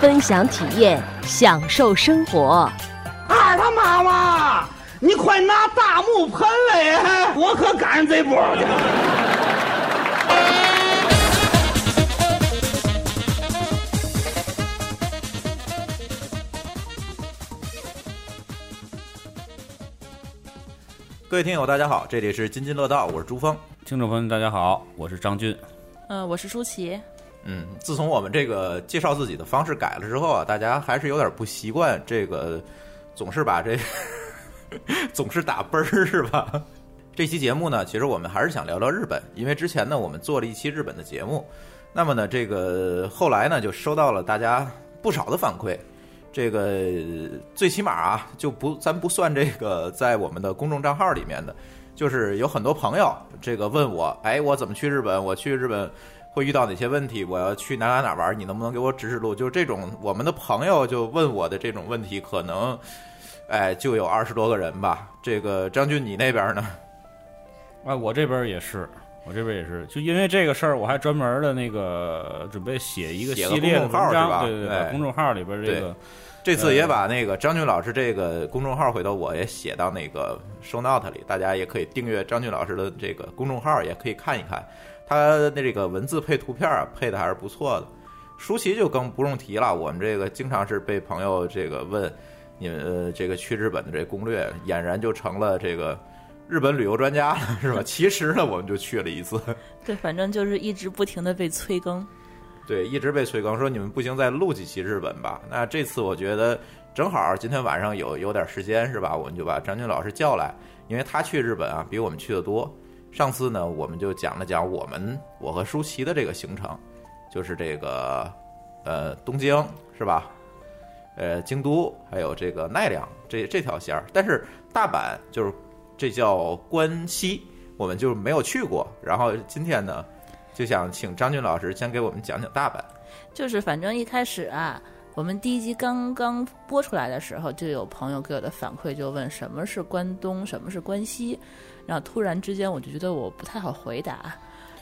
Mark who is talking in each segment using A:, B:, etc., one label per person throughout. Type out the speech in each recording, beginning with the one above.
A: 分享体验，享受生活。
B: 二他妈妈，你快拿大木盆来，我可赶上这波去了。
C: 各位听友，大家好，这里是津津乐道，我是朱峰。
D: 听众朋友们，大家好，我是张军。
E: 嗯，我是舒淇。
C: 嗯，自从我们这个介绍自己的方式改了之后啊，大家还是有点不习惯，这个总是把这 总是打啵儿是吧？这期节目呢，其实我们还是想聊聊日本，因为之前呢，我们做了一期日本的节目，那么呢，这个后来呢，就收到了大家不少的反馈。这个最起码啊，就不咱不算这个在我们的公众账号里面的，就是有很多朋友这个问我，哎，我怎么去日本？我去日本会遇到哪些问题？我要去哪哪哪玩？你能不能给我指指路？就是这种我们的朋友就问我的这种问题，可能哎就有二十多个人吧。这个张军，你那边呢？
D: 啊，我这边也是，我这边也是，就因为这个事儿，我还专门的那个呃准备写一个
C: 写
D: 系
C: 个
D: 列的
C: 公众号
D: 文
C: 是吧
D: 章，对对
C: 哎
D: 对，公众号里边这个
C: 这次也把那个张军老师这个公众号，回头我也写到那个 show note 里，大家也可以订阅张军老师的这个公众号，也可以看一看。他的这个文字配图片啊，配的还是不错的。舒淇就更不用提了，我们这个经常是被朋友这个问你们呃这个去日本的这攻略，俨然就成了这个日本旅游专家了，是吧？其实呢，我们就去了一次，
E: 对，反正就是一直不停的被催更。
C: 对，一直被催更，说你们不行，再录几期日本吧。那这次我觉得正好今天晚上有有点时间是吧？我们就把张军老师叫来，因为他去日本啊比我们去的多。上次呢，我们就讲了讲我们我和舒淇的这个行程，就是这个呃东京是吧？呃京都还有这个奈良这这条线儿，但是大阪就是这叫关西，我们就没有去过。然后今天呢，就想请张军老师先给我们讲讲大阪。
E: 就是反正一开始啊，我们第一集刚刚播出来的时候，就有朋友给我的反馈，就问什么是关东，什么是关西，然后突然之间我就觉得我不太好回答。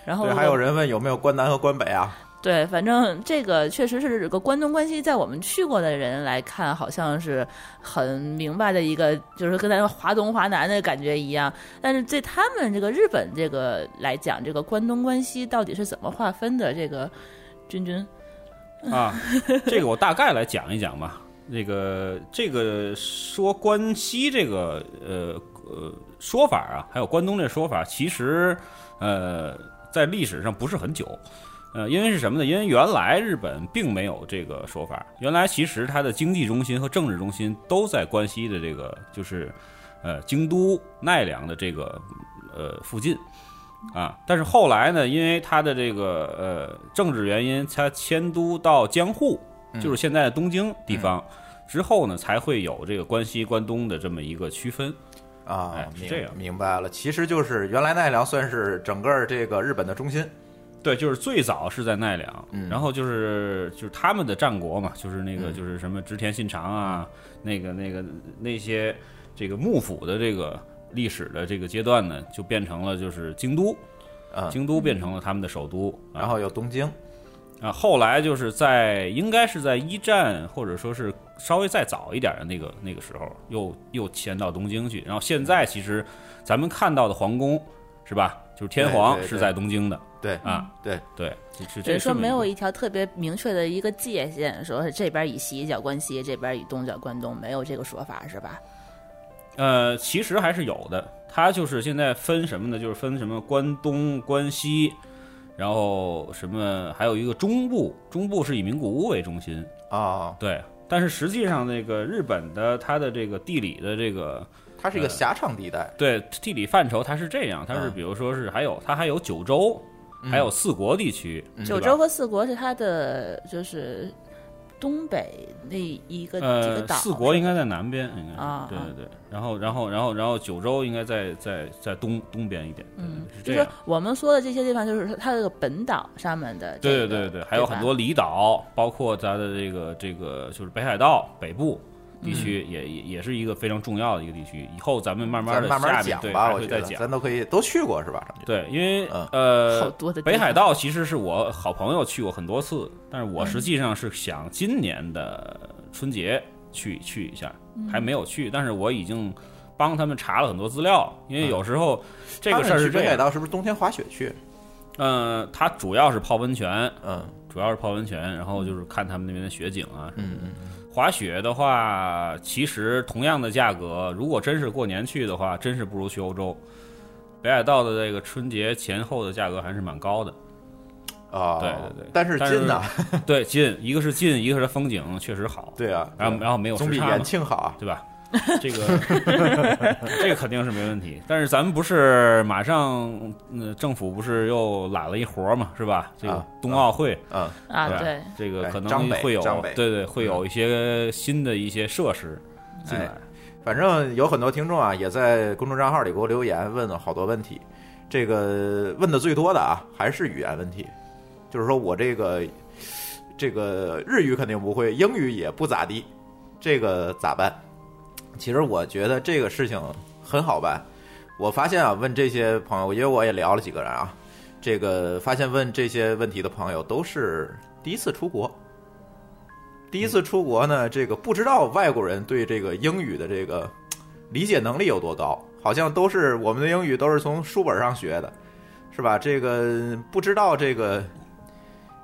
E: 然后
C: 对，还有人问有没有关南和关北啊？
E: 对，反正这个确实是这个关东关西，在我们去过的人来看，好像是很明白的一个，就是跟咱们华东华南的感觉一样。但是对他们这个日本这个来讲，这个关东关西到底是怎么划分的？这个君君，
D: 啊，这个我大概来讲一讲吧。那个这个说关西这个呃呃说法啊，还有关东这说法，其实呃在历史上不是很久。呃，因为是什么呢？因为原来日本并没有这个说法，原来其实它的经济中心和政治中心都在关西的这个就是呃京都、奈良的这个呃附近。啊，但是后来呢，因为他的这个呃政治原因，他迁都到江户，
C: 嗯
D: 就是现在的东京地方，之后呢才会有这个关西、关东的这么一个区分。
C: 啊，
D: 哎是
C: 明
D: 这样
C: 明白了，其实就是原来奈良算是整个这个日本的中心。
D: 对，就是最早是在奈良，
C: 嗯
D: 然后就是就是他们的战国嘛，就是那个、
C: 嗯
D: 就是什么织田信长啊，那个那个那些这个幕府的这个历史的这个阶段呢，就变成了就是京都，
C: 嗯，
D: 京都变成了他们的首都，啊
C: 然后有东京，
D: 啊，后来就是在应该是在一战，或者说是稍微再早一点的那个那个时候，又又迁到东京去。然后现在其实咱们看到的皇宫是吧，就是天
C: 对
D: 皇
C: 对
D: 是
C: 对
D: 在东京的
C: 对，
D: 啊，
C: 对
D: 对，是
E: 只
D: 这
E: 是说
D: 这么
E: 没
D: 一
E: 有
D: 个
E: 一条特别明确的一个界限，说是这边以西叫关西，这边以东叫关东，没有这个说法是吧？
D: 呃，其实还是有的。它就是现在分什么呢？就是分什么关东、关西，然后什么还有一个中部，中部是以名古屋为中心，
C: 啊，
D: 对。但是实际上，那个日本的它的这个地理的这个
C: 它是一个狭长地带。
D: 对地理范畴，它是这样，它是
C: 嗯
D: 比如说是还有它还有九
C: 嗯
D: 嗯州，还有四国地区，对
E: 九
D: 吧
E: 州和四国是它的就是东北那一个几个
D: 呃，
E: 岛，
D: 四国应该在南边，应该是
E: 啊
D: 对
E: 啊
D: 对对。然后，然后，然后，然后九州应该在在在东东边一点，对啊
E: 嗯，
D: 是
E: 就
D: 这
E: 是
D: 样。
E: 我们说的这些地方，就是它这个本岛上面的这个、
D: 对对对对，还有
E: 吧
D: 很多离岛，包括咱的这个这个就是北海道北部地区，
E: 嗯
D: 也也也是一个非常重要的一个地区。以后咱们慢慢
C: 咱
D: 的
C: 慢
D: 下
C: 慢
D: 面
C: 讲
D: 对
C: 吧，
D: 还
C: 我
D: 会
C: 觉
D: 再
C: 得
D: 讲。
C: 咱都可以都去过是吧？
D: 对，因为
C: 嗯
E: 好
D: 呃，
E: 多的地
D: 北
E: 方
D: 海道其实是我好朋友去过很多次，但是我实际上是想今年的春节去去一下，还没有去，但是我已经帮他们查了很多资料，因为有时候这
C: 他
D: 个
C: 们
D: 事儿
C: 去
D: 是这
C: 北海
D: 样，
C: 道是不是冬天滑雪去？
D: 嗯、呃，它主要是泡温泉，
C: 嗯
D: 主要是泡温泉，然后就是看他们那边的雪景啊。
C: 嗯嗯，
D: 滑雪的话，其实同样的价格，如果真是过年去的话，真是不如去欧洲。北海道的这个春节前后的价格还是蛮高的，
C: 哦，
D: 对对对
C: 但是
D: 但是
C: 近呐，
D: 对，近一个是近，一个是它风景确实好，，
C: 对啊，
D: 然后然后没有
C: 总比
D: 时差嘛
C: 延庆好啊。
D: 对 吧？这个这个肯定是没问题，但是咱们不是马上，嗯，政府不是又揽了一活儿嘛，是吧？这个
C: 啊
D: 冬奥会，
C: 嗯，
E: 啊，
D: 吧
E: 对，
D: 这个
C: 哎
D: 可能
C: 张北
D: 会有，
C: 张北嗯
D: 对对，会有一些新的一些设施进
C: 啊哎
D: 来。
C: 反正有很多听众啊，也在公众账号里给我留言，问了好多问题。这个问的最多的啊，还是语言问题，就是说我这个这个日语肯定不会，英语也不咋地，这个咋办？其实我觉得这个事情很好办。我发现啊，问这些朋友，因为我也聊了几个人啊，这个发现问这些问题的朋友都是第一次出国，第一次出国呢，这个不知道外国人对这个英语的这个嘖理解能力有多高，好像都是我们的英语都是从书本上学的，是吧？这个不知道这个，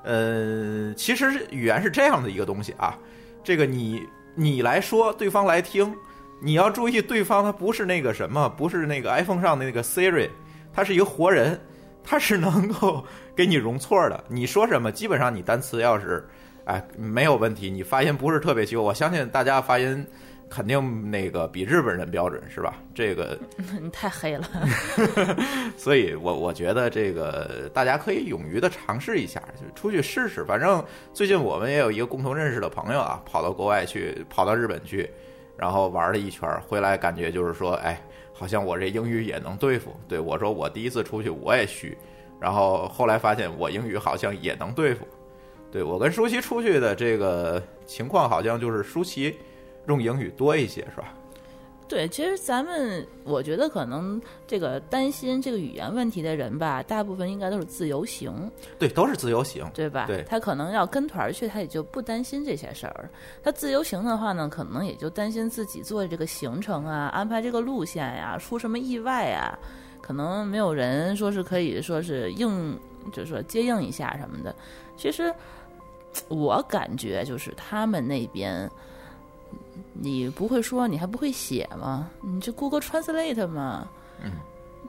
C: 呃，其实语言是这样的一个东西啊，这个你你来说，对方来听，你要注意对方他不是那个什么，不是那个 iPhone 上的那个 Siri，他是一个活人，他是能够给你容错的，你说什么，基本上你单词要是。哎，没有问题，你发音不是特别奇怪，我相信大家发音肯定那个比日本人标准，是吧？这个，
E: 你太黑了，
C: 所以我我觉得这个大家可以勇于的尝试一下，就出去试试。反正最近我们也有一个共同认识的朋友啊，跑到国外去，跑到日本去，然后玩了一圈儿，回来感觉就是说，哎，好像我这英语也能对付。对我说，我第一次出去我也虚，然后后来发现我英语好像也能对付。对我跟舒淇出去的这个情况，好像就是舒淇用英语多一些，是吧？
E: 对，其实咱们我觉得可能这个担心这个语言问题的人吧，大部分应该都是自由行，
C: 对，都是自由行。
E: 对吧？
C: 对
E: 他可能要跟团儿去，他也就不担心这些事儿。他自由行的话呢，可能也就担心自己做这个行程啊，安排这个路线呀、出什么意外啊，可能没有人说是可以说是应，就是说接应一下什么的。其实我感觉就是他们那边。你不会说，你还不会写吗？你就 Google Translate 嘛，嗯，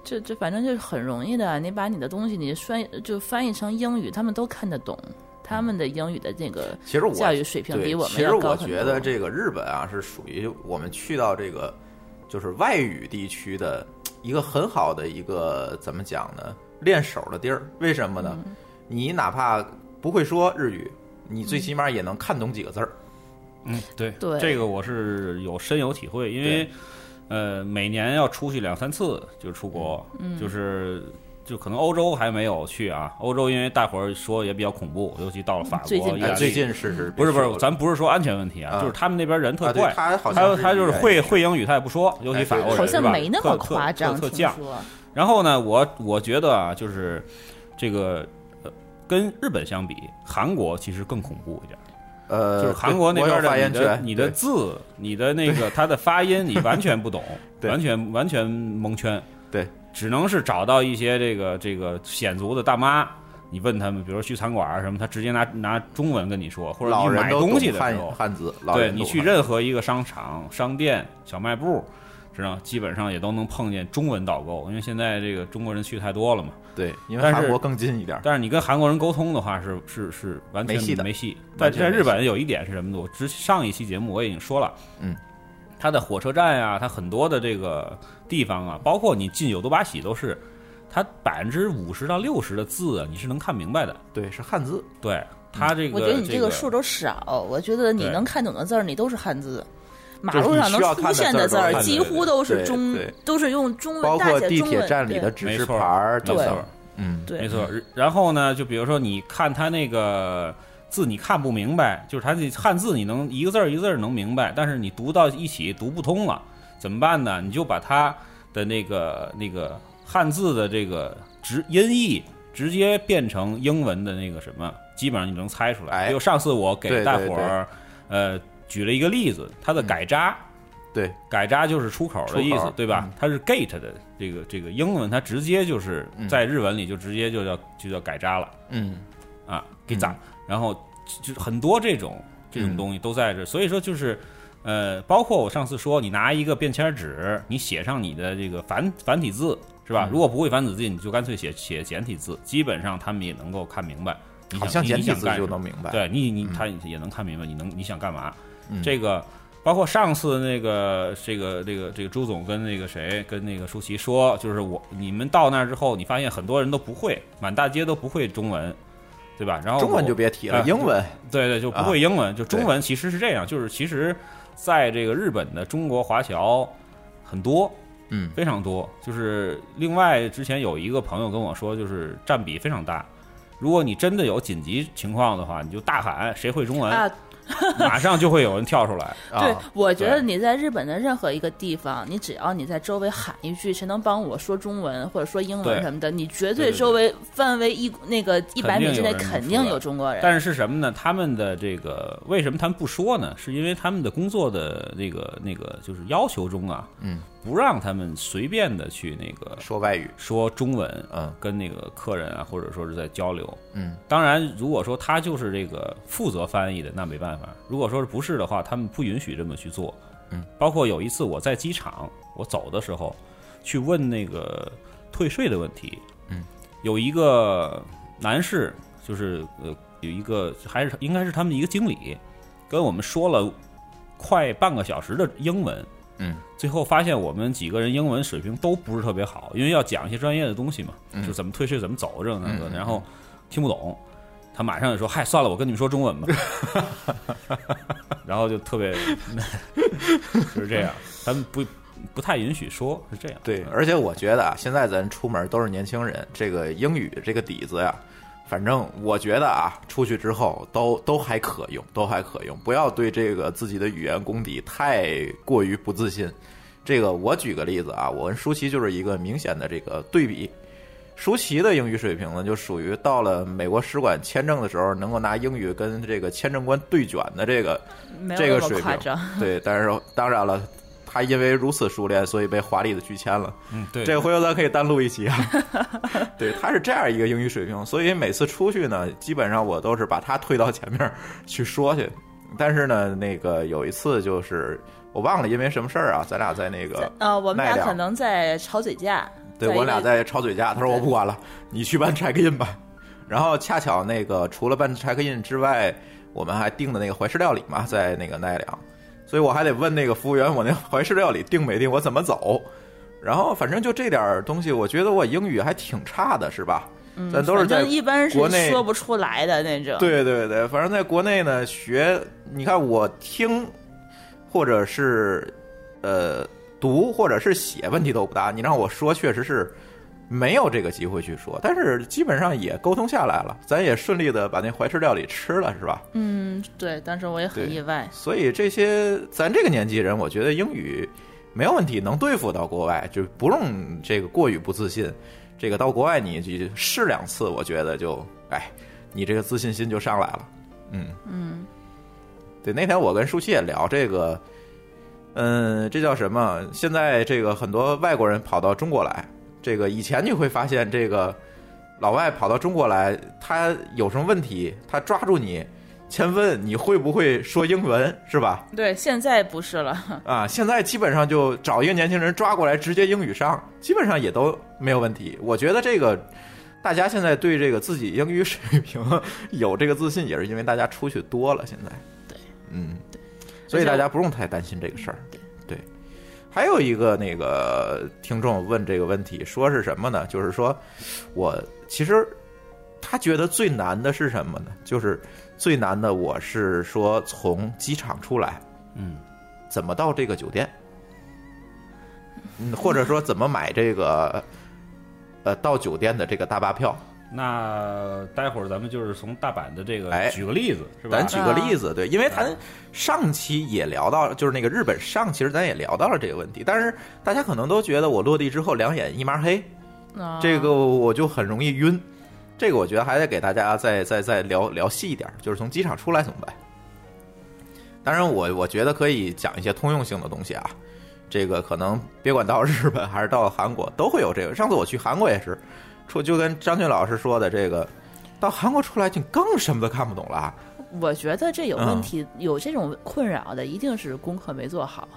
E: 这这反正就是很容易的。你把你的东西你翻就翻译成英语，他们都看得懂。他们的英语的这个
C: 其实我
E: 教育水平
C: 对，
E: 比我
C: 其
E: 们
C: 实
E: 要高
C: 我
E: 很多。
C: 觉得这个日本啊，是属于我们去到这个就是外语地区的一个很好的一个怎么讲呢？练手的地儿。为什么呢？
E: 嗯
C: 你哪怕不会说日语，你最起码也能看懂几个字儿。
D: 嗯，对，
E: 对
D: 这个我是有深有体会，因
C: 对
D: 为呃，每年要出去两三次，就是出国，
E: 嗯
D: 就是就可能欧洲还没有去啊，欧洲因为大伙儿说也比较恐怖，尤其到了法国、
E: 最近
D: 意
E: 比
D: 大
C: 哎，
D: 利，
C: 最近是是
D: 嗯不是不
C: 别说
D: 是，
C: 了
D: 咱不是说安全问题啊，
C: 啊
D: 就是他们那边人特
C: 啊对
D: 怪，
C: 他好
D: 他
C: 像
D: 他就是
C: 语言
D: 会
C: 也
D: 会英语，他也不说，尤其
C: 哎
D: 法国
C: 对
D: 人
E: 好像
D: 是吧
E: 没那么
D: 特特
E: 夸张，
D: 特特
E: 听
D: 犟。
E: 说
D: 然后呢，我我觉得啊，就是这个呃，跟日本相比，韩国其实更恐怖一点。
C: 呃，
D: 就是韩国那
C: 对我有
D: 边的
C: 发言
D: 你的
C: 权，
D: 你的
C: 对
D: 字、你的那个它的发音，你完全不懂，
C: 对
D: 完全完全蒙圈，
C: 对，
D: 只能是找到一些这个这个显族的大妈。你问他们，比如说去餐馆儿什么，他直接拿拿中文跟你说，或者
C: 老
D: 你
C: 人
D: 买
C: 都
D: 东西
C: 懂
D: 的时
C: 汉
D: 候，
C: 汉字，老
D: 对
C: 人
D: 你
C: 懂
D: 去
C: 汉
D: 任何一个商场、商店、小卖部，知道基本上也都能碰见中文导购，因为现在这个中国人去太多了嘛。
C: 对，因为
D: 但是
C: 韩国更近一点儿。
D: 但是你跟韩国人沟通的话是，是是完全
C: 没戏的
D: 没戏。在
C: 完全
D: 在
C: 没
D: 日本有一点是什么呢？我之上一期节目我已经说了，
C: 嗯，
D: 它的火车站呀、它很多的这个地方啊，包括你进有多巴喜都是，它百分之五十到六十的字啊，你是能看明白的。
C: 对，是汉字，
D: 对，他这个
E: 嗯我觉得你
D: 这
E: 这个数都少，我觉得你
D: 对
E: 能看懂的字儿，你都是汉字。马
C: 就是
E: 路
C: 你
E: 上能
C: 需要
E: 出
C: 看的
E: 现
C: 字儿
E: 字
C: 都是
E: 儿
C: 汉字
E: 几乎都是
C: 对
E: 中
C: 对，
E: 都是用中文
C: 包
E: 大
C: 括
E: 写
C: 地
E: 中
C: 铁
E: 文。
C: 站里的
E: 对
C: 指
D: 没
C: 示
D: 错
C: 牌儿
D: 没
C: 等
D: 错
C: 等，嗯，
E: 对
D: 没错。然后呢，就比如说你看他那个字，你看不明白，就是他那汉字，你能一个字儿一个字儿能明白，但是你读到一起读不通了，怎么办呢？你就把它的那个那个汉字的这个直音译直接变成英文的那个什么，基本上你能猜出来。
C: 哎
D: 就上次我
C: 对
D: 给
C: 对
D: 大伙儿呃举了一个例子，它的改扎。
C: 嗯对，
D: 改扎就是出口的意
C: 出口
D: 思，对吧
C: 嗯？
D: 它是 gate 的这个这个英文，它直接就是
C: 嗯
D: 在日文里就直接就叫就叫改扎了
C: 嗯，嗯
D: 啊，给扎。然后就就很多这种这种东西都在这，所以说就是呃，包括我上次说，你拿一个便签纸，你写上你的这个繁繁体字是吧
C: 嗯？
D: 如果不会繁体字，你就干脆写写简体字，基本上他们也能够看明白。你
C: 好
D: 想
C: 像
D: 你
C: 简体
D: 想
C: 字
D: 干
C: 就
D: 什么
C: 能明白，
D: 对你你
C: 嗯
D: 他也能看明白，你能你想干嘛？
C: 嗯
D: 这个包括上次那个这个这个这个朱总跟那个谁跟那个舒淇说，就是我你们到那儿之后，你发现很多人都不会，满大街都不会中文，对吧？然后
C: 中文
D: 我
C: 就别提了，
D: 哎
C: 英文
D: 对对，就不
C: 啊
D: 会英文，就中文其实是这样，就是其实在这个日本的中国华侨很多，
C: 嗯
D: 非常多。就是另外之前有一个朋友跟我说，就是占比非常大。如果你真的有紧急情况的话，你就大喊谁会中文，
E: 啊，
D: 马上就会有人跳出来。
E: 对
C: 啊，，
E: 我觉得
D: 对
E: 你在日本的任何一个地方，你只要你在周围喊一句“谁能帮我说中文或者说英文
D: 对
E: 什么的”，你绝
D: 对对对
E: 周围范围一那个一百米之内
D: 肯
E: 肯
D: 定有人能
E: 定
D: 出
E: 有
D: 来
E: 中国人。
D: 但是是什么呢？他们的这个为什么他们不说呢？是因为他们的工作的那个那个就是要求中啊，
C: 嗯，
D: 不让他们随便的去那个
C: 说外语，
D: 说中文，
C: 嗯
D: 跟那个客人啊，或者说是在交流。
C: 嗯，
D: 当然，如果说他就是这个负责翻译的，那没办法；如果说是不是的话，他们不允许这么去做。
C: 嗯，
D: 包括有一次我在机场，我走的时候去问那个退税的问题，
C: 嗯，
D: 有一个男士，就是呃，有一个还是应该是他们一个经理，跟我们说了快半个小时的英文。
C: 嗯，
D: 最后发现我们几个人英文水平都不是特别好，因为要讲一些专业的东西嘛，
C: 嗯
D: 就怎么退税、怎么走这个那个
C: 嗯嗯
D: 的，然后听不懂，他马上就说：“嗨，算了，我跟你们说中文吧。”然后就特别 就是这样，他们不不太允许说，是这样。
C: 对，而且我觉得啊，现在咱出门都是年轻人，这个英语这个底子呀、反正我觉得啊，出去之后都都还可用，都还可用，不要对这个自己的语言功底太过于不自信。这个我举个例子啊，我跟舒淇就是一个明显的这个对比。舒淇的英语水平呢，就属于到了美国使馆签证的时候，能够拿英语跟这个签证官对卷的这个
E: 没有
C: 这个
E: 那
C: 水
E: 么夸
C: 平
E: 张，。
C: 对，但是当然了，他因为如此熟练，所以被华丽的拒签了。
D: 嗯，对，
C: 这回头咱可以单录一期啊。 对，他是这样一个英语水平，所以每次出去呢，基本上我都是把他推到前面去说去。但是呢，那个有一次就是我忘了因为什么事儿啊，咱俩在那个，
E: 呃，我们
C: 奈
E: 俩
C: 良
E: 可能在吵嘴架。
C: 对
E: 一
C: 我
E: 个
C: 俩在吵嘴架，他说我不管了，你去办 check in 吧。然后恰巧那个除了办 check in 之外，我们还订的那个怀石料理嘛，在那个奈良，所以我还得问那个服务员，我那怀石料理订没订，我怎么走？然后反正就这点儿东西，我觉得我英语还挺差的，是吧？嗯咱都是
E: 反
C: 在
E: 正一般
C: 国内
E: 是说不出来的那种。
C: 对对对，反正在国内呢，学你看我听或者是呃读或者是写问题都不大，你让我说确实是没有这个机会去说，但是基本上也沟通下来了，咱也顺利的把那怀石料理吃了，是吧？
E: 嗯，对，当时我也很
C: 对
E: 意外。
C: 所以这些咱这个年纪人，我觉得英语没有问题，能对付到国外，就不用这个过于不自信。这个到国外你去试两次，我觉得就哎，你这个自信心就上来了。嗯嗯，对，那天我跟舒淇也聊这个，嗯，这叫什么？现在这个很多外国人跑到中国来，这个以前你会发现这个。老外跑到中国来，他有什么问题，他抓住你， 先问你会不会说英文，是吧？
E: 对，现在不是了，
C: 啊，现在基本上就找一个年轻人抓过来，直接英语上，基本上也都没有问题。我觉得这个大家现在对这个自己英语水平有这个自信，也是因为大家出去多了。现在，
E: 对，
C: 嗯，所以
E: 而且
C: 大
E: 我
C: 家不用太担心这个事儿。对，还有一个那个听众问这个问题，说是什么呢？就是说我其实他觉得最难的是什么呢？就是最难的，我是说从机场出来，
D: 嗯，
C: 怎么到这个酒店？嗯，或者说怎么买这个呃到酒店的这个大巴票？
D: 那待会儿咱们就是从大阪的这个，
C: 哎
D: 举个例子是吧？
C: 咱举个例子，对，因为咱上期也聊到，就是那个日本上，其实咱也聊到了这个问题，但是大家可能都觉得我落地之后两眼一抹黑，
E: 啊
C: 这个我就很容易晕。这个我觉得还得给大家再再再聊聊细一点，就是从机场出来怎么办。当然我，我觉得可以讲一些通用性的东西啊。这个可能别管到日本 还是到韩国，都会有这个。上次我去韩国也是，出就跟张军老师说的，这个到韩国出来就更什么都看不懂了啊。
E: 我觉得这有
C: 嗯
E: 问题，有这种困扰的，一定是功课没做好，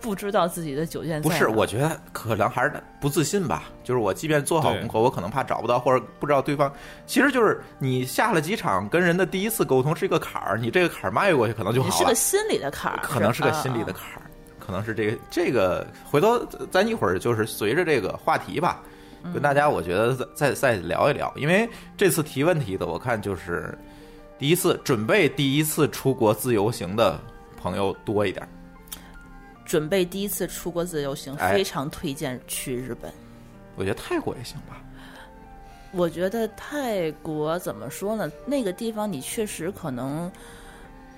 E: 不知道自己的酒店在
C: 不是，
E: 哪
C: 我觉得可能还是不自信吧。就是我即便做好
D: 对
C: 功课，我可能怕找不到或者不知道对方。其实就是你下了机场跟人的第一次沟通是一个坎儿，你这个坎儿迈过去可能就
E: 你
C: 好
E: 是
C: 了
E: 个。心理的坎儿，
C: 可能是个心理的
E: 啊。
C: 坎儿，可能是这个这个。回头咱一会儿就是随着这个话题吧，跟大家我觉得再再再聊一聊，因为这次提问题的我看就是第一次准备第一次出国自由行的朋友多一点儿。
E: 准备第一次出国自由行，
C: 哎
E: 非常推荐去日本。
C: 我觉得泰国也行吧，
E: 我觉得泰国怎么说呢？那个地方你确实可能，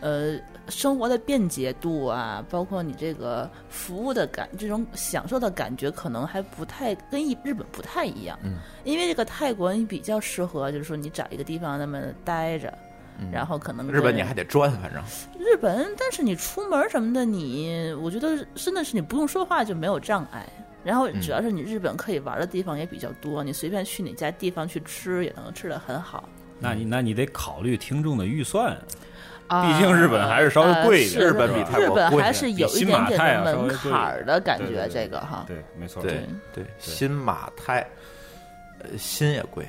E: 呃，生活的便捷度啊，包括你这个服务的感，这种享受的感觉，可能还不太跟一日本不太一样。
C: 嗯，
E: 因为这个泰国你比较适合，就是说你找一个地方那么待着，然后可能
C: 日本
E: 跟
C: 你还得转，反正
E: 日本，但是你出门什么的你，我觉得真的是你不用说话就没有障碍。然后主要是你日本可以玩的地方也比较多，你随便去哪家地方去吃也能吃的很好。
D: 那你那你得考虑听众的预算，
E: 啊
D: 毕竟日本还是稍微贵一
E: 呃是
D: 点
C: 日本比泰国
E: 日本
C: 贵
E: 还是有
D: 比
E: 一
D: 新
E: 点
D: 马
E: 点
D: 泰啊
E: 的
D: 稍微
E: 门
D: 贵一
E: 槛
D: 点
E: 儿的感
D: 对对
E: 觉，
D: 对
E: 这个哈，
D: 对，没错，
C: 对对，新马泰，呃，新也贵，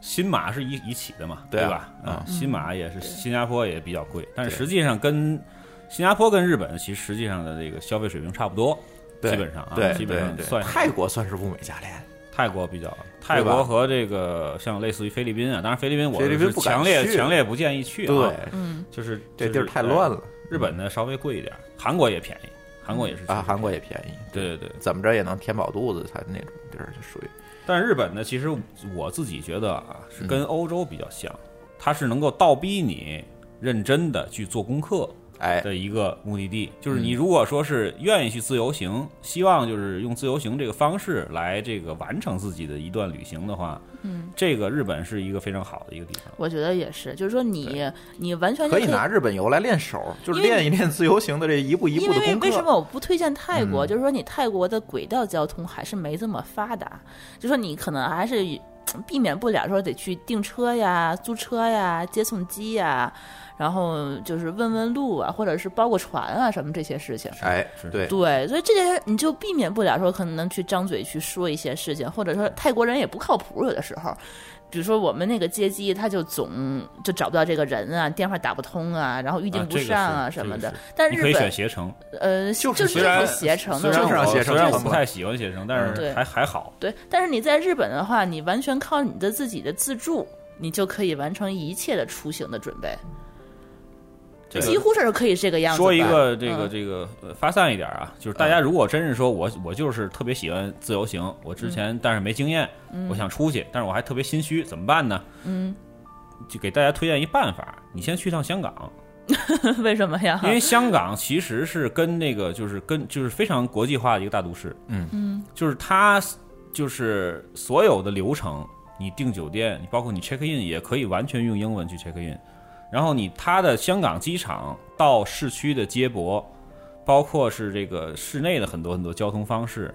D: 新马是一一起的嘛，
C: 对啊
D: 吧？啊
C: 嗯，
D: 新马也是，新加坡也比较贵，但是
C: 对
D: 实际上跟新加坡跟日本其实实际上的这个消费水平差不多，
C: 对
D: 基本上啊，
C: 对
D: 基
C: 对
D: 本上
C: 对，
D: 算是
C: 泰国算是物美价廉，
D: 泰国比较，泰国和这个像类似于菲律宾啊，当然菲律宾我
C: 菲律宾
D: 是
C: 不敢
D: 强烈
C: 去
D: 强烈不建议去啊，
C: 对，
E: 嗯
D: 就是
C: 这地儿太乱。
D: 就是
C: 了
D: 呃日本呢稍微贵一点，韩国也便宜，韩国也哎是
C: 啊，韩国也便宜，
D: 对对对，
C: 怎么着也能填饱肚子，它那种地儿就属于
D: 但是日本呢，其实我自己觉得啊，是
C: 嗯
D: 跟欧洲比较像，它是能够倒逼你认真的去做功课
C: 哎，嗯
D: 的一个目的地。就是你如果说是愿意去自由行，希望就是用自由行这个方式来这个完成自己的一段旅行的话，嗯，这个日本是一个非常好的一个地方。
E: 我觉得也是，就是说你你完全就
C: 可以拿日本游来练手，就是
E: 因为
C: 练一练自由行的这一步一
E: 因
C: 步
E: 为
C: 的
E: 为
C: 功
E: 为什
C: 课。
E: 么我不推荐泰
D: 嗯
E: 国？就是说你泰国的轨道交通还是没这么发达，就说你可能还是嗯避免不了说得去订车呀、租车呀、接送机呀，然后就是问问路啊，或者是包个船啊什么这些事情。
C: 哎，对，
E: 对，所以这些你就避免不了说可能去张嘴去说一些事情，或者说泰国人也不靠谱，有的时候。比如说我们那个接机，他就总就找不到这个人啊，电话打不通啊，然后预定不上啊
D: 这个是
E: 什么的
D: 这个。是
E: 但
D: 你
E: 日
D: 可以
E: 本
D: 选携程，
E: 呃，
C: 就是虽然
E: 很携程
D: 虽
E: 的
D: 然
E: 这种。
C: 就是让
D: 我
C: 携
D: 虽
C: 程
D: 然
C: 很
D: 我不
C: 快
D: 太喜欢携程，但
E: 嗯
D: 是
E: 对
D: 还还好。
E: 对，但是你在日本的话，你完全靠你的自己的自助，你就可以完成一切的出行的准备，
D: 这个
E: 几乎是可以这个样子的。
D: 说一个这个
E: 嗯
D: 这个呃发散一点啊，就是大家如果真是说我我就是特别喜欢自由行，我
E: 嗯
D: 之前但是没经验，我想出去，但是我还特别心虚，怎么办呢？
E: 嗯，
D: 就给大家推荐一办法，你先去趟香港，
E: 为什么呀？
D: 因为香港其实是跟那个就是跟就是非常国际化的一个大都市，
C: 嗯
D: 嗯，就是它就是所有的流程，你订酒店，你包括你 check in 也可以完全用英文去 check in，然后你它的香港机场到市区的接驳，包括是这个市内的很多很多交通方式。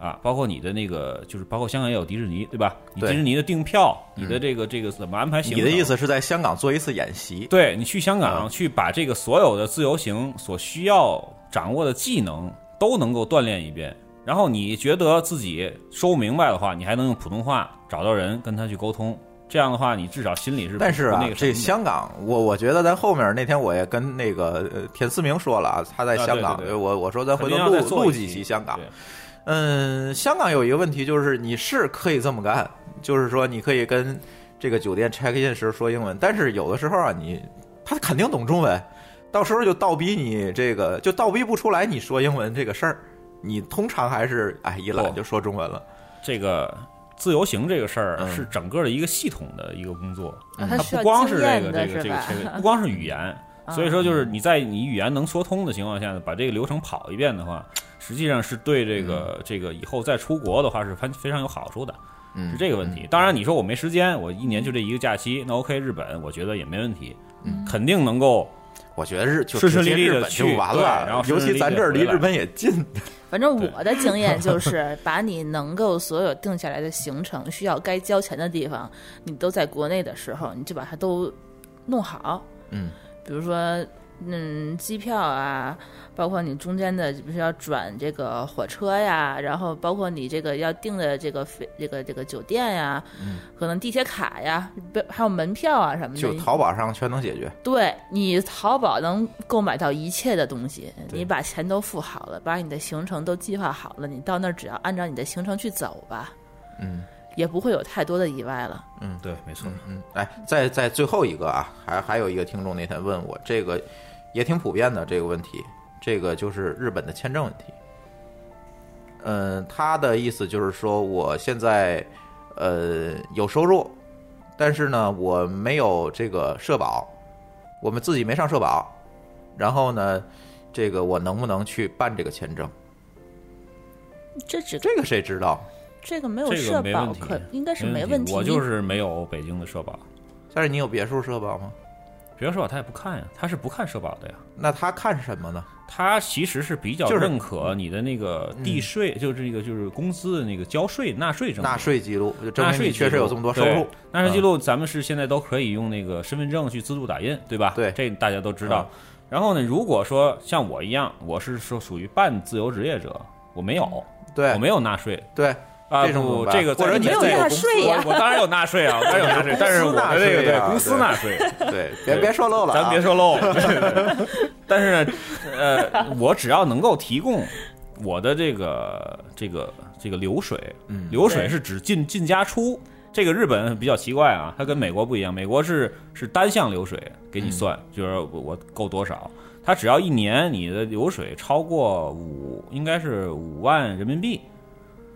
D: 啊，包括你的那个，就是包括香港也有迪士尼，对吧？你迪
C: 对嗯
D: 士尼的订票，你的这个这个怎么安排行
C: 你
D: 程？
C: 的意思是在香港做一次演习？
D: 对你去香港、
C: 啊
D: 去把这个所有的自由行所需要掌握的技能都能够锻炼一遍，然后你觉得自己说不明白的话，你还能用普通话找到人跟他去沟通。这样的话，你至少心里是
C: 但是啊
D: 那，个什么
C: 这
D: 的
C: 香港，我我觉得咱后面那天我也跟那个呃田思明说了啊，他在
D: 啊对
C: 香港，
D: 对对
C: 我我说咱
D: 肯
C: 回
D: 定
C: 头
D: 要
C: 录
D: 再做
C: 录
D: 一
C: 几
D: 期
C: 期香港
D: 对。
C: 嗯，香港有一个问题就是，你是可以这么干，就是说你可以跟这个酒店 check in 时说英文，但是有的时候啊，你他肯定懂中文，到时候就倒逼你这个就倒逼不出来你说英文这个事儿，你通常还是哎一
D: 不
C: 懒就说中文了。
D: 这个自由行这个事儿
C: 嗯
D: 是整个的一个系统的一个工作，
E: 啊
D: 它
E: 需
D: 不
E: 要
D: 光是
E: 经
D: 这
E: 验
D: 个
E: 的
D: 这个
E: 是
D: 这个
E: 吧嗯
D: 这个，不光是语言，
E: 啊
D: 所以说就是你在你语言能说通的情况下呢，把这个流程跑一遍的话，实际上是对这个这个以后再出国的话是非非常有好处的，
C: 嗯，
D: 是这个问题。当然你说我没时间，我一年就这一个假期，那 OK，日本我觉得也没问题，肯定能够。
C: 我觉得日就
D: 顺顺利利
C: 直接
D: 地
C: 日本就
D: 去
C: 完
D: 对
C: 了，
D: 然后
C: 尤
D: 顺顺
C: 其
D: 利
C: 咱
D: 地
C: 这儿
D: 回
C: 离
D: 来嗯
C: 日本也近，
E: 反正我的经验就是，把你能够所有定下来的行程，需要该交钱的地方，你都在国内的时候，你就把它都弄好。
C: 嗯，
E: 比如说，嗯，机票啊，包括你中间的，比如说要转这个火车呀，然后包括你这个要订的这个飞这个这个酒店呀，可能地铁卡呀，不还有门票啊什么的，
C: 就淘宝上全能解决。
E: 对你淘宝能购买到一切的东西，
C: 对
E: 你把钱都付好了，把你的行程都计划好了，你到那儿只要按照你的行程去走吧，
C: 嗯
E: 也不会有太多的意外了。
D: 对，没错。
C: 嗯，哎，在在最后一个啊，还还有一个听众那天问我这个也挺普遍的这个问题，这个就是日本的签证问题。嗯，他的意思就是说，我现在呃有收入，但是呢，我没有这个社保，我们自己没上社保，然后呢，这个我能不能去办这个签证？
E: 这只
C: 这个谁知道？
E: 这个没有
D: 这
E: 社
D: 个没
E: 保
D: 问题
E: 可，应该是
D: 没
E: 问
D: 我就是没有北京的社保，
C: 但是你有别墅社保吗？
D: 别的社保他也不看呀，他是不看社保的呀。
C: 那他看什么呢？
D: 他其实是比较
C: 就是
D: 认可你的那个地税，就是那个就是公司的那个交税纳税证明
C: 纳税记录，就证
D: 纳
C: 明
D: 税
C: 你确实有这么多收入嗯
D: 对。纳税记录咱们是现在都可以用那个身份证去自助打印，对吧？
C: 对嗯
D: 这大家都知道。然后呢，如果说像我一样，我是说属于半自由职业者，我没有，
C: 对，
D: 我没有纳税。
C: 对，
D: 啊
C: 这种怎
D: 不
C: 么，办
D: 这个
C: 或者
D: 在
C: 你
D: 在
C: 自己有
D: 我
C: 纳
E: 税呀
D: 我我当然有纳税啊，我当然有 纳税，但是我的这个
C: 对
D: 对公司纳税，
C: 对，别别说漏了、啊，
D: 咱别说漏了。 对但是呢，呃，我只要能够提供我的这个这个这个流水，
C: 嗯
D: 流水是指进进加出。这个日本比较奇怪啊，它跟美国不一样，美国是是单向流水给你算，就是我我够多少。它只要一年你的流水超过五，应该是五万人民币，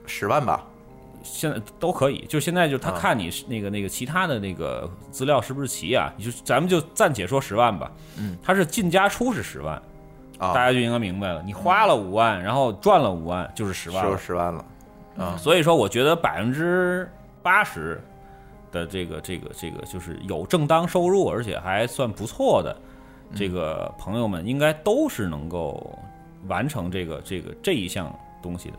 C: 十万吧。
D: 现在都可以，就现在就他
C: 啊
D: 看你是那个那个其他的那个资料是不是齐啊？你就咱们就暂且说十万吧，
C: 嗯，
D: 他是进加出是十万，
C: 啊、
D: 大家就应该明白了。你花了五万，然后赚了五万，就是十万
C: 是不
D: 了
C: 是。十万了？啊、
D: 所以说，我觉得百分之八十的这个这个这个就是有正当收入，而且还算不错的
C: 嗯
D: 这个朋友们，应该都是能够完成这个这个这一项东西的。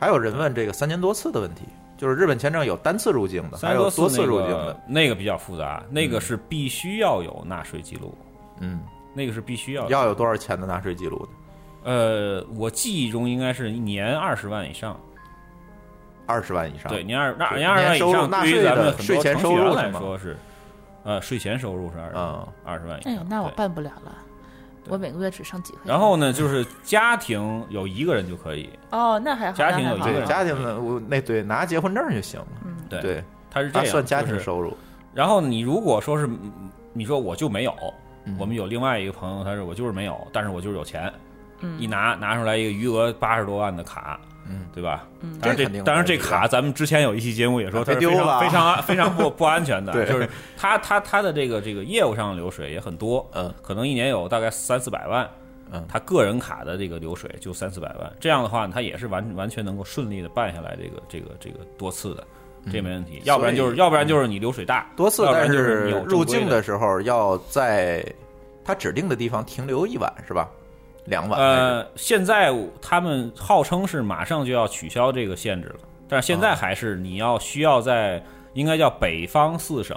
C: 还有人问这个三年多次的问题，就是日本签证有单次入境的，
D: 三
C: 还
D: 十
C: 有
D: 多
C: 多
D: 次
C: 次
D: 那
C: 入境
D: 个
C: 的。
D: 那个比较复杂，那个是必须要有纳税记录，
C: 嗯，
D: 那个是必须要
C: 要有多少钱的纳税记录的？
D: 呃，我记忆中应该是一年二十万以上，
C: 二十万以上。
D: 对，，年二那
C: 对
D: 年二十万以
C: 年收入
D: 上，
C: 纳
D: 对于
C: 税
D: 咱们
C: 的
D: 很
C: 税
D: 多
C: 前
D: 程
C: 收
D: 序员
C: 入
D: 来
C: 是吗
D: 说是，呃，税前收入是二
C: 嗯
D: 二十万以上。
E: 哎呦，那我
D: 对
E: 办不了了，
D: 对
E: 我每个月只上几回。
D: 然后呢，就是家庭有一个人就可以，
E: 哦，那还好，
D: 家庭
E: 那还
D: 有一
E: 好
D: 个
C: 对，
D: 人
C: 家庭的我那对拿结婚证就行了。
D: 对，
C: 对，
D: 他嗯是这
C: 他
D: 样
C: 算家
D: 就
C: 庭
D: 是
C: 收入。
D: 然后你如果说是嗯你说我就没有，
C: 嗯
D: 我们有另外一个朋友，他是我就是没有，但是我就是有钱，一拿拿出来一个余额八十多万的卡，
C: 嗯，
D: 对吧？嗯，
C: 这
D: 当然
C: 肯定
D: 这当然这
C: 没问题
D: 卡咱们之前有一期节目也说它是
C: 别
D: 非
C: 丢了
D: 常非常非常不 不安全的，
C: 对
D: 就是他他他的这个这个业务上的流水也很多，
C: 嗯，
D: 可能一年有大概三四百万。
C: 嗯
D: 他个人卡的这个流水就三四百万，这样的话呢，他也是完完全能够顺利的办下来这个这个这个多次的，这没问题。要不然就是
C: 嗯所以
D: 要不然就是你流水大，
C: 多次，
D: 要不
C: 但
D: 然就是
C: 是
D: 你有正
C: 入
D: 规
C: 境的时候要在他指定的地方停留一晚是吧？两晚还是。
D: 呃，现在他们号称是马上就要取消这个限制了，但是现在还是你要需要在应该叫北方四省，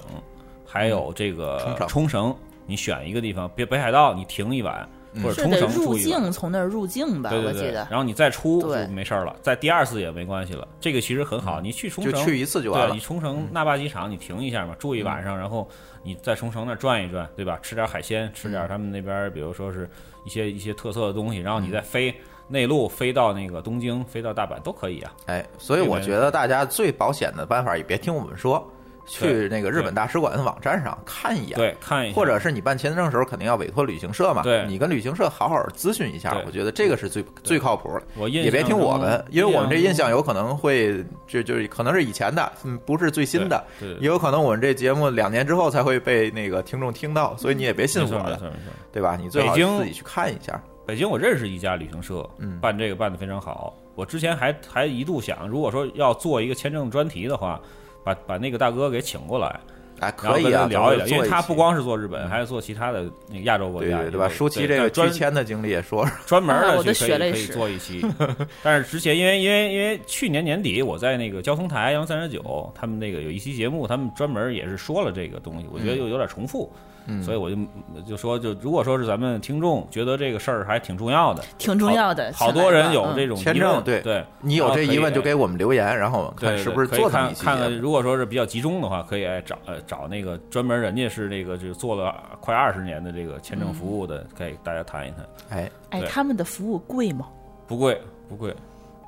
D: 还有这个
C: 嗯冲绳
D: 冲绳，你选一个地方，北北海道你停一晚，或者
E: 是
D: 冲
E: 得
D: 绳
E: 入
D: 住一晚
E: 境，从那儿入境吧，
D: 对对
E: 我记
D: 对，
E: 得
D: 然后你再出
E: 对
D: 就没事儿了，再第二次也没关系了，这个其实很好，你去冲
C: 嗯就
D: 绳
C: 去一次就完
D: 对
C: 了
D: 你。冲
C: 嗯
D: 绳那霸机场，你停一下嘛，住一晚上，然后你在冲绳那儿转一转，对吧？吃点海鲜，吃
C: 嗯
D: 点他们那边儿，比如说是一些一些特色的东西，然后你
C: 嗯
D: 再飞内陆，飞到那个东京，飞到大阪都可以啊。
C: 哎，所以我觉得大家最保险的办法也别听我们说，去
D: 对
C: 那个日本
D: 对
C: 大使馆的网站上看一眼。
D: 对，看一下，
C: 或者是你办签证的时候，肯定要委托旅行社嘛？
D: 对
C: 你跟旅行社好好咨询一下
D: 对，
C: 我觉得这个是最最靠谱的。
D: 我印
C: 也别
D: 象
C: 听我
D: 中
C: 们，因为我们这印象
D: 中
C: 有可能会，就就是可能是以前的，嗯，不是最新的，
D: 对对
C: 也有可能我们这节目两年之后才会被那个听众听到，所以你也别信
D: 没
C: 我
D: 错没
C: 的，
D: 错没错。
C: 对吧？你最好
D: 北京
C: 自己去看一下。
D: 北京我认识一家旅行社，
C: 嗯
D: 办这个办的非常好。我之前还还一度想，如果说要做一个签证专题的话，把把那个大哥给请过来，
C: 哎，
D: 然
C: 可
D: 后
C: 以
D: 跟他
C: 啊，
D: 聊一
C: 咱
D: 聊，
C: 们
D: 因
C: 做
D: 为
C: 一
D: 他
C: 期嗯
D: 不光是做日本，还是做其他的那个亚洲国
C: 对
D: 家，
C: 对
D: 也
C: 对吧？
D: 有
C: 舒淇
D: 对
C: 这个
D: 但专
C: 拒签的经历也说了，
D: 专门
E: 啊我
D: 的
E: 都
D: 去
E: 学
D: 可
E: 了
D: 以
E: 一
D: 可以
E: 身
D: 做一期， 但是之前因为因为因为去年年底我在那个交通台幺三十九他们那个有一期节目，他们专门也是说了这个东西，我觉得又有点重复，
C: 嗯
D: 所以我就就说就如果说是咱们听众觉得这个事儿还挺重要的，
E: 挺重要的。
D: 好好
E: 请来
D: 多人
E: 吧
D: 有这
E: 嗯
D: 种
C: 签
D: 疑问
C: 证对
D: 对，啊
C: 你有这疑问就
D: 给。
C: 给我们留言，然后我们
D: 对
C: 看
D: 对
C: 是不是
D: 可以
C: 做这么
D: 看
C: 一期
D: 看
C: 节
D: 看，
C: 目。
D: 如果说是比较集中的话，可以哎找呃找那个专门人家是这个就是做了快二十年的这个签证服务的，可以大家谈一谈，
C: 哎，
E: 哎，
D: 对
E: 他们的服务贵吗？
D: 不贵不贵。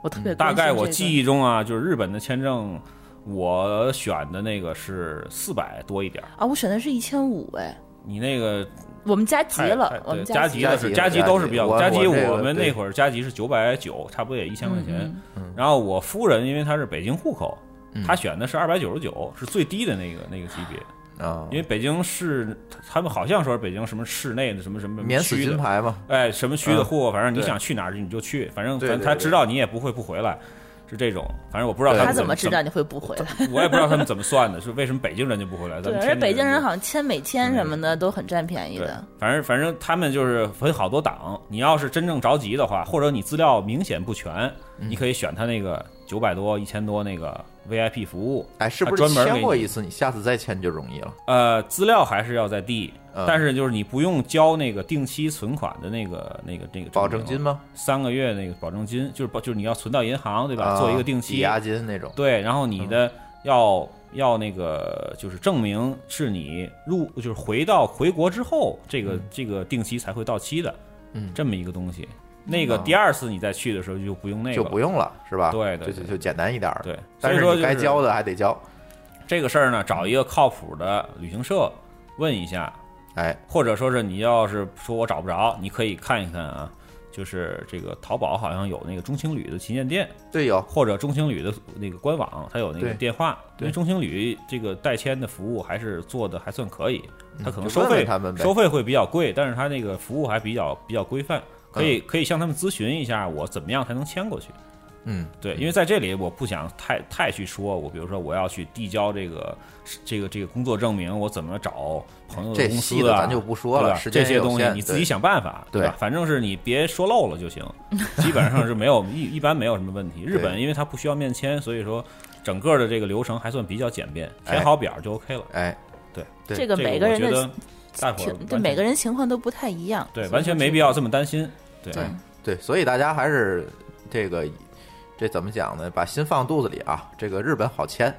E: 我特别
D: 嗯大
E: 关心
D: 概
E: 这
D: 我
E: 个
D: 记忆中啊，就是日本的签证，我选的那个是四百多一点儿，
E: 啊，我选的是一千五哎，
D: 你那个
E: 我们加急
D: 太
E: 了
D: 太，
E: 我
D: 哎对
E: 们
D: 加
E: 急
D: 的
C: 了
D: 是
C: 加
D: 加
C: 急
D: 急
C: 了
D: 都是比较
C: 我
D: 加急，
C: 我这个
D: 我们
C: 对
D: 那会儿加急是九百九，差不多也一千块钱
E: 嗯。
D: 然后我夫人因为她是北京户口
C: 嗯，
D: 她选的是二百九十九，是最低的那个那个级别。
C: 啊
D: 因，为北京市，他们好像说是北京什么市内的什么什么
C: 免死
D: 区的
C: 金，牌嘛，
D: 哎，什么区的户，反正你
C: 对
D: 想去哪儿你就去，反正
C: 对
D: 反
C: 对
D: 正他
C: 对
D: 知道你也不会不回来，是这种。反正我不知道
C: 对
D: 他
E: 他
D: 们
E: 怎
D: 怎
E: 么知道
D: 怎
E: 你会不回来？
D: 么？我也不知道他们怎么算的，是为什么北京人就不回来？咱
E: 对，而
D: 们
E: 且
D: 天津
E: 北京人
D: 就嗯
E: 好像签美签什么的都很占便宜
D: 对
E: 的。，
D: 反正反正他们就是分好多档，你要是真正着急的话，或者你资料明显不全，
C: 嗯
D: 你可以选他那个九百多、一千多那个 VIP 服务。
C: 哎，是不
D: 他
C: 是
D: 啊专门
C: 签
D: 给
C: 过
D: 你
C: 一次，你下次再签就容易了？
D: 呃，资料还是要在递，
C: 嗯
D: 但是就是你不用交那个定期存款的那个、那个、那个
C: 保证金
D: 吗？
C: 吗？
D: 三个月那个保证金，就是保就是你要存到银行对吧？
C: 啊
D: 做一个定期
C: 抵押金嗯那种。
D: 对，然后你的要、要那个就是证明是你入就是回到回国之后，这个、这个定期才会到期的，
C: 嗯
D: 这么一个东西。那个
C: 啊
D: 第二次你再去的时候就不用那个，
C: 就不用了，是吧？
D: 对对
C: 就
D: 对
C: 就就简单一点儿。
D: 对。所
C: 但
D: 以
C: 是
D: 说、
C: 你
D: 就是、
C: 该交的还得交。
D: 这个事儿呢，找一个靠谱的旅行社问一下，
C: 哎，
D: 或者说是你要是说我找不着，你可以看一看啊，就是这个淘宝好像有那个中青旅的旗舰店，
C: 对，有
D: 或者中青旅的那个官网，它有那
C: 对
D: 个电话。
C: 对
D: 因为中青旅这个代签的服务还是做的还算可以，它可能
C: 就
D: 收
C: 问问
D: 费
C: 他们呗
D: 收费会比较贵，但是它那个服务还比较比较规范，可以可以向他们咨询一下，我怎么样才能签过去。
C: 嗯，
D: 对，因为在这里我不想太太去说，我比如说我要去递交这个这个这个工作证明，我怎么找朋友
C: 这
D: 的公
C: 细
D: 司
C: 的
D: 啊，
C: 咱就不说了
D: 对吧
C: 时间
D: 这
C: 也
D: 些
C: 有
D: 东西
C: 限
D: 你自
C: 对
D: 己想办法，
C: 对
D: 吧？反正是你别说漏了就 行，基本上是没有一一般没有什么问题。日本
C: 对
D: 因为它不需要面签，所以说整个的这个流程还算比较简便，填
C: 哎
D: 好表就 OK 了。
C: 哎，对
E: 这
D: 这
E: 个每个人
D: 我觉
E: 的
D: 得大伙儿
E: 挺，对
D: 完
E: 每
D: 全
E: 个人情况都不太一样，
D: 对
E: 所以
D: 完全
E: 说
D: 没
E: 这
D: 必
E: 个
D: 要哎这么担心，对
E: 对
C: 对，所以大家还是这个这怎么讲呢？把心放肚子里啊，这个日本好签。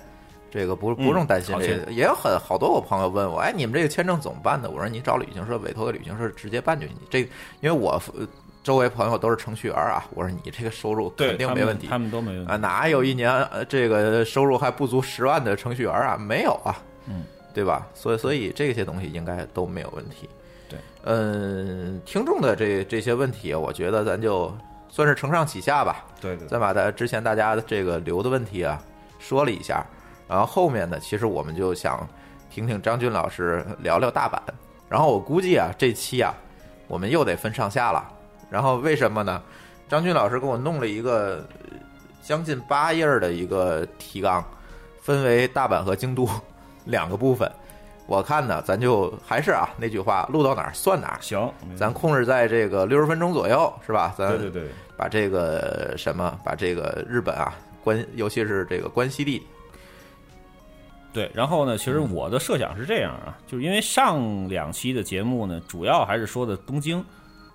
C: 这个不不用担心
D: 嗯好，
C: 这
D: 签
C: 个也有很好多我朋友问我，哎，你们这个签证怎么办呢？我说你找旅行社委托的旅行社直接办就行。这个因为我呃周围朋友都是程序员啊，我说你这个收入
D: 对，
C: 肯定
D: 他
C: 没
D: 们
C: 问题，
D: 他们都没问
C: 啊，
D: 题。
C: 哪有一
D: 嗯
C: 年呃这个收入还不足十万的程序员啊？没有啊，
D: 嗯，
C: 对吧？所以所以这些东西应该都没有问题。
D: 对，
C: 嗯，听众的这这些问题，我觉得咱就算是承上启下吧，
D: 对对
C: 再把咱之前大家的这个留的问题啊说了一下，然后后面呢，其实我们就想听听张军老师聊聊大阪，然后我估计啊，这期啊我们又得分上下了，然后为什么呢？张军老师给我弄了一个呃将近八页儿的一个提纲，分为大阪和京都 两个部分。我看呢，咱就还是啊那句话，录到哪儿算哪儿，
D: 行，没
C: 咱控制在这个六十分钟左右，是吧？咱
D: 对对对，
C: 把这个什么，把这个日本啊，关尤其是这个关西地，
D: 对，然后呢，其
C: 嗯
D: 实我的设想是这样啊，就是因为上两期的节目呢，主要还是说的东京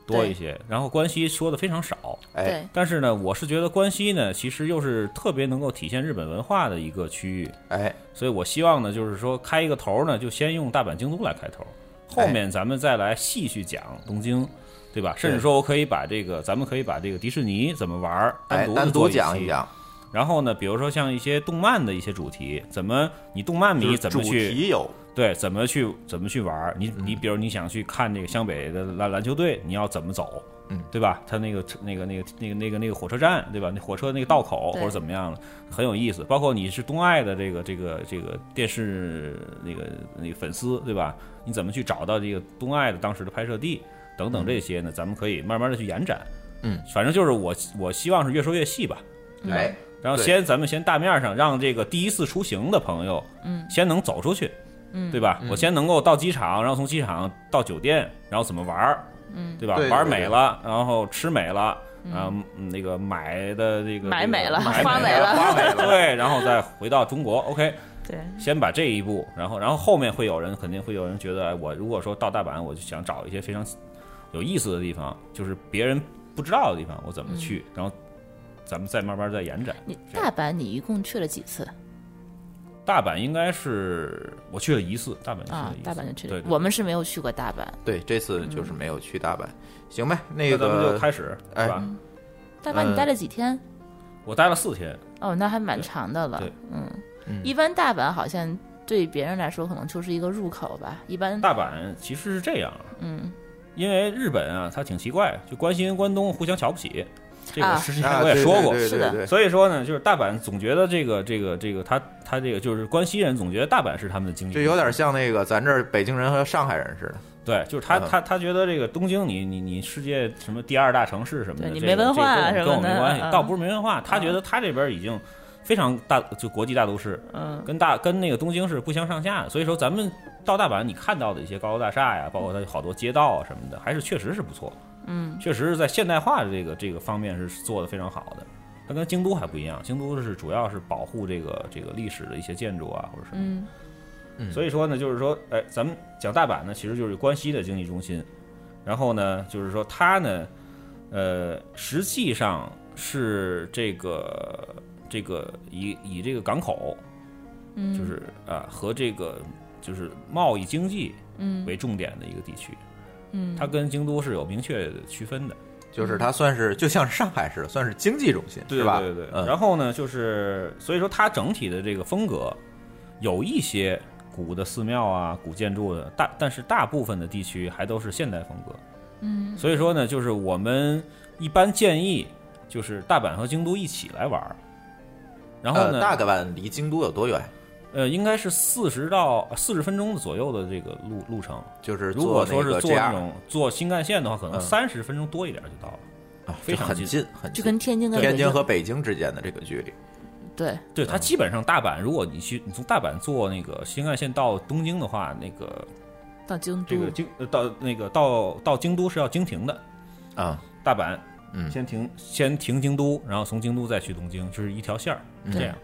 D: 多一些，然后关西说的非常少。
C: 哎，
E: 对
D: 但是呢，我是觉得关西呢，其实又是特别能够体现日本文化的一个区域，
C: 哎，
D: 所以我希望呢，就是说开一个头呢，就先用大阪、京都来开头，
C: 哎
D: 后面咱们再来细去讲东京。对吧？甚至说，我可以把这个，咱们可以把这个迪士尼怎么玩儿，
C: 哎，
D: 独
C: 单
D: 独
C: 独讲一
D: 一期
C: 讲，
D: 然后呢，比如说像一些动漫的一些主题，怎么你动漫
C: 就
D: 迷
C: 是
D: 怎
C: 主
D: 么去
C: 题嗯有
D: 对，怎么去怎么去玩儿？你你比如你想去看这个湘北的篮篮球队，你要怎么走？
C: 嗯，
D: 对吧？他那个那个那个那个那个那个火车站，对吧？那火车那个道口或
E: 对
D: 者怎么样了，很有意思。包括你是东爱的这个这个这个电视那个那个粉丝，对吧？你怎么去找到这个东爱的当时的拍摄地等等这些呢？咱们可以慢慢的去延展。
C: 嗯，
D: 反正就是我我希望是越说越细吧。
E: 嗯
C: 哎，
D: 然后
C: 对
D: 先咱们先大面上让这个第一次出行的朋友，
E: 嗯，
D: 先能走出去，嗯，对吧？我先能够到机场，然后从机场到酒店，然后怎么玩儿，嗯，对吧？
C: 对对
D: 玩儿
C: 对
D: 美
C: 对
D: 了，然后吃美了，啊，嗯那个买的这个
E: 买
D: 这个
E: 美了
D: 买
E: 花
D: 美
E: 美了
D: 花美了，对，然后再回到中国，OK。
E: 对，
D: 先把这一步，然后然后后面会有人肯定会有人觉得，哎，我如果说到大阪，我就想找一些非常有意思的地方，就是别人不知道的地方，我怎
E: 嗯
D: 么去，然后咱们再慢慢再延展。
E: 你
D: 这
E: 大
D: 样
E: 阪你一共去了几次
D: 大阪应该是我去了一次，大阪去
E: 啊
D: 了一？次，
E: 大阪就去
D: 对
E: 了，
D: 对
E: 我们是没有去过大阪。
C: 对，这次就是没有去大阪，行呗，那
D: 那咱们
C: 个
D: 就开始，
C: 哎
D: 是吧？
E: 大阪
C: 呃
E: 你待了几天？
D: 我待了四天，
E: 哦，那还蛮长的了
D: 对。
E: 嗯，一般大阪好像对别人来说可能就是一个入口吧。一般
D: 大阪其实是这样，
E: 嗯，
D: 因为日本啊，它挺奇怪，就关西跟关东互相瞧不起，这个
E: 啊
D: 之前
C: 啊，
D: 我也
C: 对
D: 说过，
C: 对
E: 是
C: 对对
E: 的
C: 对，
D: 所以说呢，就是大阪总觉得这个这个这个他他这个就是关西人总觉得大阪是他们的经济，
C: 就有点像那个咱这儿北京人和上海人似的，
D: 对，就是他
C: 嗯
D: 他他觉得这个东京你你你世界什么第二大城市什么的，
E: 对你
D: 这
E: 没
D: 个
E: 文化啊
D: 这
E: 什
D: 个跟我
E: 么
D: 没
E: 的
D: 关系，
E: 嗯
D: 倒不是没文化，他觉得他这边已经非常大就国际大都市，
E: 嗯
D: 跟大跟那个东京是不相上下的，所以说咱们到大阪你看到的一些高楼大厦呀，包括它有好多街道啊什么的，还是确实是不错，
E: 嗯
D: 确实是在现代化的这个这个方面是做的非常好的。它跟京都还不一样，京都是主要是保护这个这个历史的一些建筑啊，或者什么的。
E: 嗯
D: 所以说呢，就是说，哎，咱们讲大阪呢，其实就是关西的经济中心。然后呢，就是说它呢，呃，实际上是这个这个以以这个港口，
E: 嗯，
D: 就是啊和这个就是贸易经济
E: 嗯
D: 为重点的一个地区，
E: 嗯，
D: 它跟京都是有明确的区分的。
C: 就是它算是就像是上海似的，算是经济中心，
D: 对
C: 是吧？
D: 对对对。
C: 嗯
D: 然后呢，就是所以说它整体的这个风格有一些古的寺庙啊、古建筑的，大但是大部分的地区还都是现代风格。嗯，所以说呢，就是我们一般建议就是大阪和京都一起来玩儿。然后
C: 呃，
D: 呢，
C: 大阪离京都有多远？
D: 呃，应该是四十到呃四十分钟左右的这个路路程。
C: 就是
D: 如果
C: 坐
D: 说
C: 那
D: 是
C: 个
D: 坐那
C: JR，
D: 种坐新干线的话，可能
C: 嗯
D: 三十分钟多一点就到了。
C: 啊，
D: 非常
C: 就很
D: 近
C: 近，很
E: 就跟天
C: 近。
E: 津跟
C: 天
E: 北
C: 津
E: 京
C: 和北京之间的这个距离，
E: 对
D: 对，
C: 嗯
D: 它基本上大阪，如果你去你从大阪坐那个新干线到东京的话，那个
E: 到京都
D: 这个京呃到那个到到京都是要经停的，
C: 啊，
D: 大阪
C: 嗯
D: 先停先停京都，然后从京都再去东京，就是一条线儿
C: 嗯
D: 这样。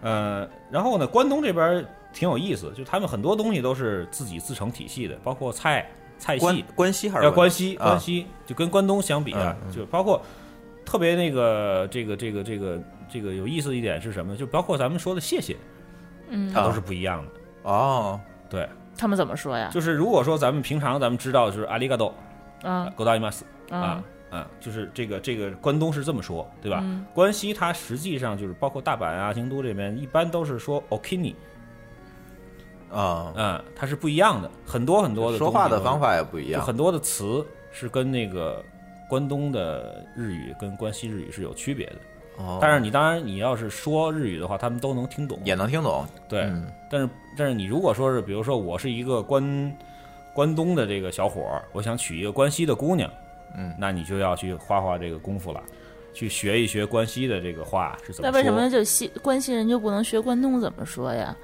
D: 呃，然后呢，关东这边儿挺有意思，就他们很多东西都是自己自成体系的，包括菜菜
C: 关
D: 系，
C: 关西还是
D: 哎要关
C: 西？
D: 西
C: 啊嗯
D: 关西就跟关东相比啊，就包括特别那个这个这个这个这个有意思一点是什么？就包括咱们说的谢谢。
E: 嗯，
C: 啊
D: 它都是不一样的。
C: 哦，
D: 对，
E: 他们怎么说呀？
C: 啊
D: 就是如果说咱们平常咱们知道就是阿里嘎多、
E: 啊
D: 勾搭伊玛斯啊
E: 啊
D: 啊，就是这个这个关东是这么说，对吧？
E: 嗯
D: 关西它实际上就是包括大阪啊、京都这边，一般都是说 okini
C: 啊，
D: 啊，它是不一样的，很多很多的
C: 说话的
D: 东西都是
C: 方法也不一
D: 就
C: 样，
D: 很多的词是跟那个关东的日语跟关西日语是有区别的。
C: 哦
D: 但是你当然你要是说日语的话，他们都能听懂，
C: 也能听懂。
D: 对，
C: 嗯
D: 但是但是你如果说是，比如说我是一个关关东的这个小伙儿，我想娶一个关西的姑娘，
C: 嗯，
D: 那你就要去花花这个功夫了，去学一学关西的这个话是怎么
E: 那
D: 说。
E: 为什么就西关西人就不能学关东怎么说呀？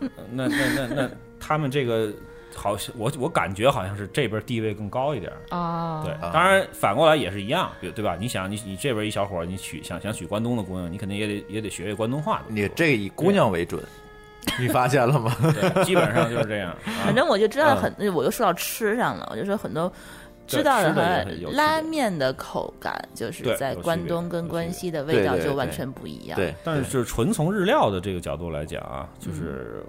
D: 那那那 那他们这个好像我我感觉好像是这边地位更高一点儿。
E: 啊，
D: 对，当然反过来也是一样，比如对吧？你想，你你这边一小伙儿，你娶想想娶关东的姑娘，你肯定也得也得学学关东话的。
C: 你这以姑娘为准，你发现了 吗？
D: 对，基本上就是这样。啊
E: 反正我就知道很，我又说到吃上了，我就说很多
D: 对
E: 知道
D: 吃的也很有
E: 和
D: 区别
E: 拉面的口感，就是
D: 对
E: 在
D: 有区
E: 关
D: 别
E: 东
D: 有
E: 跟
D: 区
E: 关
D: 别
E: 西的
C: 对
E: 味道
C: 对
E: 就
C: 对
E: 完全不一样。
C: 对，嗯
D: 但是就是纯从日料的这个角度来讲啊，就是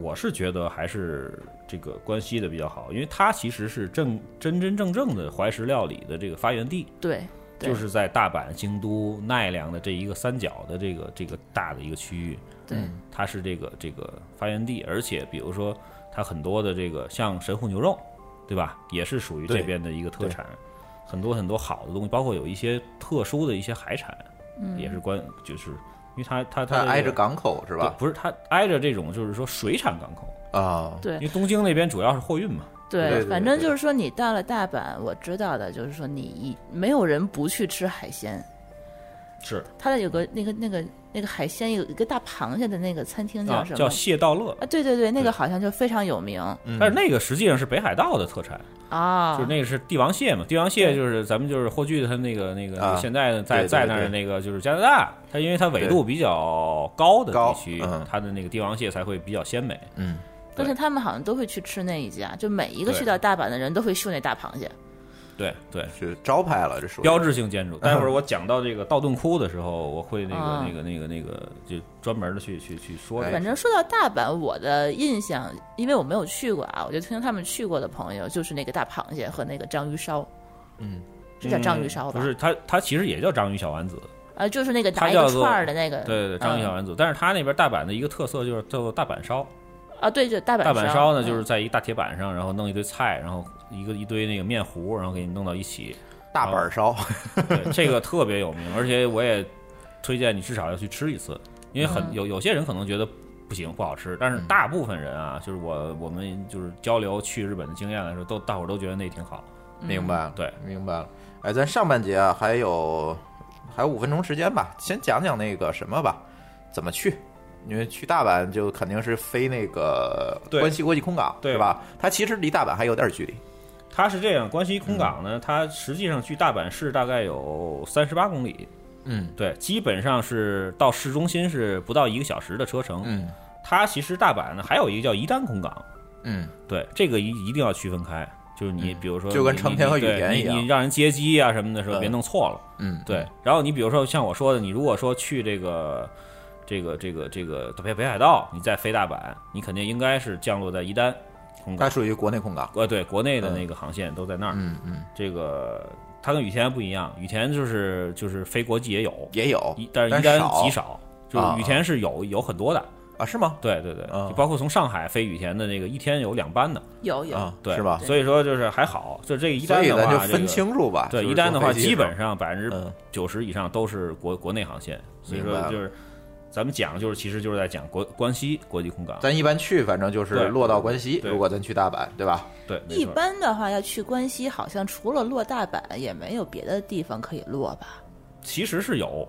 D: 我是觉得还是这个关西的比较好，因为它其实是正真真正正的怀石料理的这个发源地。
E: 对对
D: 就是在大阪、京都、奈良的这一个三角的这个这个大的一个区域，嗯
E: 对
D: 它是这个这个发源地，而且比如说它很多的这个像神户牛肉，对吧？也是属于
C: 对
D: 这边的一个特产，很多很多好的东西，包括有一些特殊的一些海产，
E: 嗯
D: 也是关就是因为它它它
C: 它
D: 这个
C: 挨着港口是吧
D: 对？不是它挨着这种就是说水产港口，
C: 啊，
E: 对
D: 因为东京那边主要是货运嘛。
C: 对对
E: 对，
C: 对
E: 反正就是说，你到了大阪，我知道的就是说，你一没有人不去吃海鲜。
D: 是
E: 它的有个那个那个那个海鲜有一个大螃蟹的那个餐厅嗯
D: 啊
E: 叫，什么？
D: 叫蟹道乐，
E: 啊，对对对，那个好像就非常有名
C: 嗯
D: 但是那个实际上是北海道的特产，
E: 啊。
D: 就是那个是帝王蟹嘛，帝王蟹就是咱们就是霍炬他那个那个、
C: 啊
D: 现在在
C: 对对
D: 在那儿的
C: 对
D: 那个就是加拿大，它因为它纬度比较高的
C: 高
D: 地区，
C: 嗯
D: 它的那个帝王蟹才会比较鲜美。
C: 嗯，
E: 但是他们好像都会去吃那一家，就每一个
D: 对
E: 去到大阪的人都会秀那大螃蟹。
D: 对对，
C: 是招牌了，这属于
D: 标志性建筑。待
C: 嗯
D: 会儿我讲到这个道顿窟的时候，我会那个、
E: 啊
D: 那个那个那个就专门的去去去说这
C: 哎
D: 个
E: 反正说到大阪，我的印象，因为我没有去过啊，我就听他们去过的朋友，就是那个大螃蟹和那个章鱼烧，
C: 嗯，
E: 是叫章鱼烧吧？
D: 嗯不是，它它其实也叫章鱼小丸子，
E: 啊，就是那个
D: 它
E: 打一
D: 叫
E: 个
D: 做
E: 串儿的那个，
D: 对对对，章鱼小丸子。但是它那边大阪的一个特色就是叫做大阪烧。
E: 嗯啊，对，就大阪
D: 大阪烧呢，
E: 嗯
D: 就是在一大铁板上，然后弄一堆菜，然后一个一堆那个面糊，然后给你弄到一起。
C: 大板烧，
D: 对，这个特别有名，而且我也推荐你至少要去吃一次，因为很
C: 嗯
D: 有有些人可能觉得不行不好吃，但是大部分人啊，就是我我们就是交流去日本的经验来说，都大伙儿都觉得那挺好。
C: 明白了，
D: 嗯对，
C: 明白了。哎，咱上半节啊，还有还有五分钟时间吧，先讲讲那个什么吧，怎么去？因为去大阪就肯定是飞那个
D: 对
C: 关西国际空港，
D: 对
C: 是吧？它其实离大阪还有点距离，
D: 它是这样，关西空港
C: 嗯
D: 呢，它实际上距大阪市大概有三十八公里，
C: 嗯
D: 对，基本上是到市中心是不到一个小时的车程。，
C: 嗯
D: 它其实大阪呢还有一个叫伊丹空港。
C: 嗯，
D: 对，这个一一定要区分开。就是你，比如说你，
C: 就跟
D: 你
C: 成田和羽
D: 对
C: 田
D: 你
C: 一样
D: 你让人接机啊什么的时
C: 嗯
D: 候，别弄错了。
C: 嗯，
D: 对，然后你比如说像我说的，你如果说去这个这个这个这个北北海道，你再飞大阪，你肯定应该是降落在伊丹空
C: 嗯它
D: 港。
C: 属于国内空港，
D: 呃，对，国内的那个航线都在那儿。
C: 嗯嗯，
D: 这个它跟羽田不一样，羽田就是就是飞国际也有，
C: 也有
D: 一，但是
C: 但
D: 伊丹
C: 少
D: 极少，就是羽田是有有很多的。
C: 啊？是吗？
D: 对对对，
C: 嗯
D: 就包括从上海飞羽田的那个一天有两班的。
E: 有有
C: 啊，
D: 对，
C: 是吧？
D: 所以说就是还好，就这个一
C: 所
D: 单
C: 以
D: 的
C: 咱
D: 话，
C: 就
D: 这
C: 分
D: 个
C: 清楚吧。
D: 对
C: 就是
D: 一单的话，
C: 坐飞机
D: 基
C: 时候
D: 本上百分之
C: 嗯
D: 九十以上都是国国内航线，所以
C: 明
D: 说
C: 白
D: 就是咱们讲就是其实就是在讲国关西国际空港，
C: 咱一般去，反正就是
D: 啊对
C: 落到关西。
D: 对
C: 如果咱去大阪，对吧？
D: 对，没
E: 一
D: 错。
E: 般的话要去关西，好像除了落大阪，也没有别的地方可以落吧？
D: 其实是有，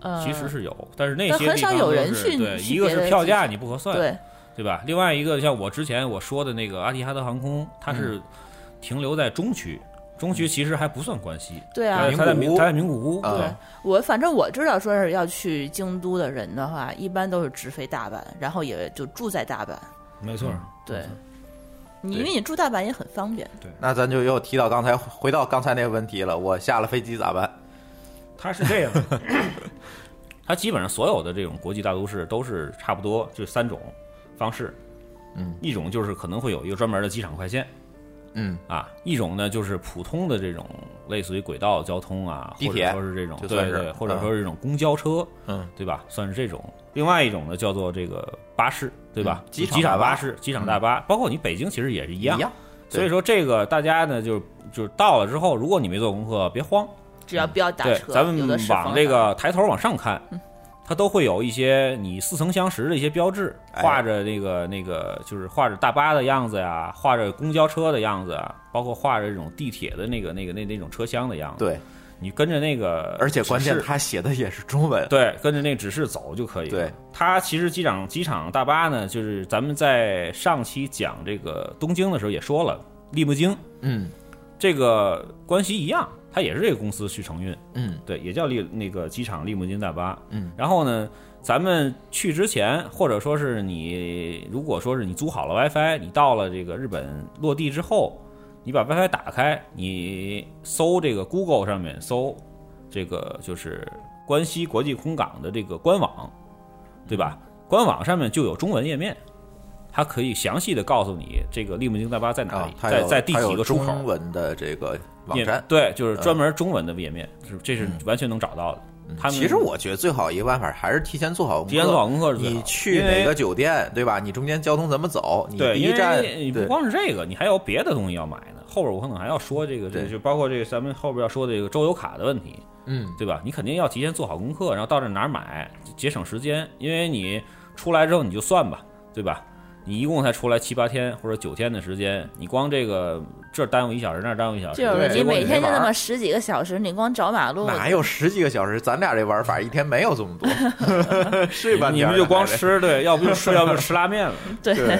E: 嗯，
D: 其实是有，但是那
E: 但
D: 些
E: 很
D: 地
E: 少
D: 方
E: 有
D: 都
E: 人
D: 是
E: 去
D: 对，
E: 去
D: 一个
E: 别
D: 是
E: 的
D: 票
E: 地
D: 价
E: 方
D: 你不合算，
E: 对，
D: 对吧？另外一个像我之前我说的那个阿提哈德航空，它是
E: 嗯
D: 停留在中区，中区其实还不算关西，
E: 对啊
D: 它在它在
C: 名古
D: 名
C: 屋
D: 它在名古屋，
C: 啊
D: 对。
E: 我反正我知道，说是要去京都的人的话，一般都是直飞大阪，然后也就住在大阪。
D: 没错，
E: 对，你因为你住大阪也很方便。
C: 那咱就又提到刚才，回到刚才那个问题了。我下了飞机咋办？
D: 它是这样， 它基本上所有的这种国际大都市都是差不多，就三种方式。
C: 嗯，
D: 一种就是可能会有一个专门的机场快线
C: 嗯，
D: 啊，一种呢就是普通的这种类似于轨道交通啊，
C: 地铁
D: 或者说是这种
C: 就算
D: 对
C: 是
D: 对，
C: 嗯
D: 或者说是这种公交车，
C: 嗯，
D: 对吧？算是这种。另外一种呢叫做这个巴士，对吧？
C: 嗯机场
D: 机场
C: 大巴嗯
D: 巴士、机场大巴，包括你北京其实也是一
C: 一
D: 样。
C: 样。对
D: 所以说这个大家呢就是就是到了之后，如果你没做功课，别慌，
E: 只要不要打
D: 嗯对，
E: 车，
D: 咱
E: 有
D: 们
E: 的嗯是
D: 往
E: 方
D: 这
E: 法
D: 个抬头往上看，它都会有一些你似曾相识的一些标志，
C: 哎
D: 画着那个那个就是画着大巴的样子呀，画着公交车的样子啊，包括画着这种地铁的那个那个那那种车厢的样子。，
C: 对，
D: 你跟着那个指示，
C: 而且关键他写的也是中文。
D: 呃对，跟着那个指示走就可以了。
C: 对，
D: 它其实机场机场大巴呢，就是咱们在上期讲这个东京的时候也说了，利木京
C: 嗯
D: 这个关系一样，它也是这个公司去承运。
C: 嗯
D: 对，也叫利那个机场利姆金大巴。
C: 嗯，
D: 然后呢，咱们去之前，或者说是你如果说是你租好了 WiFi，你到了这个日本落地之后，你把 WiFi 打开，你搜这个 Google 上面搜这个就是关西国际空港的这个官网，对吧？
C: 嗯
D: 官网上面就有中文页面。它可以详细的告诉你这个利姆金大巴在哪
C: 啊
D: 里，，
C: 它
D: 在
C: 有
D: 在第
C: 它
D: 几
C: 有
D: 个出口
C: 中文的这个网站。
D: 对，就是专门中文的页面，是这是完全能找到的。
C: 嗯
D: 他们
C: 其实我觉得最好一个办法还是提前做好功课
D: 提前做好功课是最好的
C: 你去
D: 因为
C: 哪个酒店，对吧？你中间交通怎么走？你
D: 对，
C: 第
D: 因
C: 一站
D: 为你不
C: 对
D: 光是这个，你还有别的东西要买呢。后边我可能还要说这个，这
C: 对
D: 就包括这个咱们后边要说的这个周游卡的问题，
C: 嗯，
D: 对吧？你肯定要提前做好功课，然后到这哪儿买，节省时间，因为你出来之后你就算吧，对吧？你一共才出来七八天或者九天的时间，你光这个这儿耽误一小时，那儿耽误一小时，
E: 就是
C: 对
E: 你
C: 结果
E: 每
C: 你
E: 天就
C: 没玩
E: 那
C: 儿
E: 么十几个小时，你光找马路，
C: 哪有十几个小时？咱俩这玩法一天没有这 么多，是吧？
D: 你们就光吃，对，要不 就吃，要不就吃拉面了。
E: 对
C: 对，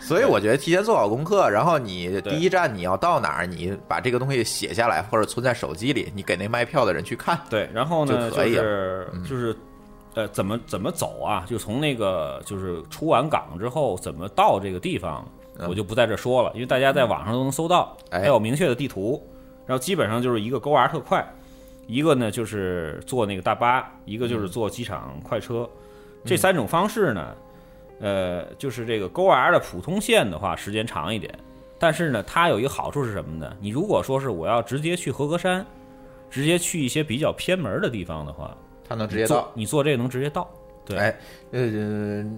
C: 所以我觉得提前做好功课，然后你
D: 对
C: 第一站你要到哪儿，你把这个东西写下来或者存在手机里，你给那卖票的人去看。
D: 对，然后呢，
C: 就
D: 就
C: 可以嗯
D: 是就是，呃，怎么怎么走啊？就从那个就是出完港之后怎么到这个地方，
C: 嗯
D: 我就不在这说了，因为大家在网上都能搜到，
C: 哎
D: 还有明确的地图。然后基本上就是一个勾 R 特快，一个呢就是坐那个大巴，一个
C: 嗯
D: 就是坐机场快车，这三种方式呢，呃，就是这个勾 R 的普通线的话，时间长一点。但是呢，它有一个好处是什么呢？你如果说是我要直接去合格山，直接去一些比较偏门的地方的话，
C: 他能直
D: 你
C: 接
D: 坐
C: 到。
D: 你坐这个能直接到。对，
C: 哎，呃，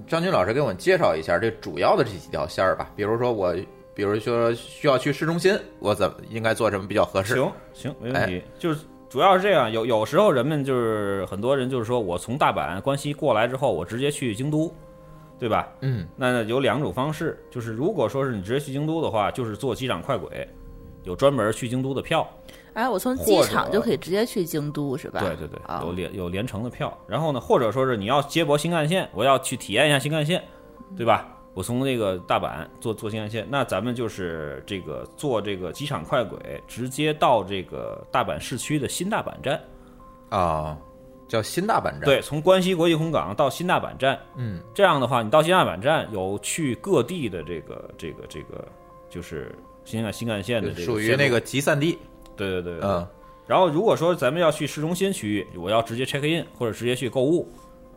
C: 张军老师给我们介绍一下这主要的这几条线儿吧。比如说我，比如说需要去市中心，我怎么应该做什么比较合适？
D: 行行，没问题。就是主要是这样，有有时候人们就是很多人就是说我从大阪关西过来之后，我直接去京都，对吧？
C: 嗯，
D: 那有两种方式，就是如果说是你直接去京都的话，就是坐机场快轨，有专门去京都的票。
E: 哎，我从机
D: 或者
E: 场就可以直接去京都，是吧？
D: 对对对，
E: 啊
D: 有连有连程的票。然后呢，或者说是你要接驳新干线，我要去体验一下新干线，对吧？我从那个大阪坐坐新干线，那咱们就是这个坐这个机场快轨，直接到这个大阪市区的新大阪站。
C: 啊、叫新大阪站。，
D: 对，从关西国际空港到新大阪站，
C: 嗯，
D: 这样的话，你到新大阪站有去各地的这个这个这个，就是新干新干线的这个
C: 属于
D: 线路
C: 那个集散地。
D: 对对对，对
C: 嗯，
D: 然后如果说咱们要去市中心区域，我要直接 check in 或者直接去购物，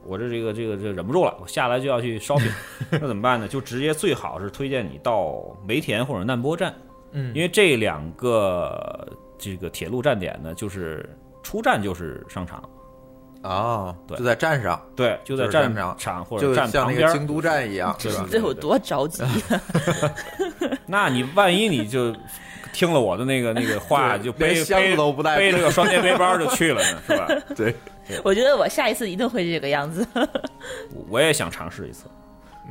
D: 我这这个这个这个忍不住了，我下来就要 去 shopping，那怎么办呢？就直接最好是推荐你到梅田或者难波站，
C: 嗯
D: 因为这两个这个铁路站点呢，就是出站就是商场，
C: 哦，
D: 对
C: 就在站上，
D: 对，就在
C: 就是商
D: 站
C: 场
D: 场或者
C: 就
D: 站
C: 像
D: 旁
C: 那
D: 边
C: 个
D: 儿。
C: 京都站一 样，
D: 对
C: 是吧？
E: 这有多着急？
D: 那你万一你就听了我的那个那个 话，
C: 对
D: 就
C: 连
D: 背
C: 箱子
D: 背
C: 都不带
D: 背着个双肩背包就去了呢，是吧？
C: 对，
E: 我觉得我下一次一定会这个样子。
D: 我也想尝试一次。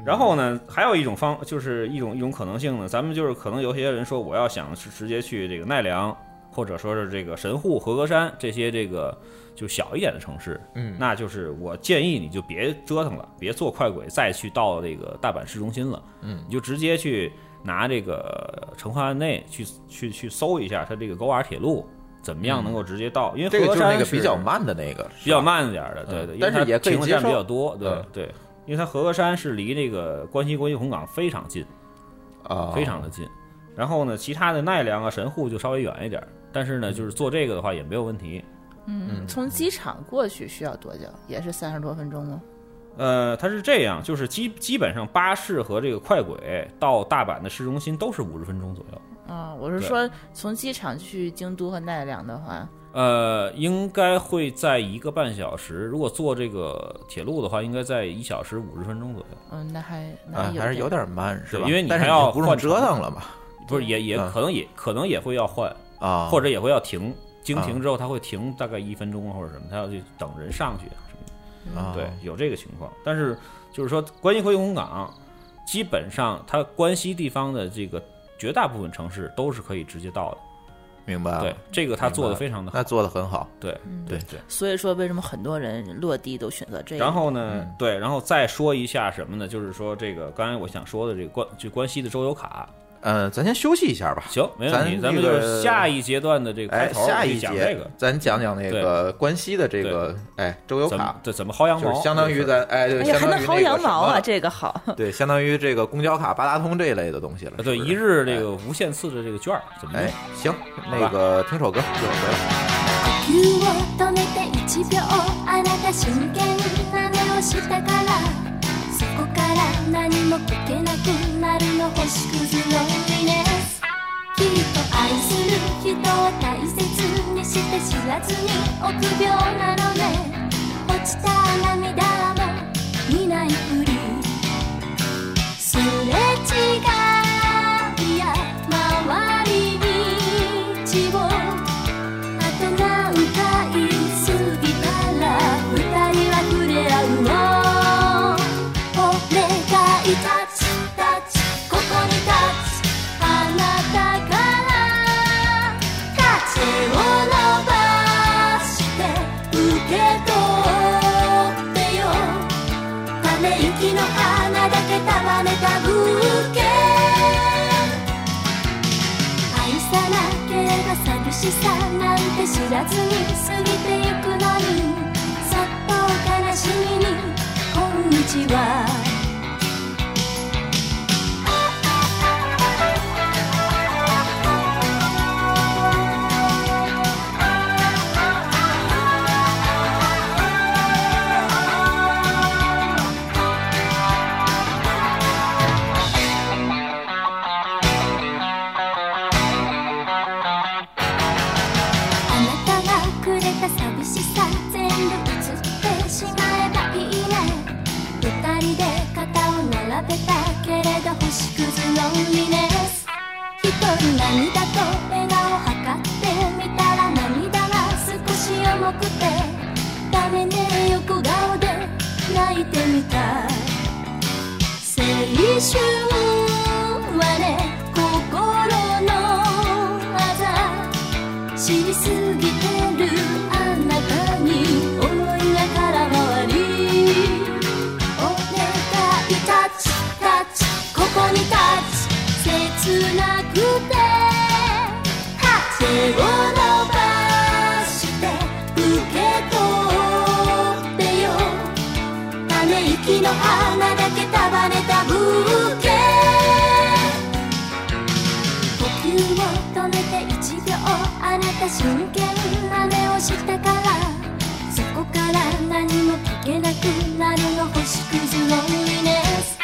D: 然后呢，还有一种方，就是一种一种可能性呢，咱们就是可能有些人说，我要想是直接去这个奈良，或者说是这个神户、和歌山这些这个就小一点的城市，
C: 嗯
D: 那就是我建议你就别折腾了，别坐快轨再去到这个大阪市中心了，
C: 嗯，
D: 你就直接去拿这个城环内去去去搜一下它这个狗瓦铁路怎么样能够直接到，因
C: 嗯
D: 为
C: 这个就
D: 和歌
C: 是
D: 山
C: 那个比较慢的那个，
D: 比较
C: 是吧。
D: 慢一点儿的，对
C: 嗯
D: 对，因为
C: 但是
D: 它
C: 也可以
D: 停车站
C: 接受
D: 比较多，对
C: 嗯
D: 对，因为它和歌山是离这个关西国际空港非常近，
C: 啊，
D: 非常的近。然后呢，其他的奈良啊、神户就稍微远一点儿，但是呢，就是坐这个的话也没有问题。
E: 嗯，从机场过去需要多久？也是三十多分钟吗？
D: 呃，它是这样，就是基基本上巴士和这个快轨到大阪的市中心都是五十分钟左右。
E: 啊，我是
D: 对
E: 说从机场去京都和奈良的话，
D: 呃，应该会在一个半小时，如果坐这个铁路的话，应该在一小时五十分钟左右。
E: 嗯，那还那
C: 啊，还是有点慢，是吧？
D: 因为你
C: 但是
D: 还要
C: 就不用
D: 换
C: 折
D: 乘
C: 腾了嘛，
D: 不是，也也
C: 嗯
D: 可能也可能也会要换，
C: 啊，
D: 或者也会要停，经
C: 啊
D: 停之后他会停大概一分钟或者什么，他要去等人上去什么
C: 啊
E: 嗯
D: 的。对，有这个情况。但是就是说，关西回红港，基本上它关西地方的这个绝大部分城市都是可以直接到的。
C: 明白了。
D: 对，这个他做的
C: 啊明白
D: 非常的好
C: 那。做的很好。
D: 对
C: 嗯
D: 对对。
E: 所以说为什么很多人落地都选择这个？
D: 然后
C: 嗯
D: 呢，对，然后再说一下什么呢？就是说这个刚才我想说的这个关就关西的周游卡，
C: 嗯、咱先休息一下吧。
D: 行，没问题，
C: 咱
D: 咱
C: 这
D: 们就
C: 个
D: 是下一阶段的这个开
C: 哎，
D: 头
C: 下
D: 我
C: 一节、
D: 就讲这个
C: 咱讲讲那个关西的这个哎周游
D: 怎么
C: 卡，
D: 对怎么薅羊
C: 就
D: 毛，
C: 是相当于咱哎，对
E: 哎呀，
C: 相
E: 还
C: 当
E: 能
C: 于
E: 薅
C: 那个
E: 羊
C: 什
E: 毛啊，
C: 么
E: 这个 好。
C: 对，相当于这个公交卡、八达通这一类的东西了。
D: 啊，对，
C: 是不
D: 一
C: 是
D: 日这个无限次的这个券儿怎么
C: 哎
D: 用
C: 哎？行，那个听首歌，一会儿回来。
F: 呼吸を止めて1秒あなた真剣な目をしたからそこから何も解けなくなるの星屑のウィネス君愛する人を大切にして知らずに臆病なのね落ちた涙も見ないふりすれ違いや周り道をあと何回過ぎたら二人は触れ合うのお願いタッチタッチここにタッチあなたから風を伸ばして受け取ってよため息の花だけ束ねたブーケ愛さなければ寂しさなんて知らずに過ぎてゆくのにそっと悲しみに「こんにちは」あなたがくれた寂しさ全部映ってしまえばいいね二人で肩を並べたけれど星屑ロンリネス一人涙と笑顔を測ってみたら涙が少し重くてダメね横顔で泣いてみた青春はね心のあざ知りすぎてるあなたに思いが空回りお願いタッチタッチここにタッチ切なくて手を伸ばして受け取ってよため息の花だけ束ねたブーケ呼吸を止めて一秒あなた真剣な目をしたからそこから何も聞けなくなるの星屑ロンリネス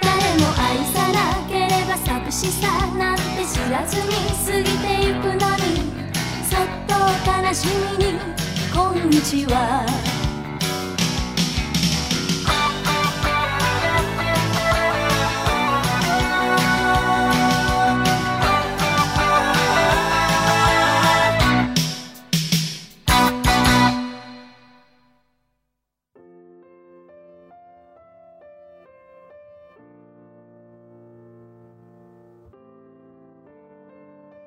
F: 誰も愛さなければ寂しさなんて知らずに過ぎてゆくのにそっと悲しみに「こんにちは」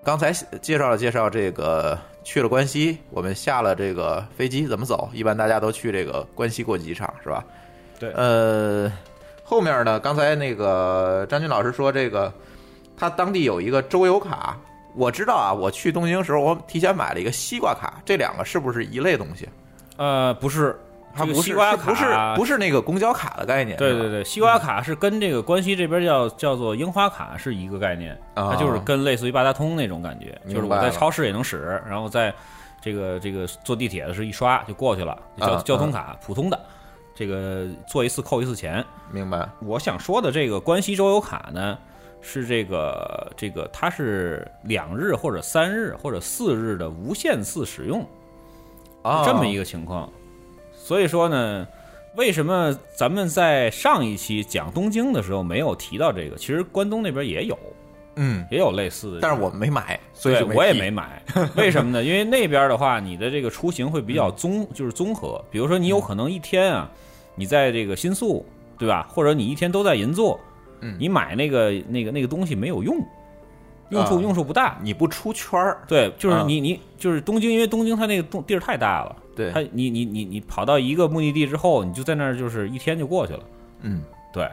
C: 刚才介绍了介绍这个去了关西，我们下了这个飞机怎么走？一般大家都去这个关西国际机场是吧？
D: 对
C: 呃，后面呢？刚才那个张军老师说，这个他当地有一个周游卡，我知道啊。我去东京的时候，我提前买了一个西瓜卡，这两个是不是一类东西？
D: 呃，不
C: 哎
D: 是，
C: 它
D: 这
C: 不
D: 个
C: 是
D: 西瓜
C: 是
D: 卡，
C: 不是不
D: 是。
C: 是那个公交卡的概念。
D: 对
C: 是吧
D: 对对，西瓜卡是跟这个关西这边叫叫做樱花卡是一个概念，
C: 啊
D: 它就是跟类似于八达通那种感觉，就是
C: 明
D: 我
C: 白
D: 在
C: 了
D: 超市也能使，然后在这个这个坐地铁的时候一刷就过去了，
C: 啊
D: 交交通
C: 啊
D: 卡普通的，这个做一次扣一次钱。
C: 明白。
D: 我想说的这个关西周游卡呢，是这个这个它是两日或者三日或者四日的无限次使用，
C: 啊，
D: 这么一
C: 个
D: 个情况。所以说呢，为什么咱们在上一期讲东京的时候没有提到这个？其实关东那边也有，
C: 嗯，
D: 也有类似的，
C: 但是我没买，所以
D: 对
C: 就
D: 我也
C: 提
D: 没买， 为什么 呢？因为那边的话，你的这个出行会比
C: 嗯
D: 较综，就是综合。比如说，你有可能一天啊，你在这个新宿，对吧？或者你一天都在银座，
C: 嗯
D: 你买那个那个那个东西没有用，用处
C: 啊
D: 用处不大。
C: 你不出圈儿，
D: 对，就是
C: 啊
D: 你你就是东京，因为东京它那个东地儿太大了，
C: 对
D: 它你你你你跑到一个目的地之后，你就在那儿就是一天就过去了。
C: 嗯，
D: 对，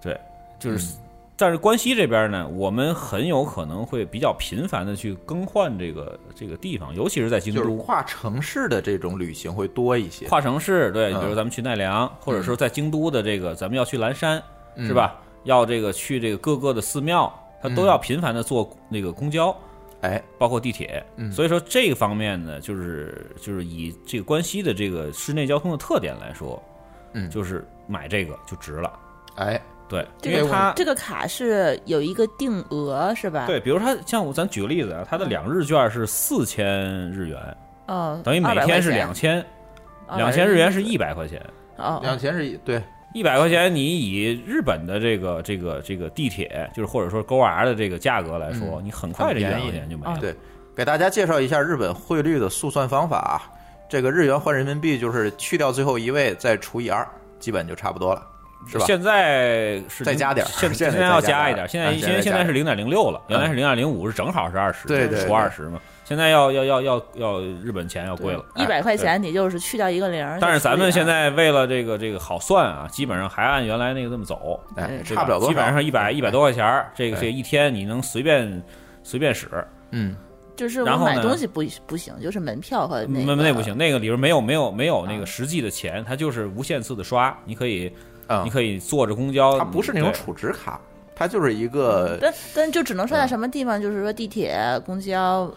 D: 对，就是。但是关西这边呢，我们很有可能会比较频繁的去更换这个这个地方，尤其是在京
C: 就是
D: 都
C: 跨城市的这种旅行会多一些。
D: 跨城市。对，
C: 嗯
D: 比如咱们去奈良，或者说在京都的这个，咱们要去岚山，
C: 嗯
D: 是吧？要这个去这个各个的寺庙，它都要频繁的坐那个公交，
C: 哎，
D: 包括地铁。
C: 嗯
D: 所以说这个方面呢，就是就是以这个关西的这个市内交通的特点来说，
C: 嗯
D: 就是买这个就值了。
C: 哎，
D: 对，
E: 这
D: 因
E: 个
D: 为它
E: 这个卡是有一个定额是吧？，
D: 对，比如它像我咱举个例子啊，它的两日券是四千日元，
E: 哦，
D: 等于每
E: 200块
D: 天
E: 钱
D: 是两千，
E: 200
D: 两千日元是一百块钱，
C: 两
E: 哦，
C: 千是一对，
D: 一百块钱你以日本的这个这个这个地铁，就是或者说勾 R 的这个价格来说，
C: 嗯
D: 你很快这一
C: 很
D: 百
C: 便宜啊
D: 块钱就没了。
C: 对，给大家介绍一下日本汇率的速算方法啊。这个日元换人民币就是去掉最后一位，再除以二，基本就差不多了，是吧？
D: 现在是
C: 再加点儿
D: 现
C: 现在
D: 现在要
C: 再加
D: 加一
C: 点儿
D: 点儿，现
C: 啊
D: 在
C: 现
D: 因
C: 在
D: 为现在
C: 加
D: 是零点零六了，原来
C: 嗯
D: 是零点零五，是正好是二十，
C: 对对
D: 除二十嘛，现在要要要要要日本钱要贵了，哎
E: 一百块钱你就是去掉一个零儿。
D: 但是
E: 就除以
D: 咱们
E: 二
D: 现在为了这个这个好算啊，基本上还按原来那个这么走，
C: 哎，
D: 对
C: 差
D: 吧
C: 不了多少，
D: 基本上一百一百多块钱儿，这个
C: 对
D: 这一天你能随便随便使，
C: 嗯，
E: 就是
D: 然
E: 我
D: 后
E: 买
D: 呢嗯
E: 东西不不行，就是门票和那
D: 那
E: 个
D: 那不行，那个里边没有没有没有
C: 啊
D: 那个实际的钱，它就是无限次的刷，你可以
C: 嗯
D: 你可以坐着公交，
C: 它不是那种
D: 对嗯
C: 储值卡，它就是一个
E: 但但就只能刷在什么地方，就是说地铁、公交。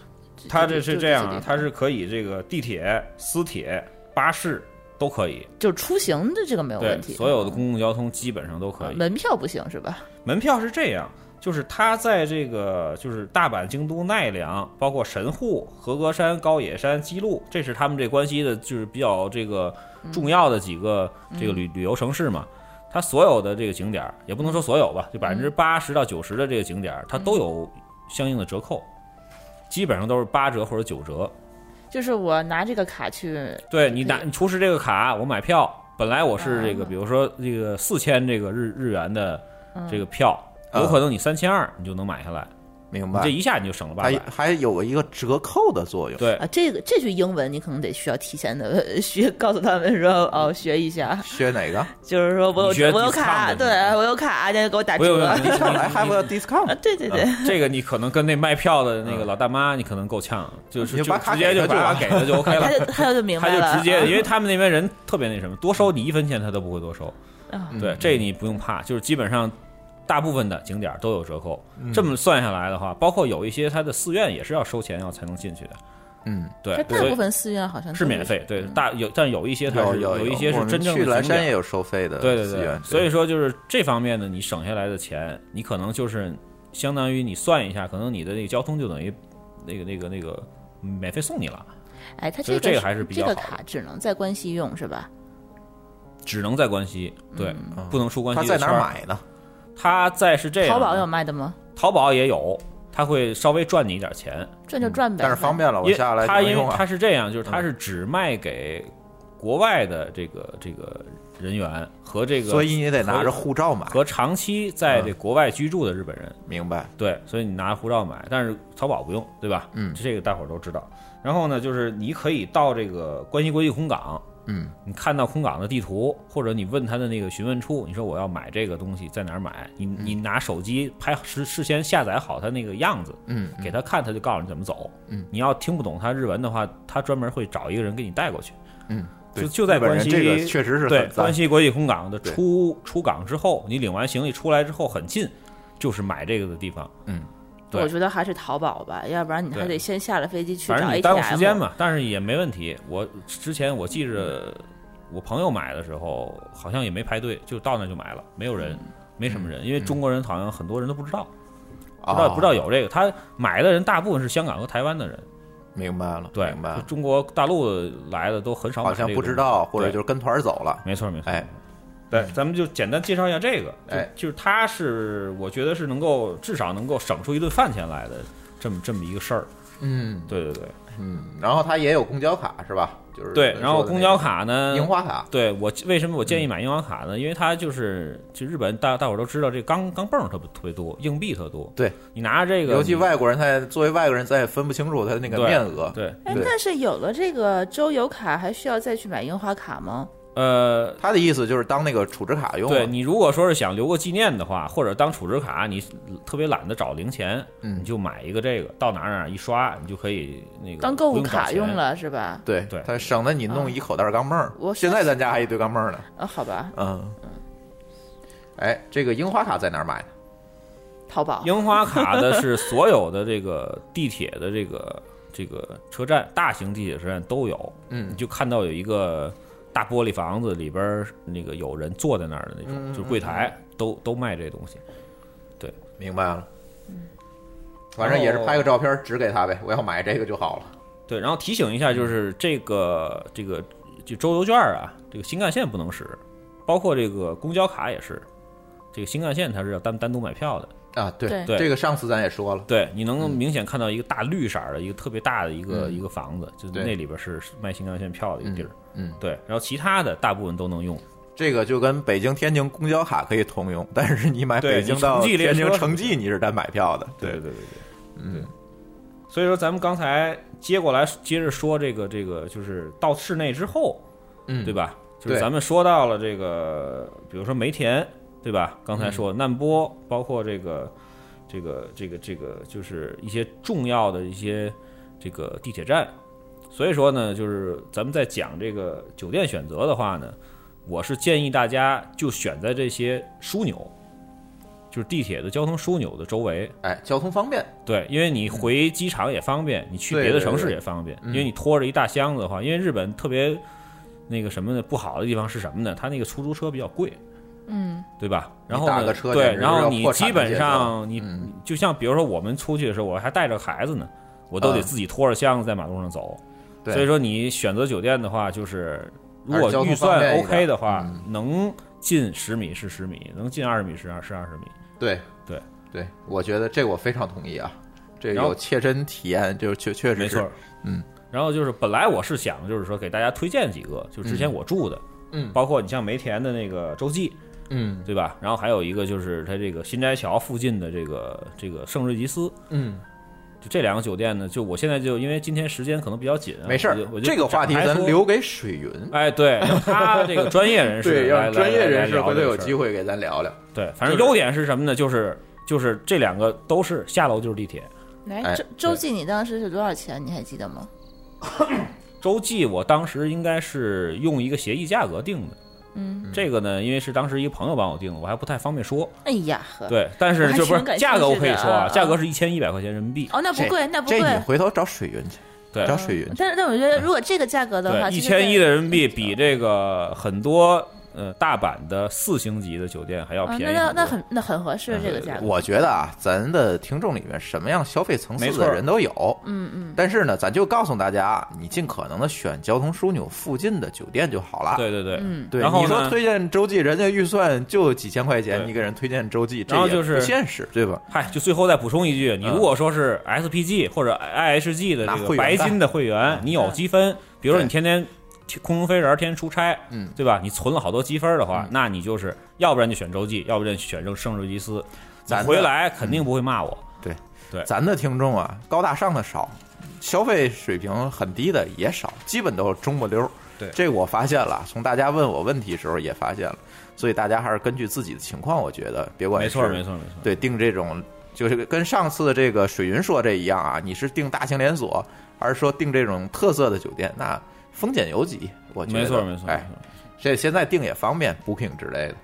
D: 它
E: 就
D: 这
E: 就是就
D: 这
E: 些
D: 样
E: 地
D: 啊，
E: 方
D: 它是可以这个地铁、私铁、巴士都可以，
E: 就出行的这个没
C: 啊
E: 有
D: 对
E: 问，题，嗯
D: 所有的公共交通基本上都可以。
E: 门票不行是吧？
D: 门票是这样，就是它在这个就是大阪、京都、奈良，包括神户、和歌山、高野山、姬路，这是他们这关西的，就是比较这个重要的几个这个旅旅游城市嘛。它所有的这个景点儿，也不能说所有吧，就百分之八十到九十的这个景点儿，它都有相应的折扣，基本上都是八折或者九折。
E: 就是我拿这个卡去，
D: 对你拿你出示这个卡，我买票。本来我是这
E: 嗯
D: 个，比如说这个四千这个日日元的这个票，
C: 嗯
D: 有可能你三千二你就能买下来，
C: 明
D: 你这
C: 白，
D: 一下你就省了八
C: 还
D: 百。
C: 还有一个折扣的作用。
D: 对
E: 啊，，这个这句英文你可能得需要提前的学，告诉他们说哦，学一下，
C: 学哪个？
E: 就是说我
D: 你学
E: 有我有
D: discount
E: 卡，
D: 的
E: 对我有卡，现在给我打
D: 不用不
E: 折。
D: 用
E: 啊，
D: 你
C: 上来还有 discount，
E: 对对对，
D: 这个你可能跟那卖票的那个老大妈，你可能够呛，就
C: 嗯你
D: 是就
C: 就把卡
D: 直接
C: 给
D: 就
C: 他就
D: 把
C: 完
D: 卡
C: 了
D: 给了就 OK
E: 他就
D: 了，
E: 他就明
D: 他
E: 白
D: 就
E: 了，啊嗯
D: 直接，因为他们那边人特别那什么，多收你一分钱他都不会多收。
E: 啊
C: 嗯
D: 对，这你不用怕，就是基本上大部分的景点儿都有折扣。
C: 嗯
D: 这么算下来的话，包括有一些它的寺院也是要收钱要才能进去的。
C: 嗯，
D: 对
E: 这，大
D: 所以
E: 部分寺院好像
D: 是
E: 都
D: 免费，对，大有但有一些它
C: 有
D: 是有
C: 有
D: 一些
C: 我
D: 是
C: 们
D: 真正
C: 去
D: 的
C: 岚
D: 景
C: 山
D: 点
C: 也有收费的
D: 对对
C: 资源
D: 对，所以说就是这方面呢，你省下来的钱，你可能就是相当于你算一下，可能你的那个交通就等于那个那个那个免费送你了，
E: 哎，他
D: 所
E: 这
D: 以
E: 个
D: 这个还是比较
E: 这个
D: 好的
E: 卡只能在关西用是吧？
D: 只能在关西，对，
C: 嗯
D: 不能出关
C: 他
D: 西。
C: 在哪儿？买呢？
D: 它在是这样，
E: 淘宝有，卖的吗？
D: 淘宝也有，它会稍微赚你一点钱，
E: 赚就赚呗，
C: 但是方便了，我
D: 因
C: 下来
D: 它
C: 就能
D: 因为
C: 用啊。
D: 它是这样，就是它是只卖给国外的这个这个人员和这个，
C: 所以你得拿着护照买，
D: 和长期在
C: 嗯
D: 这国外居住的日本人。
C: 明白？
D: 对，所以你拿护照买，但是淘宝不用，对吧？
C: 嗯
D: 这个大伙儿都知道。然后呢，就是你可以到这个关西国际空港，
C: 嗯，
D: 你看到空港的地图，或者你问他的那个询问处，你说我要买这个东西在哪儿买，你
C: 嗯
D: 你拿手机拍事事先下载好他那个样子，
C: 嗯，
D: 给他看，他就告诉你怎么走。
C: 嗯，
D: 你要听不懂他日文的话，他专门会找一个人给你带过去。
C: 嗯，对
D: 就就在
C: 日本
D: 关
C: 人
D: 西，
C: 这个确实是
D: 对
C: 很赞
D: 关西国际空港的
C: 对
D: 出出港之后，你领完行李出来之后很近，就是买这个的地方。
C: 嗯，
D: 对
E: 我觉得还是淘宝吧，要不然你还
D: 对
E: 得先下了飞机去
D: 反
E: 找
D: 正
E: ATM。
D: 你耽误时间嘛，但是也没问题。我之前我记着我朋友买的时候，好像也没排队，就到那就买了，没有
E: 嗯
D: 人，没什么人，因为中国人好像很多人都不知道，不知道
C: 嗯啊
D: 不知道有这个。他买的人大部分是香港和台湾的人，
C: 明白了，
D: 对
C: 明白，
D: 就
C: 了，
D: 中国大陆来的都很少买
C: 好
D: 这
C: 像
D: 个东西，
C: 不知道，或者
D: 对
C: 就是跟团儿走了。
D: 没错没错。
C: 哎，
D: 对，咱们就简单介绍一下这个，就
C: 哎
D: 就是它是我觉得是能够至少能够省出一顿饭钱来的这么这么一个事儿。
C: 嗯
D: 对对对
C: 嗯，然后他也有公交卡是吧？就是
D: 对，然后公交
C: 说
D: 卡
C: 的那
D: 呢
C: 个、樱花嗯卡，
D: 对我为什么我建议买樱花卡呢？因为它就是就日本大大伙儿都知道，这钢钢镚儿特别特别多，硬币特多。
C: 对
D: 你拿着这个，
C: 尤其外国人，他也作为外国人，咱也分不清楚他那个
D: 对
C: 面额。
D: 对，
E: 哎，但是有了这个周游卡，还需要再去买樱花卡吗？
D: 呃，
C: 他的意思就是当那个储值卡用了。
D: 对你如果说是想留个纪念的话，或者当储值卡，你特别懒得找零钱，
C: 嗯
D: 你就买一个这个，到哪儿哪儿一刷，你就可以那个
E: 当购物卡
D: 不找钱
E: 用。了是吧？
C: 对
D: 对
C: 他省得你弄一口袋钢镚儿。
E: 我
C: 现在咱家还一堆钢镚儿呢。
E: 啊，好吧，
C: 嗯，哎，这个樱花卡在哪儿买的？
E: 淘宝。
D: 樱花卡的是所有的这个地铁的 这个这个车站，大型地铁车站都有。
C: 嗯
D: 你就看到有一个大玻璃房子里边儿那个有人坐在那儿的那种，就是柜台都都卖这东西。
C: 明白了。嗯反正也是拍个照片指给他呗，我要买这个就好了。
D: 对，然后提醒一下，就是这个这个这周游券啊，这个新干线不能使，包括这个公交卡也是，这个新干线它是要单单独买票的。
C: 啊，对，
D: 对
C: 这个上次咱也说了，嗯
D: 对，你能明显看到一个大绿色儿的一个特别大的一个、一个房子，就是
C: 对
D: 那里边是卖新干线票的一个地儿。
C: 嗯嗯
D: 对，然后其他的大部分都能用。
C: 这个就跟北京、天津公交卡可以通用，但是你买
D: 对
C: 北京到
D: 你城际列
C: 天
D: 车
C: 津城际你是单买票的，
D: 对对对对，嗯。所以说，咱们刚才接过来接着说这个这个，就是到室内之后，
C: 嗯
D: 对？吧？就是
C: 对
D: 咱们说到了这个，比如说梅田，对吧？刚才说难波，包括这个这个这个这个，就是一些重要的一些这个地铁站。所以说呢，就是咱们在讲这个酒店选择的话呢，我是建议大家就选在这些枢纽，就是地铁的交通枢纽的周围，
C: 哎，交通方便，
D: 对，因为你回机场也方便，你去
C: 对
D: 别的
C: 对
D: 城市
C: 对
D: 也方便，
C: 嗯
D: 因为你拖着一大箱子的话，因为日本特别那个什么的不好的地方是什么呢？它那个出租车比较贵，
E: 嗯，
D: 对吧？然
C: 你
D: 后
C: 打
D: 呢
C: 个车
D: 对，
C: 简直
D: 然
C: 是
D: 后
C: 要
D: 你
C: 破产
D: 基
C: 的
D: 本
C: 节奏
D: 上你
C: 嗯
D: 就像比如说我们出去的时候，我还带着孩子呢，我都得
C: 嗯
D: 自己拖着箱子在马路上走。
C: 对
D: 所以说你选择酒店的话，就是如
C: 还是
D: 果
C: 交通
D: 预
C: 方便
D: 算
C: 一点
D: OK 的话
C: 嗯，
D: 能近十米是十米，能近二十米是二是二十米。
C: 对
D: 对
C: 对，我觉得这个我非常同意啊，这个
D: 然后
C: 有切身体验，就是确确实
D: 没
C: 是
D: 错，
C: 嗯。
D: 然后就是本来我是想就是说给大家推荐几个，就是之前我住的，
C: 嗯
D: 包括你像梅田的那个洲际，
C: 嗯
D: 对吧？然后还有一个就是它这个新斋桥附近的这个这个圣瑞吉斯，
C: 嗯，
D: 就这两个酒店呢，就我现在就因为今天时间可能比较紧啊，
C: 没事儿
D: 我就我，就
C: 这个话题
D: 展开
C: 咱
D: 说。
C: 留给水云，
D: 哎，对，让他这个专业人士
C: 对，
D: 来，
C: 让专业人
D: 来
C: 士
D: 来聊
C: 回头
D: 这个
C: 有
D: 事儿
C: 机会给咱聊聊。
D: 对，反正
C: 就是
D: 优点是什么呢？就是就是这两个都是下楼就是地铁，
E: 来
C: 哎
E: 周周记，你当时是多少钱？你还记得吗？
D: 洲际我当时应该是用一个协议价格定的。
E: 嗯，
D: 这个呢，因为是当时一个朋友帮我定的，我还不太方便说。
E: 哎呀呵，
D: 对，但
E: 我
D: 是
E: 还
D: 就不
E: 挺
D: 是
E: 感兴
D: 价格，我可以
E: 趣的
D: 说啊，
E: 啊
D: 价格是一千一百块钱人民币。
E: 哦，那不
C: 这
E: 贵，那不
C: 这你嗯
E: 贵。
C: 回头找水云去，
D: 对
C: 找水云去。
E: 但是但我觉得，如果这个价格的话，
D: 对，
E: 其
D: 一
E: 实嗯在
D: 千一的人民币比这个很多呃大阪的四星级的酒店还要
E: 啊，
D: 便宜
E: 那
D: 很多。
E: 那那很那很合适这个价格。
C: 嗯我觉得啊，咱的听众里面什么样消费层
D: 没
C: 次
D: 错
C: 的
D: 儿
C: 人都有，
E: 嗯嗯，
C: 但是呢，咱就告诉大家，你尽可能的选交通枢纽附近的酒店就好了。
D: 对对对，嗯
C: 对，
D: 然后
C: 你说
D: 呢
C: 推荐洲际，人家预算就几千块钱，
D: 对
C: 你给人推荐洲际，这
D: 然后
C: 也
D: 就是
C: 不现实，对吧？
D: 嗨，就最后再补充一句，你如果说是 SPG 或者 IHG 的
C: 拿
D: 这个
C: 嗯会员
D: 白
C: 干
D: 金的会员，你有积分，比如说
C: 对
D: 你天天空中飞人，天天出差，
C: 嗯
D: 对吧？你存了好多积分的话
C: 嗯，
D: 那你就是要不然就选洲际，要不然就选圣圣瑞吉斯，你
C: 咱的嗯
D: 回来肯定不会骂我。对
C: 咱的听众啊，高大上的少，消费水平很低的也少，基本都是中不溜儿。
D: 对
C: 这个我发现了，从大家问我问题的时候也发现了，所以大家还是根据自己的情况，我觉得别管
D: 没错
C: 是
D: 没错没错，
C: 对，定这种就是跟上次的这个水云说这一样啊，你是定大型连锁，而是说定这种特色的酒店，那风险有几？我觉得
D: 没错没错，没
C: 哎，
D: 错
C: 这现在定也方便，Booking 之类的。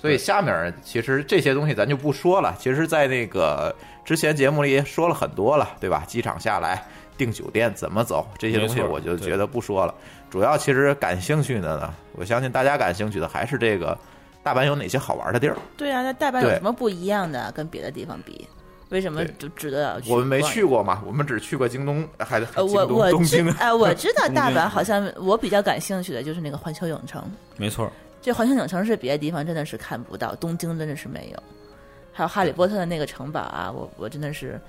C: 所以下面其实这些东西咱就不说了，其实，在那个之前节目里也说了很多了，对吧？机场下来订酒店怎么走这些东西，
D: 没错
C: 我就
D: 对
C: 觉得不说了。主要其实感兴趣的呢，我相信大家感兴趣的还是这个大阪有哪些好玩的地儿。
E: 对啊，那大阪有
C: 对
E: 什么不一样的啊？跟别的地方比，为什么
C: 对
E: 就值得要去？
C: 我们没去。过嘛，我们只去过京东，还还
E: 呃，
C: 京
E: 我
C: 东
E: 我
C: 东
E: 知
C: 京。
E: 哎，我 知道
D: 东
E: 大
D: 京
E: 阪好像我比较感兴趣的就是那个环球影城，
D: 没错。
E: 这环球影城是别的地方真的是看不到，东京真的是没有。还有哈利波特的那个城堡啊，我我真的是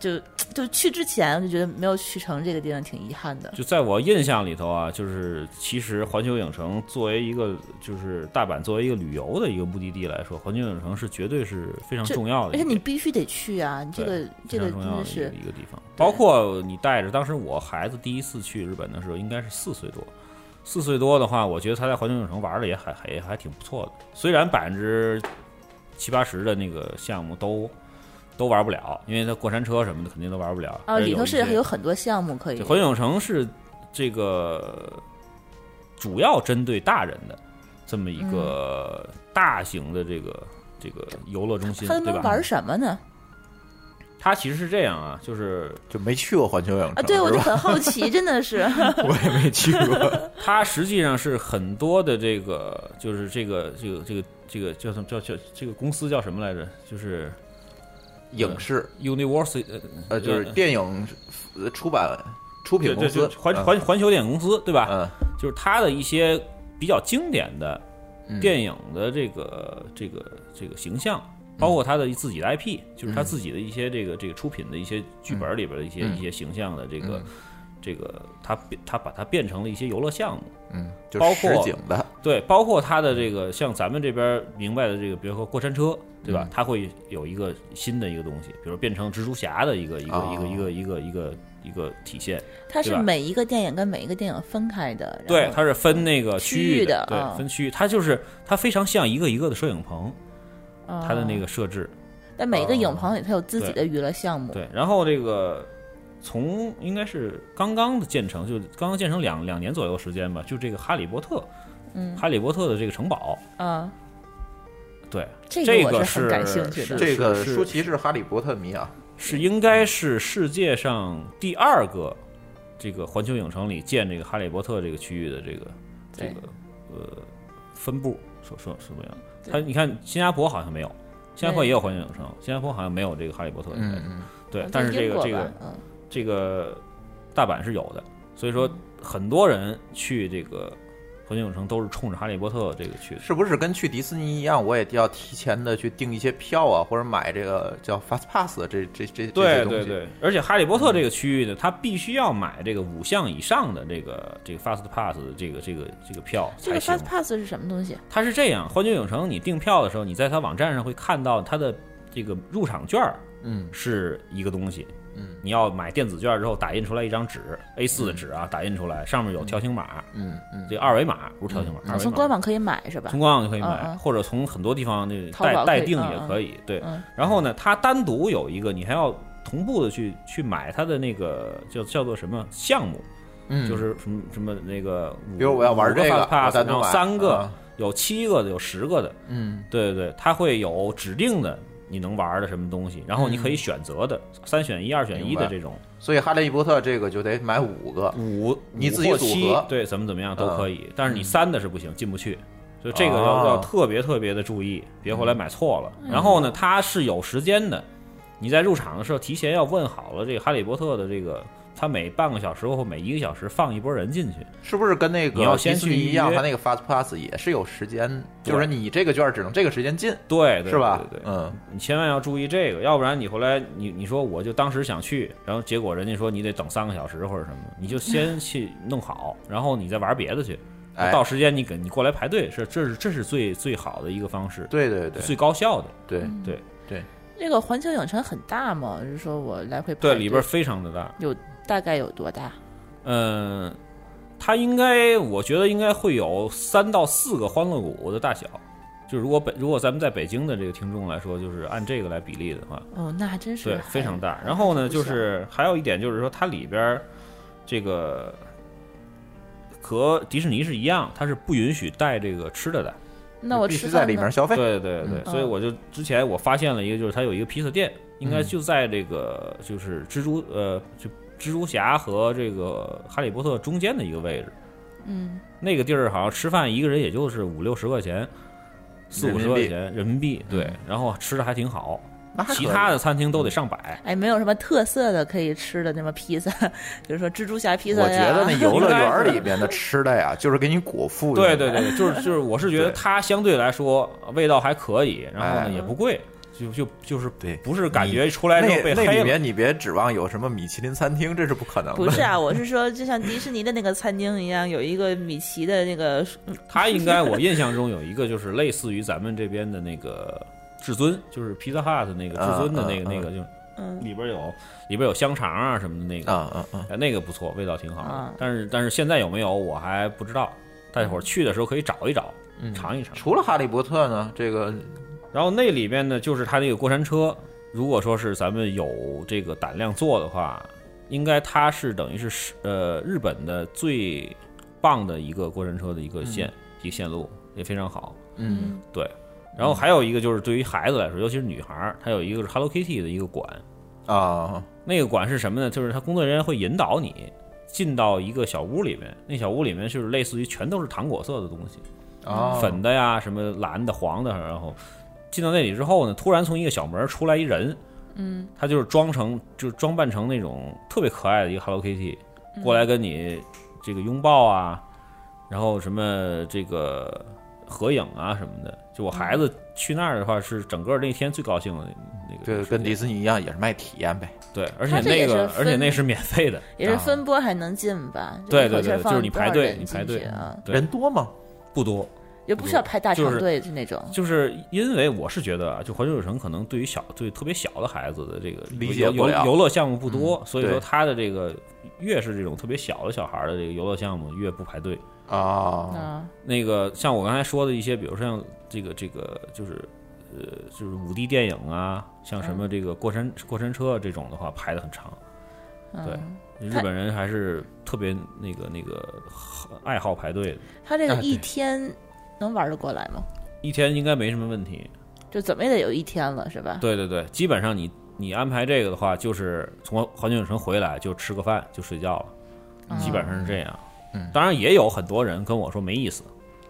E: 就就去之前我就觉得没有去成这个地方挺遗憾的。
D: 就在我印象里头啊，就是其实环球影城作为一个就是大阪作为一个旅游的一个目的地来说，环球影城是绝对是非常
E: 这
D: 重要
E: 而
D: 的一
E: 且
D: 个
E: 你
D: 地方，
E: 必须得去啊，你这个这
D: 非
E: 个真
D: 常重
E: 的
D: 要的一个
E: 是
D: 一个地方。包括你带着当时我孩子第一次去日本的时候，应该是四岁多。四岁多的话，我觉得他在环球影城玩的也还还还挺不错的。虽然百分之七八十的那个项目都都玩不了，因为他过山车什么的肯定都玩不了。
E: 啊，
D: 但
E: 里头
D: 一
E: 是
D: 些
E: 有很多项目可以
D: 对，。环球影城是这个主要针对大人的这么一
E: 嗯
D: 个大型的这个、这个游乐中心，
E: 他
D: 对
E: 们
D: 吧？
E: 玩什么呢？
D: 它其实是这样啊，就是
C: 就没去过环球影城，
E: 啊，对，我
C: 是
E: 就
C: 吧？
E: 很好奇，真的 是，
C: 我也没去过，
D: 它实际上是很多的这个，就是这个这个这个这个叫什么叫叫这个公司叫什么来着？就是
C: 影视
D: Universal，呃
C: 呃，就是电影呃出版出品
D: 对
C: 公
D: 对
C: 司
D: 对，环
C: 嗯
D: 环环球电影公司对吧？
C: 嗯
D: 就是它的一些比较经典的
C: 嗯
D: 电影的这个、这个这个形象，包括他的自己的 IP，、就是他自己的一些这个这个出品的一些剧本里边的一些、
C: 嗯
D: 一些形象的这个、
C: 嗯
D: 这个，他他把它变成了一些游乐项目。
C: 嗯，就
D: 包
C: 是
D: 括
C: 实景的，
D: 对，包括它的这个像咱们这边明白的这个，比如说过山车，对吧？
C: 嗯
D: 它会有一个新的一个东西，比如变成蜘蛛侠的一个一个、
C: 哦
D: 一个一个一个一个一个体现。
E: 它是
D: 对吧
E: 每一个电影跟每一个电影分开的，然后
D: 对，它是分那个
E: 区
D: 区
E: 域
D: 的，
E: 的啊
D: 对，分区域，它就是它非常像一个一个的摄影棚，它的那
E: 个，
D: 个设置。
E: 啊但每一个影棚里它有自己的
D: 对
E: 娱乐项目，
D: 对，然后这个从应该是刚刚的建成，就刚刚建成两两年左右时间吧，就这个《哈利波特》，
E: 嗯
D: 哈利波特》的这个城堡，
E: 啊，
D: 对，
E: 这
D: 这
E: 我
D: 个
E: 是很
D: 是
E: 感兴趣的，
C: 这个
D: 是
C: 舒淇是哈利波特迷啊，
D: 是应该是世界上第二个这个环球影城里建这个《哈利波特》这个区域的这个这
E: 对
D: 个呃分布，说说什么样？
E: 对
D: 它你看新加坡好像没有，新加坡
E: 没有
D: 也有环球影城，新加坡好像没有这个《哈利波特》应该是
C: 嗯
D: 对
E: 啊，
D: 但是
E: 在
D: 这
E: 英
D: 个
E: 国
D: 这个
E: 吧嗯
D: 这个大阪是有的，所以说很多人去这个环球影城都是冲着《哈利波特》这个去的。
C: 是不是跟去迪士尼一样，我也要提前的去订一些票啊，或者买这个叫 Fast Pass 的这这这这些
D: 对
C: 东
D: 对
C: 西，嗯
D: 对，而且《哈利波特》这个区域呢，它必须要买这个五项以上的这个这个 Fast Pass 的这个这个这个票
E: 这
D: 才
E: 个
D: 行
E: Fast。Pass 是什么东西？
D: 它是这样，环球影城你订票的时候，你在它网站上会看到它的这个入场券儿
C: 嗯
D: 是一个东西，
C: 嗯
D: 你要买电子券儿之后打印出来一张纸 A 4的纸啊，打印出来上面有条形码，
C: 嗯嗯，
D: 这个二维码不是条形码，二维
E: 从
D: 码
E: 官。网可以买是吧
D: 从？官网就可以买，
E: 嗯嗯
D: 或者从很多地方那
E: 淘宝
D: 代代
E: 可以
D: 订
E: 嗯
D: 也
E: 嗯
D: 可以。对，
E: 嗯
D: 然后呢，它单独有一个，你还要同步的去去买它的那个叫叫做什么项目，
C: 嗯
D: 就是什么什么那个五，
C: 比如我要玩
D: 五个
C: 这个我
D: fast pass，
C: 单独
D: 然后
C: 买
D: 三个
C: 嗯，
D: 有七个的，有十个的，
C: 嗯
D: 对对对，它会有指定的你能玩的什么东西，然后你可以选择的三选一、二选一
C: 嗯明白
D: 的这种
C: 所以《哈利波特》这个就得买五个，
D: 五，
C: 你
D: 五
C: 自己
D: 或
C: 组
D: 七
C: 合嗯
D: 对，怎么怎么样都可以，但是你三的是不行，进不去。所以这个要、
C: 哦嗯
D: 要特别特别的注意，别后来买错了。然后呢，它是有时间的，你在入场的时候提前要问好了这个《哈利波特》的这个，它每半个小时或每一个小时放一波人进去。
C: 是不是跟那
D: 你
C: 个
D: 要
C: 迪
D: 先
C: 士
D: 去
C: 尼一
D: 预
C: 样？
D: 约
C: 它那个 Fast Pass 也是有时间，
D: 对
C: 就是你这个券只能这个时间进，
D: 对，对
C: 是吧
D: 对对？对
C: 嗯，
D: 你千万要注意这个，要不然你回来你你说我就当时想去，然后结果人家说你得等三个小时或者什么，你就先去弄好，然后你再玩别的去。
C: 哎
D: 到时间你给你过来排队，是这是这是最最好的一个方式，
C: 对对对
D: 最高效的。
C: 对
E: 嗯
D: 对
C: 对，
E: 这个环球影城很大吗？就是说我来回
D: 对，
E: 排
D: 里
E: 队
D: 边非常的大。
E: 有大概有多大？
D: 嗯，它应该我觉得应该会有三到四个欢乐谷的大小。就如果北如果咱们在北京的这个听众来说，就是按这个来比例的话，
E: 哦，那还真是
D: 对，
E: 还
D: 非常大。然后呢，
E: 不
D: 就
E: 小
D: 是还有一点就是说，它里边儿这个和迪士尼是一样，它是不允许带这个吃的的。
E: 那我
C: 必
E: 吃
C: 须
E: 饭
C: 在里
E: 呢
C: 面消费。嗯
D: 对对对，所以我就之前我发现了一个，就是它有一个披萨店，
C: 嗯
D: 应该就在这个就是蜘蛛呃，就蜘蛛侠和这个哈利波特中间的一个位置。
E: 嗯，
D: 那个地儿好像吃饭一个人也就是五六十块钱，四五十块钱人民币，对，然后吃的还挺好。
C: 嗯那还可以
D: 其他的餐厅都得上百，
E: 哎，没有什么特色的可以吃的那么披萨， 比如说蜘蛛侠披萨
C: 我觉
E: 呀。
C: 得那游乐
D: 应该是
C: 园里边的吃的呀，就是给你果腹的。
D: 对对对，对就是就是，我是觉得
C: 对
D: 它相对来说味道还可以，然后
C: 哎
D: 呢也不贵，就就就是
C: 对
D: 不是感觉出来之后
C: 那
D: 被
C: 那里
D: 黑了。
C: 面你别指望有什么米其林餐厅，这是不可能 的。
E: 不是 啊，我是说，就像迪士尼的那个餐厅一样，有一个米奇的那
D: 嗯
E: 个，
D: 它应该我印象中有一个就是类似于咱们这边的那个至尊，就是披萨 hut 那个至尊的那个
C: 嗯嗯
D: 那个，就
E: 嗯
D: 里边有里边有香肠啊什么的那个，
C: 啊啊啊！
D: 哎那个不错，味道挺好
E: 啊
D: 的。但是但是现在有没有我还不知道，大家伙儿去的时候可以找一找，尝一尝。
C: 除了哈利波特呢，这个
D: 然后那里面呢，就是它那个过山车，如果说是咱们有这个胆量做的话，应该它是等于是是呃日本的最棒的一个过山车的一个线、一个线路，也非常好。
C: 嗯，
D: 啊对。然后还有一个就是对于孩子来说，尤其是女孩儿，它有一个是 Hello Kitty 的一个馆，
C: 啊，
D: 那个馆是什么呢？就是他工作人员会引导你进到一个小屋里面，那小屋里面就是类似于全都是糖果色的东西，
C: 哦
D: 粉的呀，什么蓝的、黄的，然后进到那里之后呢，突然从一个小门出来一人，嗯，他就是装成，就是装扮成那种特别可爱的一个 Hello Kitty，过
E: 嗯
D: 来跟你这个拥抱啊，然后什么这个合影啊什么的。就我孩
E: 嗯
D: 子去那儿的话，是整个那天最高兴的那个时
C: 对，
D: 间，
C: 跟迪士尼一样，也是卖体验呗。
D: 对，而且
E: 它这
D: 那
E: 也
D: 个
E: 是
D: 而且
E: 分
D: 那是免费的，
E: 也是分波还能进吧？
D: 对
E: 一口
D: 对
E: 气
D: 对，
E: 儿放
D: 就是你排
E: 多少
D: 队，
E: 人
D: 你排
E: 进
D: 队
E: 去啊，，
D: 对，
C: 人多吗？
D: 不多，
E: 也不需要排大
D: 就是
E: 长队，就那种。
D: 就是因为我是觉得啊，就环球影城可能对于小对特别小的孩子的这个
C: 理解
D: 游
C: 不
D: 游
C: 了嗯
D: 游乐项目不多，所以
C: 对
D: 说它的这个越是这种特别小的小孩儿的这个游乐项目越不排队。哦
C: 啊，
E: 啊，
D: 那个像我刚才说的一些，比如说像这个这个就是呃就是五 D 电影啊，像什么这个过
C: 嗯
D: 山过山车这种的话排的很长。对，日
E: 它
D: 本人还是特别那个那个爱好排队的，
E: 他这
C: 啊
E: 个
C: 对
E: 一天能玩得过来吗？
D: 一天应该没什么问题。
E: 就怎么也得有一天了，是 吧？
D: 对对对，基本上你你安排这个的话，就是从环球影城回来就吃个饭就睡觉了，
E: 嗯
D: 基本上是这样。
C: 嗯
D: 当然也有很多人跟我说没意思，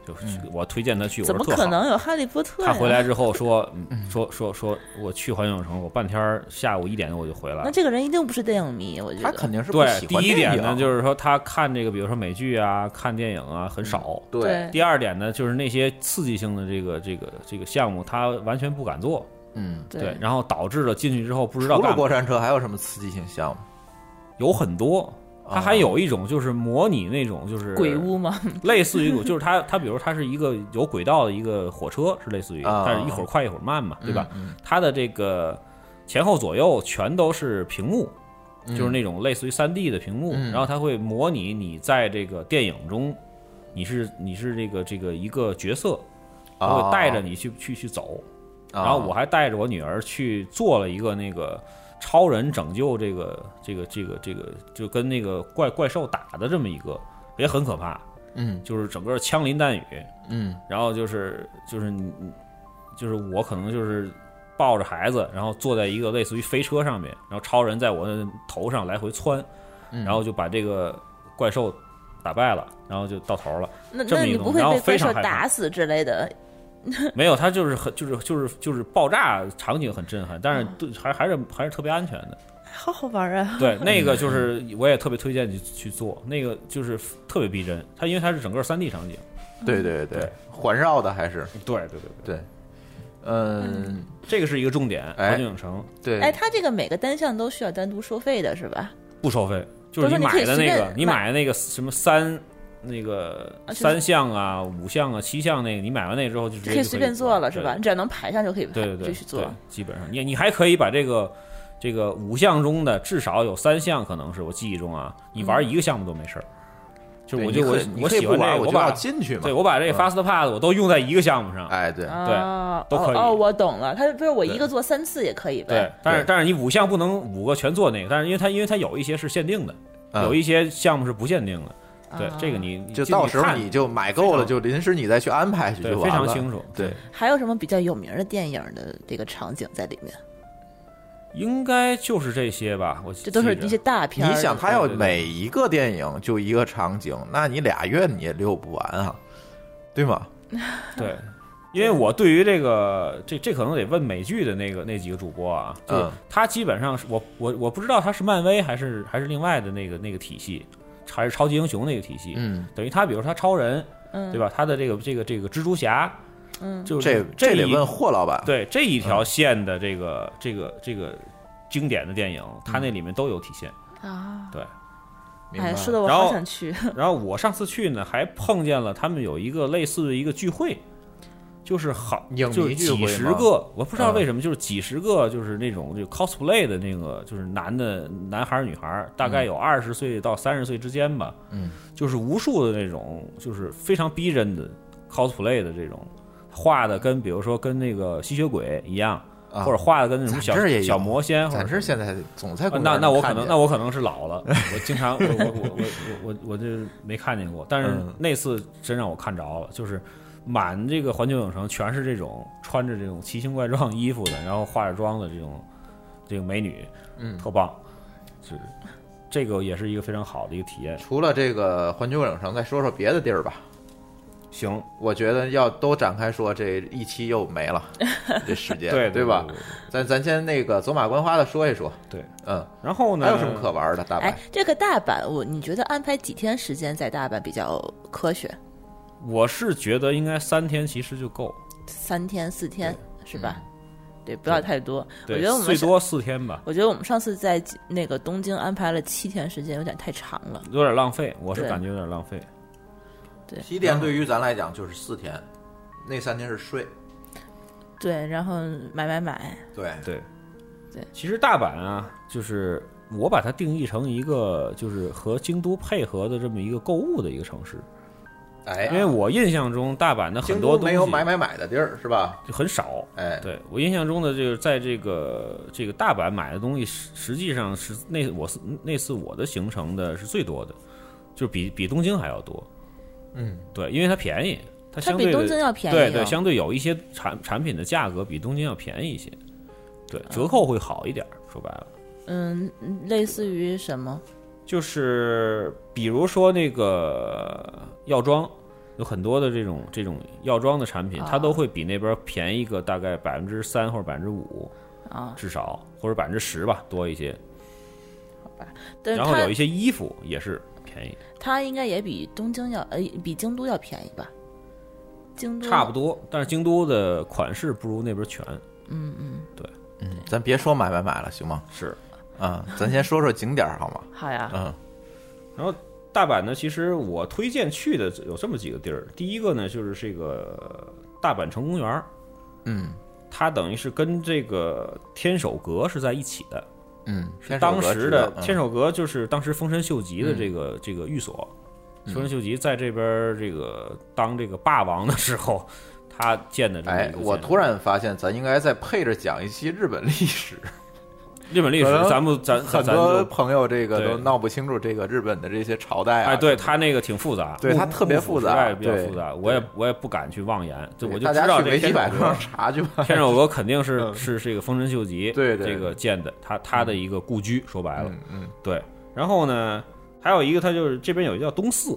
D: 就是去我推荐他去，我
E: 怎
D: 说
E: 么
D: 特
E: 可
D: 好
E: 能有哈利波特呀？
D: 他回来之后说，嗯说说说，我去环球影城，我半天儿下午一点我就回来
E: 那
D: 了。
E: 这个人一定不是电影迷，我觉
C: 他
E: 得。
C: 肯定是不
D: 对，
C: 喜
D: 第
C: 欢
D: 一
C: 电
D: 点
C: 影
D: 呢，就是说他看这个，比如说美剧啊，看电影啊，很少。
C: 嗯对，
D: 第二点呢，就是那些刺激性的这个这个这个项目，他完全不敢做。
C: 嗯，
E: 对，
D: 然后导致了进去之后不知
C: 除
D: 道
C: 了
D: 干嘛
C: 过。山车还有什么刺激性项目？
D: 有很多。它还
C: 哦
D: 有一种就是模拟那种就是
E: 鬼，屋 嘛，
D: 类似 于就是它它比如它是一个有轨道的一个火车，是类似于，
C: 啊
D: 但是一会儿快一会儿慢嘛，对吧？
C: 嗯？
D: 它的这个前后左右全都是屏幕，
C: 嗯
D: 就是那种类似于三 D 的屏幕，
C: 嗯
D: 然后它会模拟你在这个电影中，你是你是这个这个一个角色，它
C: 哦
D: 会带着你去去去走，
C: 啊
D: 然后我还带着我女儿去做了一个那个超人拯救这个这个这个这个就跟那个怪怪兽打的这么一个，也很可怕，
C: 嗯
D: 就是整个枪林弹雨，
C: 嗯
D: 然后就是就是你你就是我可能就是抱着孩子，然后坐在一个类似于飞车上面，然后超人在我的头上来回窜，
C: 嗯
D: 然后就把这个怪兽打败了，然后就到头了。
E: 那
D: 这么
E: 那
D: 一
E: 你
D: 弄
E: 不会
D: 然后
E: 被怪
D: 非常
E: 兽
D: 害怕
E: 打死之类的？
D: 没有，它就是很就是就是就是爆炸场景很震撼，但
E: 嗯
D: 是对还还是还是特别安全 的。
E: 好好玩啊！
D: 对，那个就是我也特别推荐你去做，那个就是特别逼真，它因为它是整个三 D 场景。
C: 对对对
D: 对，
C: 环绕的还是
D: 对对对对，
C: 对，嗯
D: 这个是一个重点，
C: 哎
D: 环球影城
C: 对，
E: 哎，他这个每个单项都需要单独收费的是吧？
D: 不收费，就
E: 不
D: 是
E: 是
D: 你买
E: 你
D: 的那
E: 可以随
D: 个
E: 便，
D: 你买的那个什么三。那个
E: 啊就是
D: 三项啊、五项啊、七项那个，你买完那个之后就直接就
E: 可以随便做了是
D: 对
E: 吧？你只要能排上就可以排，
D: 对 对对，
E: 就去做
D: 对。基本上你你还可以把这个这个五项中的至少有三项，可能是我记忆中啊，你玩一个项目都没事儿。
C: 嗯
D: 就
C: 对
D: 我
C: 你
D: 就我
C: 可以你
D: 我
C: 可以
D: 喜
C: 不
D: 欢这
C: 玩，
D: 个，
C: 我
D: 我
C: 就要
D: 把
C: 进去嘛。嗯
D: 对我啊把这 fast pass 我都用在一个项目上。
C: 哎对，
D: 对
E: 哦
D: 都可以
E: 哦，我懂了，他不是我
D: 对
E: 一个做三次也可以
D: 对
E: 呗？，
D: 但是
C: 对
D: 但是你五项不能五个全做那个，但是因为它因为它有一些是限定的，
C: 嗯啊
D: 有一些项目是不限定的。对，这个你你
C: 就
D: 进去
C: 到时候
D: 看
C: 你就买够了，
D: 非常
C: 就临时你再去安排去
D: 对
C: 就
D: 非
C: 完
D: 常
C: 了。
D: 清楚。
C: 对，
E: 还有什么比较有名的电影的这个场景在里面？
D: 应该就是这些吧。我
E: 这都是
D: 记着
E: 一些大片儿。
C: 你想，他要
D: 对对对
C: 每一个电影就一个场景，那你俩月你也溜不完啊，对吗？
D: 对，因为我对于这个这这可能得问美剧的那个那几个主播啊，就是
C: 嗯
D: 他基本上是我我我不知道他是漫威还是还是另外的那个那个体系，还是超级英雄那个体系。
C: 嗯，
D: 等于他比如说他超人，
E: 嗯
D: 对吧？他的这个这个这个蜘蛛侠，
E: 嗯
D: 就是
C: 这
D: 这
C: 得
D: 一
C: 问嗯霍老板。
D: 对这一条线的这个这个这个经典的电影，
C: 嗯
D: 它那里面都有体现。
E: 啊，
D: 对，
C: 明白
E: 哎，
C: 了
E: 说的我
D: 然后
E: 好想去。
D: 然后我上次去呢，还碰见了他们有一个类似的一个聚会，就是好
C: 影迷
D: 就是
C: 聚会
D: 几
C: 吗
D: 十个，我不知道
C: 嗯
D: 为什么，就是几十个就是那种就 cosplay 的那个就是男的男孩儿女孩儿，大概有二十岁到三十岁之间吧，
C: 嗯，
D: 就是无数的那种就是非常逼真的 cosplay 的这种。画的跟比如说跟那个吸血鬼一样，
C: 啊
D: 或者画的跟那种
C: 咱
D: 小
C: 这儿也有
D: 小魔仙，或者
C: 咱这现在总在
D: 啊
C: 公园
D: 那那我可
C: 看见
D: 能那我可能是老了，我经常我我我我我我就没看见过，但是
C: 嗯
D: 那次真让我看着了，就是满这个环球影城全是这种穿着这种奇形怪状衣服的，然后化着妆的这种这个美女
C: 嗯，
D: 特棒，是这个也是一个非常好的一个体验。
C: 除了这个环球影城，再说说别的地儿吧。
D: 行，
C: 我觉得要都展开说，这一期又没 了，这时间
D: 对
C: 对吧？？咱咱先那个走马观花的说一说，
D: 对，
C: 嗯，
D: 然后呢？
C: 还有什么可玩的？大
E: 哎
C: 白，，
E: 这个大阪，我你觉得安排几天时间在大阪比较科学？
D: 我是觉得应该三天其实就够，
E: 三天四天是吧？对，不要太多。我
D: 嗯对
E: 觉得我，们
D: 最
E: 上
D: 多四天吧，
E: 我觉得我们上次在那个东京安排了七天时间，有点太长了。
D: 有点浪费，我是
E: 对
D: 感觉有点浪费。
C: 西点对于咱来讲就是四天，那三天是睡，
E: 对，然后买买买，
C: 对，
D: 对，
E: 对，
D: 其实大阪啊，就是我把它定义成一个就是和京都配合的这么一个购物的一个城市，
C: 哎，
D: 因为我印象中大阪的很
C: 京
D: 多
C: 都
D: 东
C: 没
D: 西
C: 有买买买的地儿是吧？
D: 很少。
C: 哎，
D: 对我印象中的就是在这个这个大阪买的东西，实实际上是那我是那次我的行程的是最多的，就比比东京还要多。
C: 嗯，
D: 对，因为它便宜，它
E: 它
D: 相对
E: 比
D: 的
E: 东京要便宜、哦。
D: 对对，相对有一些产产品的价格比东京要便宜一些，对，折扣会好一点儿。说白了，
E: 嗯，类似于什么？
D: 就是比如说那个药妆，有很多的这种这种药妆的产品，
E: 啊
D: 它都会比那边便宜个大概百分之三或者百分之五
E: 啊
D: 至少或者百分之十吧，多一些。
E: 但是
D: 然后有一
E: 它
D: 些衣服也是便宜，
E: 它应该也比东京要呃比京都要便宜吧？京都
D: 差不多，但是京都的款式不如那边全。
C: 嗯咱别说买买买了，行吗？
D: 是，
C: 啊，咱先说说景点儿好吗？
E: 好呀。
C: 嗯，
D: 然后大阪呢，其实我推荐去的有这么几个地儿，第一个呢就是这个大阪城公园儿，
C: 嗯
D: 它等于是跟这个天守阁是在一起的，
C: 嗯，
D: 是
C: 天
D: 当
C: 守阁
D: 时
C: 知
D: 的
C: 道嗯嗯
D: 天守阁就是当时丰臣秀吉的这个、这个寓所，丰臣秀吉在这边儿这个当这个霸王的时候，他建的这么一
C: 哎
D: 个，建筑。
C: 我突然发现，咱应该再配着讲一期日本历史。
D: 日本历史
C: 可能，
D: 咱们咱
C: 很
D: 咱咱就
C: 多朋友这个
D: 对
C: 都闹不清楚这个日本的这些朝代啊。
D: 哎，对他那个挺复杂，
C: 对
D: 幕
C: 它特别
D: 幕府
C: 复杂
D: 时代比较
C: 对
D: 复杂，我也我也不敢去妄言，就
C: 对，
D: 我就
C: 大
D: 知
C: 家
D: 道
C: 去
D: 这
C: 维基
D: 天
C: 百
D: 守
C: 科上
D: 阁，
C: 查去 吧。
D: 天守阁肯定是是这个丰臣秀吉
C: 对对
D: 这个建的，他他的一个故居，说白了
C: 嗯，嗯，
D: 对。然后呢，还有一个，他就是这边有一个叫东寺，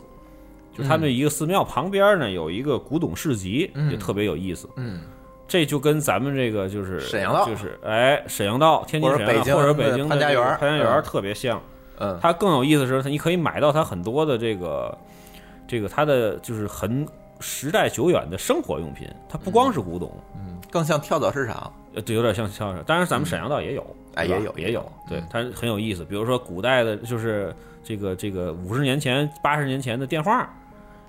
D: 就是他们一个寺庙旁边呢有一个古董市集，也特别有意思。
C: 嗯，
D: 这就跟咱们这个就是
C: 沈阳道
D: 就是哎沈阳道、天津
C: 或者
D: 沈阳
C: 北
D: 道
C: 京
D: 或者
C: 的
D: 北京的
C: 潘家园
D: 这个
C: 儿
D: 潘家园儿
C: 嗯
D: 特别像。
C: 嗯，
D: 它更有意思的是，它你可以买到它很多的这个这个它的就是很时代久远的生活用品，它不光是古董，
C: 更像跳蚤市场。
D: 呃，对，有点像像是，当然咱们沈阳道也有，
C: 哎
D: 对吧
C: 也有
D: 嗯也
C: 也有
D: 对
C: 嗯，
D: 它很有意思。比如说古代的，就是这个这个五十年前、八十年前的电话。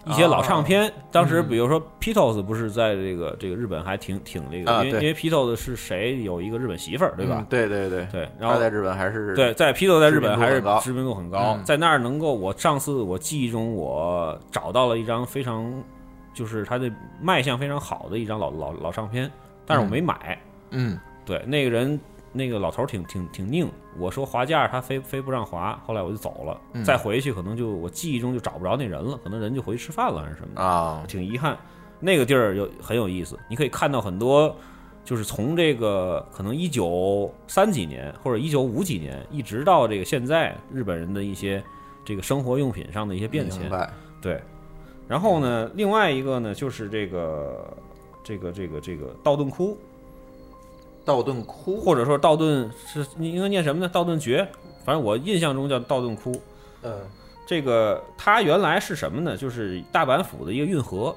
D: 一些老唱片，当时比如说 Pitos 不是在这个这个日本还挺挺这个，
C: 啊
D: 因为
C: 对
D: 因为 Pitos 是谁有一个日本媳妇儿，对吧
C: 嗯？对对对，
D: 对，然
C: 他
D: 后
C: 在日本还是
D: 对，在 P 豆在日本还是
C: 知名度很高
D: 知名度很高，
C: 嗯
D: 在那儿能够，我上次我记忆中我找到了一张非常，就是它的卖相非常好的一张老老老唱片，但是我没买。
C: 嗯
D: 对，那个人那个老头儿挺挺挺拧，我说划价，他非非不让划，后来我就走了。
C: 嗯
D: 再回去可能就我记忆中就找不着那人了，可能人就回去吃饭了还是什么的，
C: 啊，
D: 挺遗憾。那个地儿有很有意思，你可以看到很多。就是从这个可能一九三几年或者一九五几年，一直到这个现在，日本人的一些这个生活用品上的一些变
C: 明
D: 迁。
C: 白。
D: 对，然后呢，另外一个呢，就是这个这个这个这个道顿窟，
C: 道顿窟，
D: 或者说道顿是你应该念什么呢？道顿崛，反正我印象中叫道顿窟。
C: 嗯
D: 这个它原来是什么呢？就是大阪府的一个运河，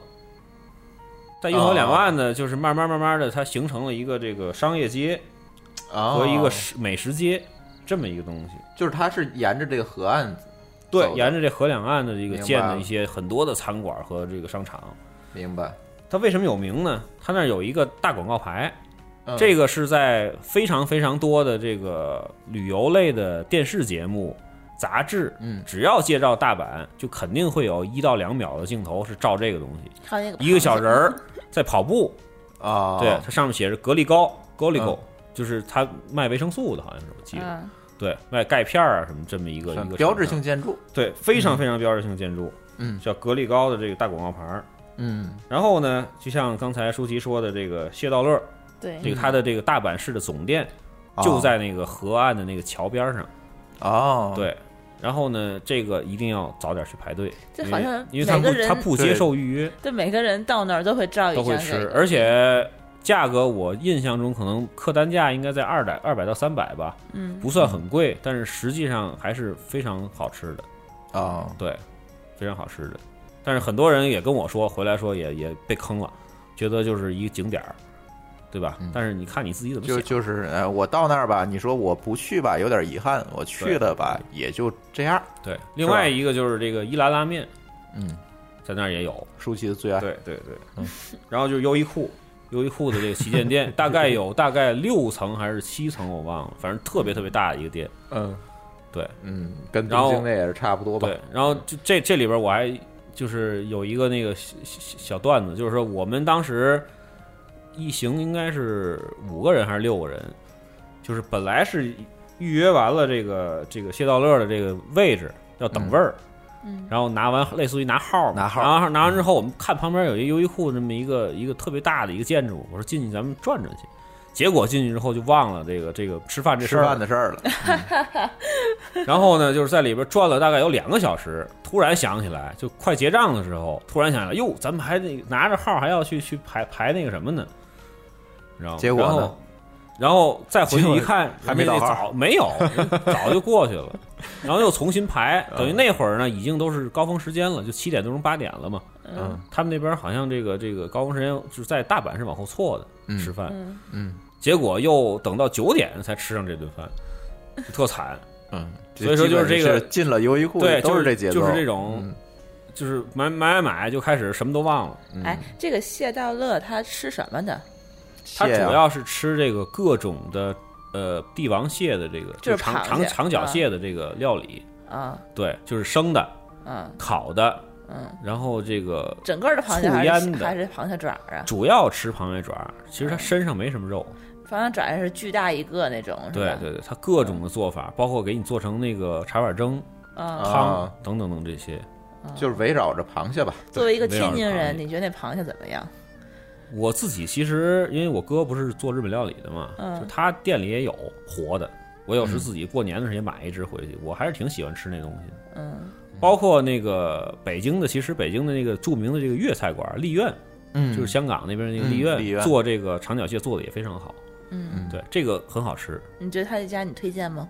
D: 在运
C: 哦
D: 河两岸呢，就是慢慢慢慢的，它形成了一个这个商业街。
C: 啊，
D: 和一个食美食街这么一个东西。
C: 就是它是沿着这个河岸，
D: 对
C: 走，的
D: 沿着这河两岸的这个
C: 明白
D: 建的
C: 了
D: 一些很多的餐馆和这个商场。
C: 明白？
D: 它为什么有名呢？它那儿有一个大广告牌，
C: 嗯
D: 这个是在非常非常多的这个旅游类的电视节目、杂志，
C: 嗯
D: 只要介绍大阪，就肯定会有一到两秒的镜头是照这个东西，
E: 还有那个
D: 嗯一个小
E: 时，
D: 人 儿在跑步，
C: 啊，
D: 对，它上面写着格力高，格力
C: 嗯
D: 高，就是它卖维生素的，好像是我记得，
E: 嗯，
D: 对，卖钙片儿啊什么这么一个一
C: 很
D: 个
C: 标志
D: 厂商
C: 性建筑。
D: 对，非常非常标志性建筑，
C: 嗯
D: 叫格力高的这个大广告牌儿。
C: 嗯
D: 然后呢，就像刚才舒淇说的，这个谢道乐，
E: 对
D: 这个他的这个大阪市的总店，就在那个河岸的那个桥边上。
C: 哦，
D: 对，然后呢，这个一定要早点去排队，
E: 这
D: 因
E: 好
D: 为
E: 像
D: 因为他
E: 每个
D: 不
E: 人
D: 他不接受预约，
E: 对，每个人到那儿都会照一
D: 都
E: 张
D: 会
E: 这
D: 吃，
E: 个，
D: 而且价格我印象中可能客单价应该在二百二百到三百吧，
E: 嗯，
D: 不算很贵，但是实际上还是非常好吃的，
C: 哦，
D: 对，非常好吃的。但是很多人也跟我说，回来说也也被坑了，觉得就是一个景点儿，对吧？
C: 嗯
D: 但是你看你自己怎么
C: 就
D: 想。
C: 就是呃，我到那儿吧，你说我不去吧，有点遗憾；我去了吧，也就这样。
D: 对，另外一个就是这个伊兰拉面
C: 嗯，哎
D: 在那儿也有，
C: 舒淇的最爱。
D: 对对对，然后就是优衣库，优衣库的这个旗舰店 大概有大概六层还是七层，我忘了，反正特别特别大的一个店。
C: 嗯，
D: 对
C: 嗯，跟东
D: 然后
C: 京那也是差不多吧。
D: 对，然后就这这里边我还就是有一个那个小小小段子，就是说我们当时一行应该是五个人还是六个人，就是本来是预约完了这个这个谢道乐的这个位置要等位儿。
E: 嗯
D: 然后拿完类似于拿号嘛，
C: 拿号
D: 然后拿完之后，我们看旁边有一个优衣库这么一个一个特别大的一个建筑，我说进去咱们转转去，结果进去之后就忘了这个这个吃饭这事
C: 吃
D: 儿了，
C: 饭的事儿了。
D: 然后呢，就是在里边转了大概有两个小时，突然想起来，就快结账的时候，突然想起来，哟，咱们还得拿着号还要去去排排那个什么呢？然后
C: 结果呢
D: 然后然后再回去一看，
C: 还没
D: 人
C: 到
D: 家那
C: 号
D: 早没有，早就过去了。 然后又重新排，
C: 嗯
D: 等于那会儿呢，已经都是高峰时间了，就七点多钟八点了嘛。
C: 嗯
D: 他们那边好像这个这个高峰时间就是在大阪是往后错的、
C: 嗯
D: 吃饭，
E: 嗯
C: 嗯
D: 结果又等到九点才吃上这顿饭，就特惨。
C: 嗯，
D: 所以说就是这
C: 基
D: 个
C: 本进了优衣库，
D: 对，
C: 都
D: 就是
C: 这节奏，
D: 就是这种，就是买买买买就开始什么都忘了。
C: 嗯。
E: 哎，这个谢道乐他吃什么的？
D: 它主
C: 蟹啊
D: 要是吃这个各种的呃帝王蟹的这个，
E: 就是
D: 长
E: 螃
D: 长
E: 蟹
D: 长脚蟹的这个料理，
E: 啊
D: 对，就是生的、
E: 啊
D: 烤的，
E: 嗯，
D: 然后这个
E: 整个的螃蟹还
D: 醋
E: 是
D: 腌的
E: 还是螃蟹爪儿啊？
D: 主要吃螃蟹爪，其实
E: 嗯
D: 它身上没什么肉。
E: 螃蟹爪儿是巨大一个那种，是
D: 对
E: 吧
D: 对对，它各种的做法，包括给你做成那个茶碗蒸、
E: 啊，
D: 汤
C: 啊
D: 等等等这些。
C: 就是围绕着螃蟹吧。
E: 作为一个
D: 围绕着
E: 天津人，
D: 螃蟹
E: 你觉得那螃蟹怎么样？
D: 我自己其实因为我哥不是做日本料理的嘛，
E: 嗯
D: 就他店里也有活的。我
C: 嗯
D: 有时自己过年的时候也买一只回去，我还是挺喜欢吃那东西的。
E: 嗯
D: 包括那个北京的，其实北京的那个著名的这个粤菜馆丽苑，
C: 嗯
D: 就是香港那边那个丽
C: 嗯丽
D: 苑，
C: 苑
D: 做这个长脚蟹做的也非常好。
E: 嗯，
D: 对，这个很好吃。
E: 你觉得他这家你推荐吗？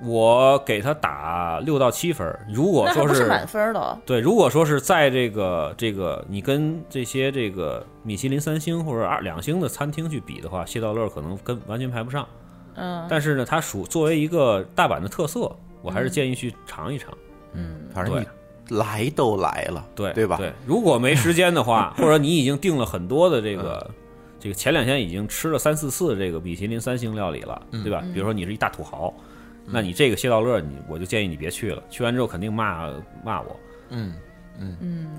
D: 我给他打六到七分儿，如果
E: 那还
D: 说
E: 不
D: 是
E: 满分儿了，
D: 对，如果说是在这个这个你跟这些这个米其林三星或者二两星的餐厅去比的话，谢道乐可能跟完全排不上。
E: 嗯
D: 但是呢，它属作为一个大阪的特色，我还是建议去尝一尝。
C: 反正你来都来了，
D: 对
C: 对吧？
D: 对，如果没时间的话，或者你已经订了很多的这个。这个前两天已经吃了三四次这个米其林三星料理了，对吧？比如说你是一大土豪，那你这个谢道乐，你我就建议你别去了，去完之后肯定骂骂我。
C: 嗯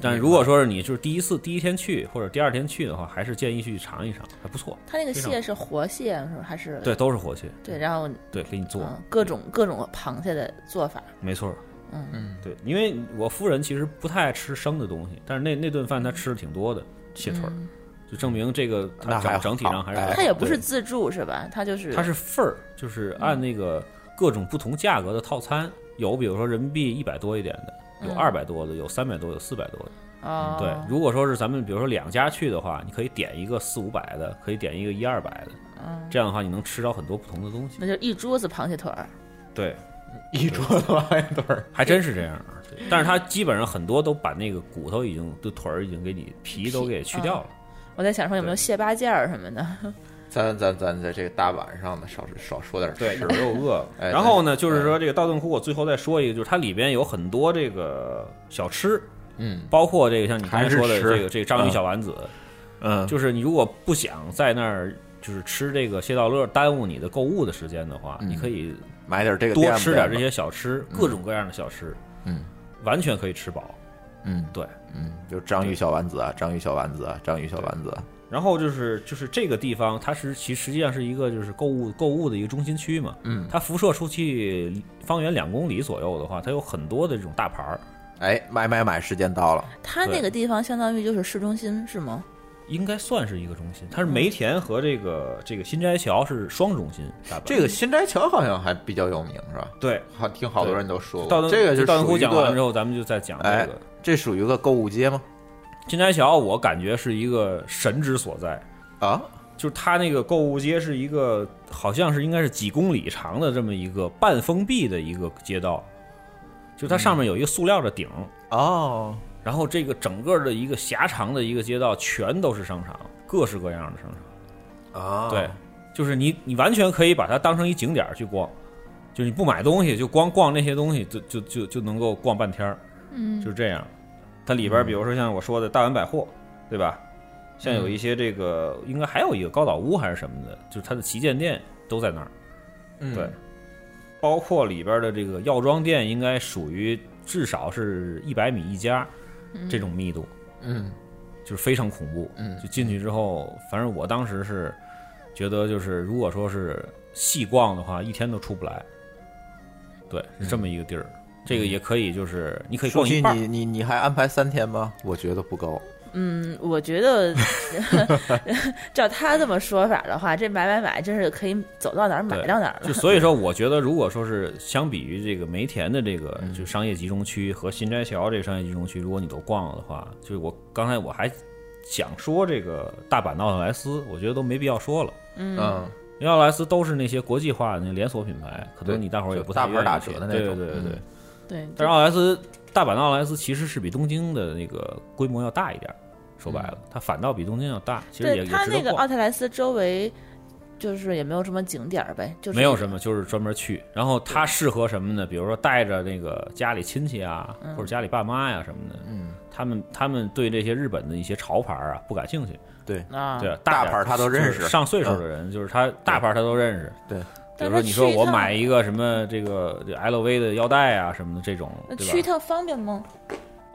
D: 但如果说是你就是第一次第一天去或者第二天去的话，还是建议去尝一尝，还不错。
E: 他那个
D: 非常
E: 蟹是活蟹是吧？还是
D: 对，都是活蟹，
E: 对，然后
D: 对，给你做，
E: 嗯各种各种螃蟹的做法，
D: 没错。
E: 嗯
D: 嗯，对，因为我夫人其实不太爱吃生的东西，但是那那顿饭她吃的挺多的蟹腿儿，
E: 嗯
D: 就证明这个
C: 那
D: 它
C: 还
D: 整
C: 好
D: 整体上还是
C: 哎
D: 好
E: 他也不
D: 对
E: 是自嗯助是吧？他就是
D: 它是份儿，就是按那个各种不同价格的套餐，有比如说人民币一百多一点的，有
E: 嗯
D: 二百多的，有三百多，有四百多的。
E: 哦，
D: 嗯对，如果说是咱们比如说两家去的话，你可以点一个四五百的，可以点一个一二百的，这样的话你能吃到很多不同的东西。
E: 那就一桌子螃蟹腿儿，
D: 对，
C: 一桌子拉一堆儿，
D: 还真是这样啊。对但是它基本上很多都把那个骨头已经、就腿儿已经给你皮都给去掉了。
C: 嗯
E: 我在想说有没有
D: 对
E: 蟹八件儿什么的，
C: 咱咱咱在这个大晚上的少少说点
D: 对，
C: 吃
D: 有
C: 的，
D: 又饿 了。
C: 哎
D: 然后呢，就是说这个道顿窟，我最后再说一个，就是它里边有很多这个小吃，
C: 嗯
D: 包括这个像你刚才
C: 还是
D: 说的
C: 吃
D: 这个这个章鱼小丸子，
C: 嗯，
D: 就是你如果不想在那儿就是吃这个谢道乐耽误你的购物的时间的话，
C: 嗯
D: 你可以
C: 买点这个
D: 多
C: 垫吧
D: 吃点这，些小吃，各种各样的小吃，
C: 嗯，
D: 完全可以吃饱。
C: 嗯
D: 对，
C: 嗯，就章鱼小丸子啊，章鱼小丸子啊，章鱼小丸子啊，
D: 然后就是就是这个地方，它是其实际上是一个就是购物购物的一个中心区嘛，
C: 嗯
D: 它辐射出去方圆两公里左右的话，它有很多的这种大牌儿，
C: 哎，买买买，时间到了，
E: 他那个地方相当于就是市中心是吗？
D: 应该算是一个中心，它是梅田和这个这个新斋桥是双中心。大阪
C: 这个新斋桥好像还比较有名，是吧？
D: 对，
C: 好，听好多人都说
D: 道
C: 过，
D: 顿
C: 这个就
D: 道顿
C: 属
D: 窟
C: 于一
D: 讲完之
C: 个，
D: 后，咱们就再讲这
C: 哎
D: 个
C: 这属于一个购物街吗？
D: 新斋桥，我感觉是一个神之所在。
C: 啊，
D: 就是它那个购物街是一个，好像是应该是几公里长的这么一个半封闭的一个街道，就是它上面有一个塑料的顶，
C: 哦，
D: 然后这个整个的一个狭长的一个街道全都是商场，各式各样的商场。
C: 啊，
D: 对，就是你你完全可以把它当成一景点儿去逛，就是你不买东西，就光逛那些东西，就就就就能够逛半天儿，嗯，就是这样。它里边儿比如说像我说的大丸百货，对吧？像
C: 嗯
D: 有一些这个，应该还有一个高岛屋还是什么的，就是它的旗舰店都在那儿。
C: 嗯
D: 对，包括里边的这个药妆店，应该属于至少是一百米一家这种密度，
C: 嗯，
D: 就是非常恐怖。
C: 嗯
D: 就进去之后，反正我当时是觉得，就是如果说是细逛的话，一天都出不来。对，是这么一个地儿。这个也可以，就是你可以
C: 舒
D: 逛一
C: 淇，
D: 半
C: 嗯 你
D: 儿。
C: 你你还安排三天吗？我觉得不够，
E: 嗯，我觉得 照他这么说法的话，这买买买真是可以走到哪儿买
D: 对
E: 到哪儿了
D: 就。所以说，我觉得如果说是相比于这个梅田的这个
C: 嗯
D: 就商业集中区和新斋桥这个商业集中区，如果你都逛了的话，就是我刚才我还想说这个大阪的奥特莱斯，我觉得都没必要说了。
C: 嗯，
D: 因为奥莱斯都是那些国际化的那连锁品牌，可能
C: 对
D: 你大伙儿也
C: 就
D: 不
C: 大
D: 太
C: 牌
D: 愿意
C: 打
D: 去
C: 折的那种嗯
D: 对对对对。
E: 对，
D: 但是奥莱斯大阪的奥莱斯其实是比东京的那个规模要大一点儿，说白
C: 嗯
D: 了，它反倒比东京要大，其实也
E: 对
D: 也
E: 他
D: 值
E: 那
D: 得
E: 个奥
D: 逛。
E: 特莱斯周围，就是也没有什么景点儿呗，就是
D: 没有什么，就是专门去。然后它适合什么呢？比如说带着那个家里亲戚啊，或
E: 嗯
D: 者家里爸妈呀、什么的，
C: 嗯，
D: 他们他们对这些日本的一些潮牌啊不感兴趣，
C: 对，
E: 啊。
D: 对，
C: 大
D: 点
C: 牌儿他都认识嗯
D: 就是上岁数的人，就是他大牌儿他都认识，
C: 对。
D: 比
E: 但
D: 如
E: 是
D: 说，你说
E: 去一
D: 我
E: 趟
D: 买一个什么这个这 LV 的腰带啊什么的这种，
E: 那去
D: 对
E: 一
D: 吧？
E: 趟方便吗？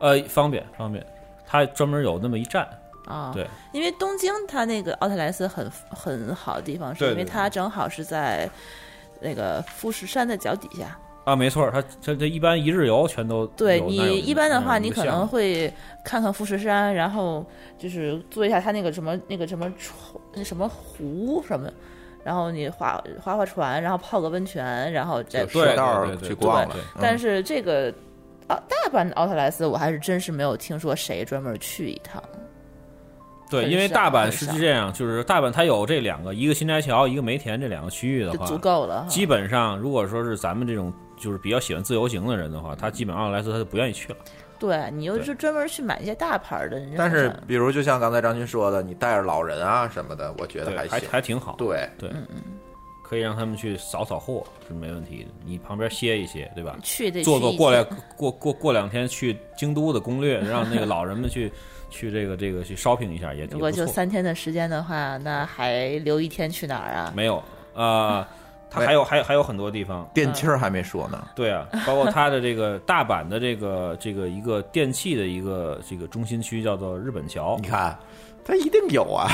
D: 呃，方便方便，它专门有那么一站，
E: 啊，
D: 对，
E: 因为东京它那个奥特莱斯很很好的地方，是
D: 对
E: 因为
D: 对
E: 它正好是在那个富士山的脚底下。
D: 啊，没错儿，它它它一般一日游全都
E: 对
D: 有那有
E: 你一般的话，
D: 那有一
E: 你
D: 个
E: 可
D: 项
E: 能
D: 目
E: 会看看富士山，然后就是做一下它那个什么那个什么船那什么湖什么，然后你划划划船，然后泡个温泉，然后再
C: 就
D: 对嗯
C: 顺道
D: 对
C: 儿
D: 对
C: 去
D: 对
C: 逛了嗯
D: 对，
E: 但是这个啊，大阪的奥特莱斯，我还是真是没有听说谁专门去一趟。
D: 对，
E: 很
D: 因为
E: 少
D: 大阪
E: 很
D: 是
E: 少
D: 这样，就是大阪它有这两个，一个新斋桥，一个梅田这两个区域的
E: 就
D: 话，
E: 足够了哈。
D: 基本上如果说是咱们这种就是比较喜欢自由行的人的话，他基本上奥莱斯他就不愿意去了。
E: 对你又
D: 对
E: 是专门去买一些大牌儿的，你
C: 但是
E: 好像
C: 比如就像刚才张军说的，你带着老人啊什么的，我觉得
D: 对，还
C: 行，
D: 挺好。
C: 对，
D: 对，
E: 嗯
D: 可以让他们去扫扫货是没问题的，你旁边歇一歇，对吧？
E: 去得
D: 做
E: 去
D: 个
E: 一
D: 过
E: 趟
D: 来过过过两天去京都的攻略，让那个老人们去去这个这个去 shopping 一下也也
E: 如
D: 不
E: 果就
D: 错。
E: 三天的时间的话，那还留一天去哪儿 啊？
D: 没有啊，它
C: 没
D: 还有还有还有很多地方，
C: 电器儿还没说呢，
D: 对啊，包括它的这个大阪的这个这个一个电器的一个这个中心区叫做日本桥
C: 嗯你，看，它一定有啊，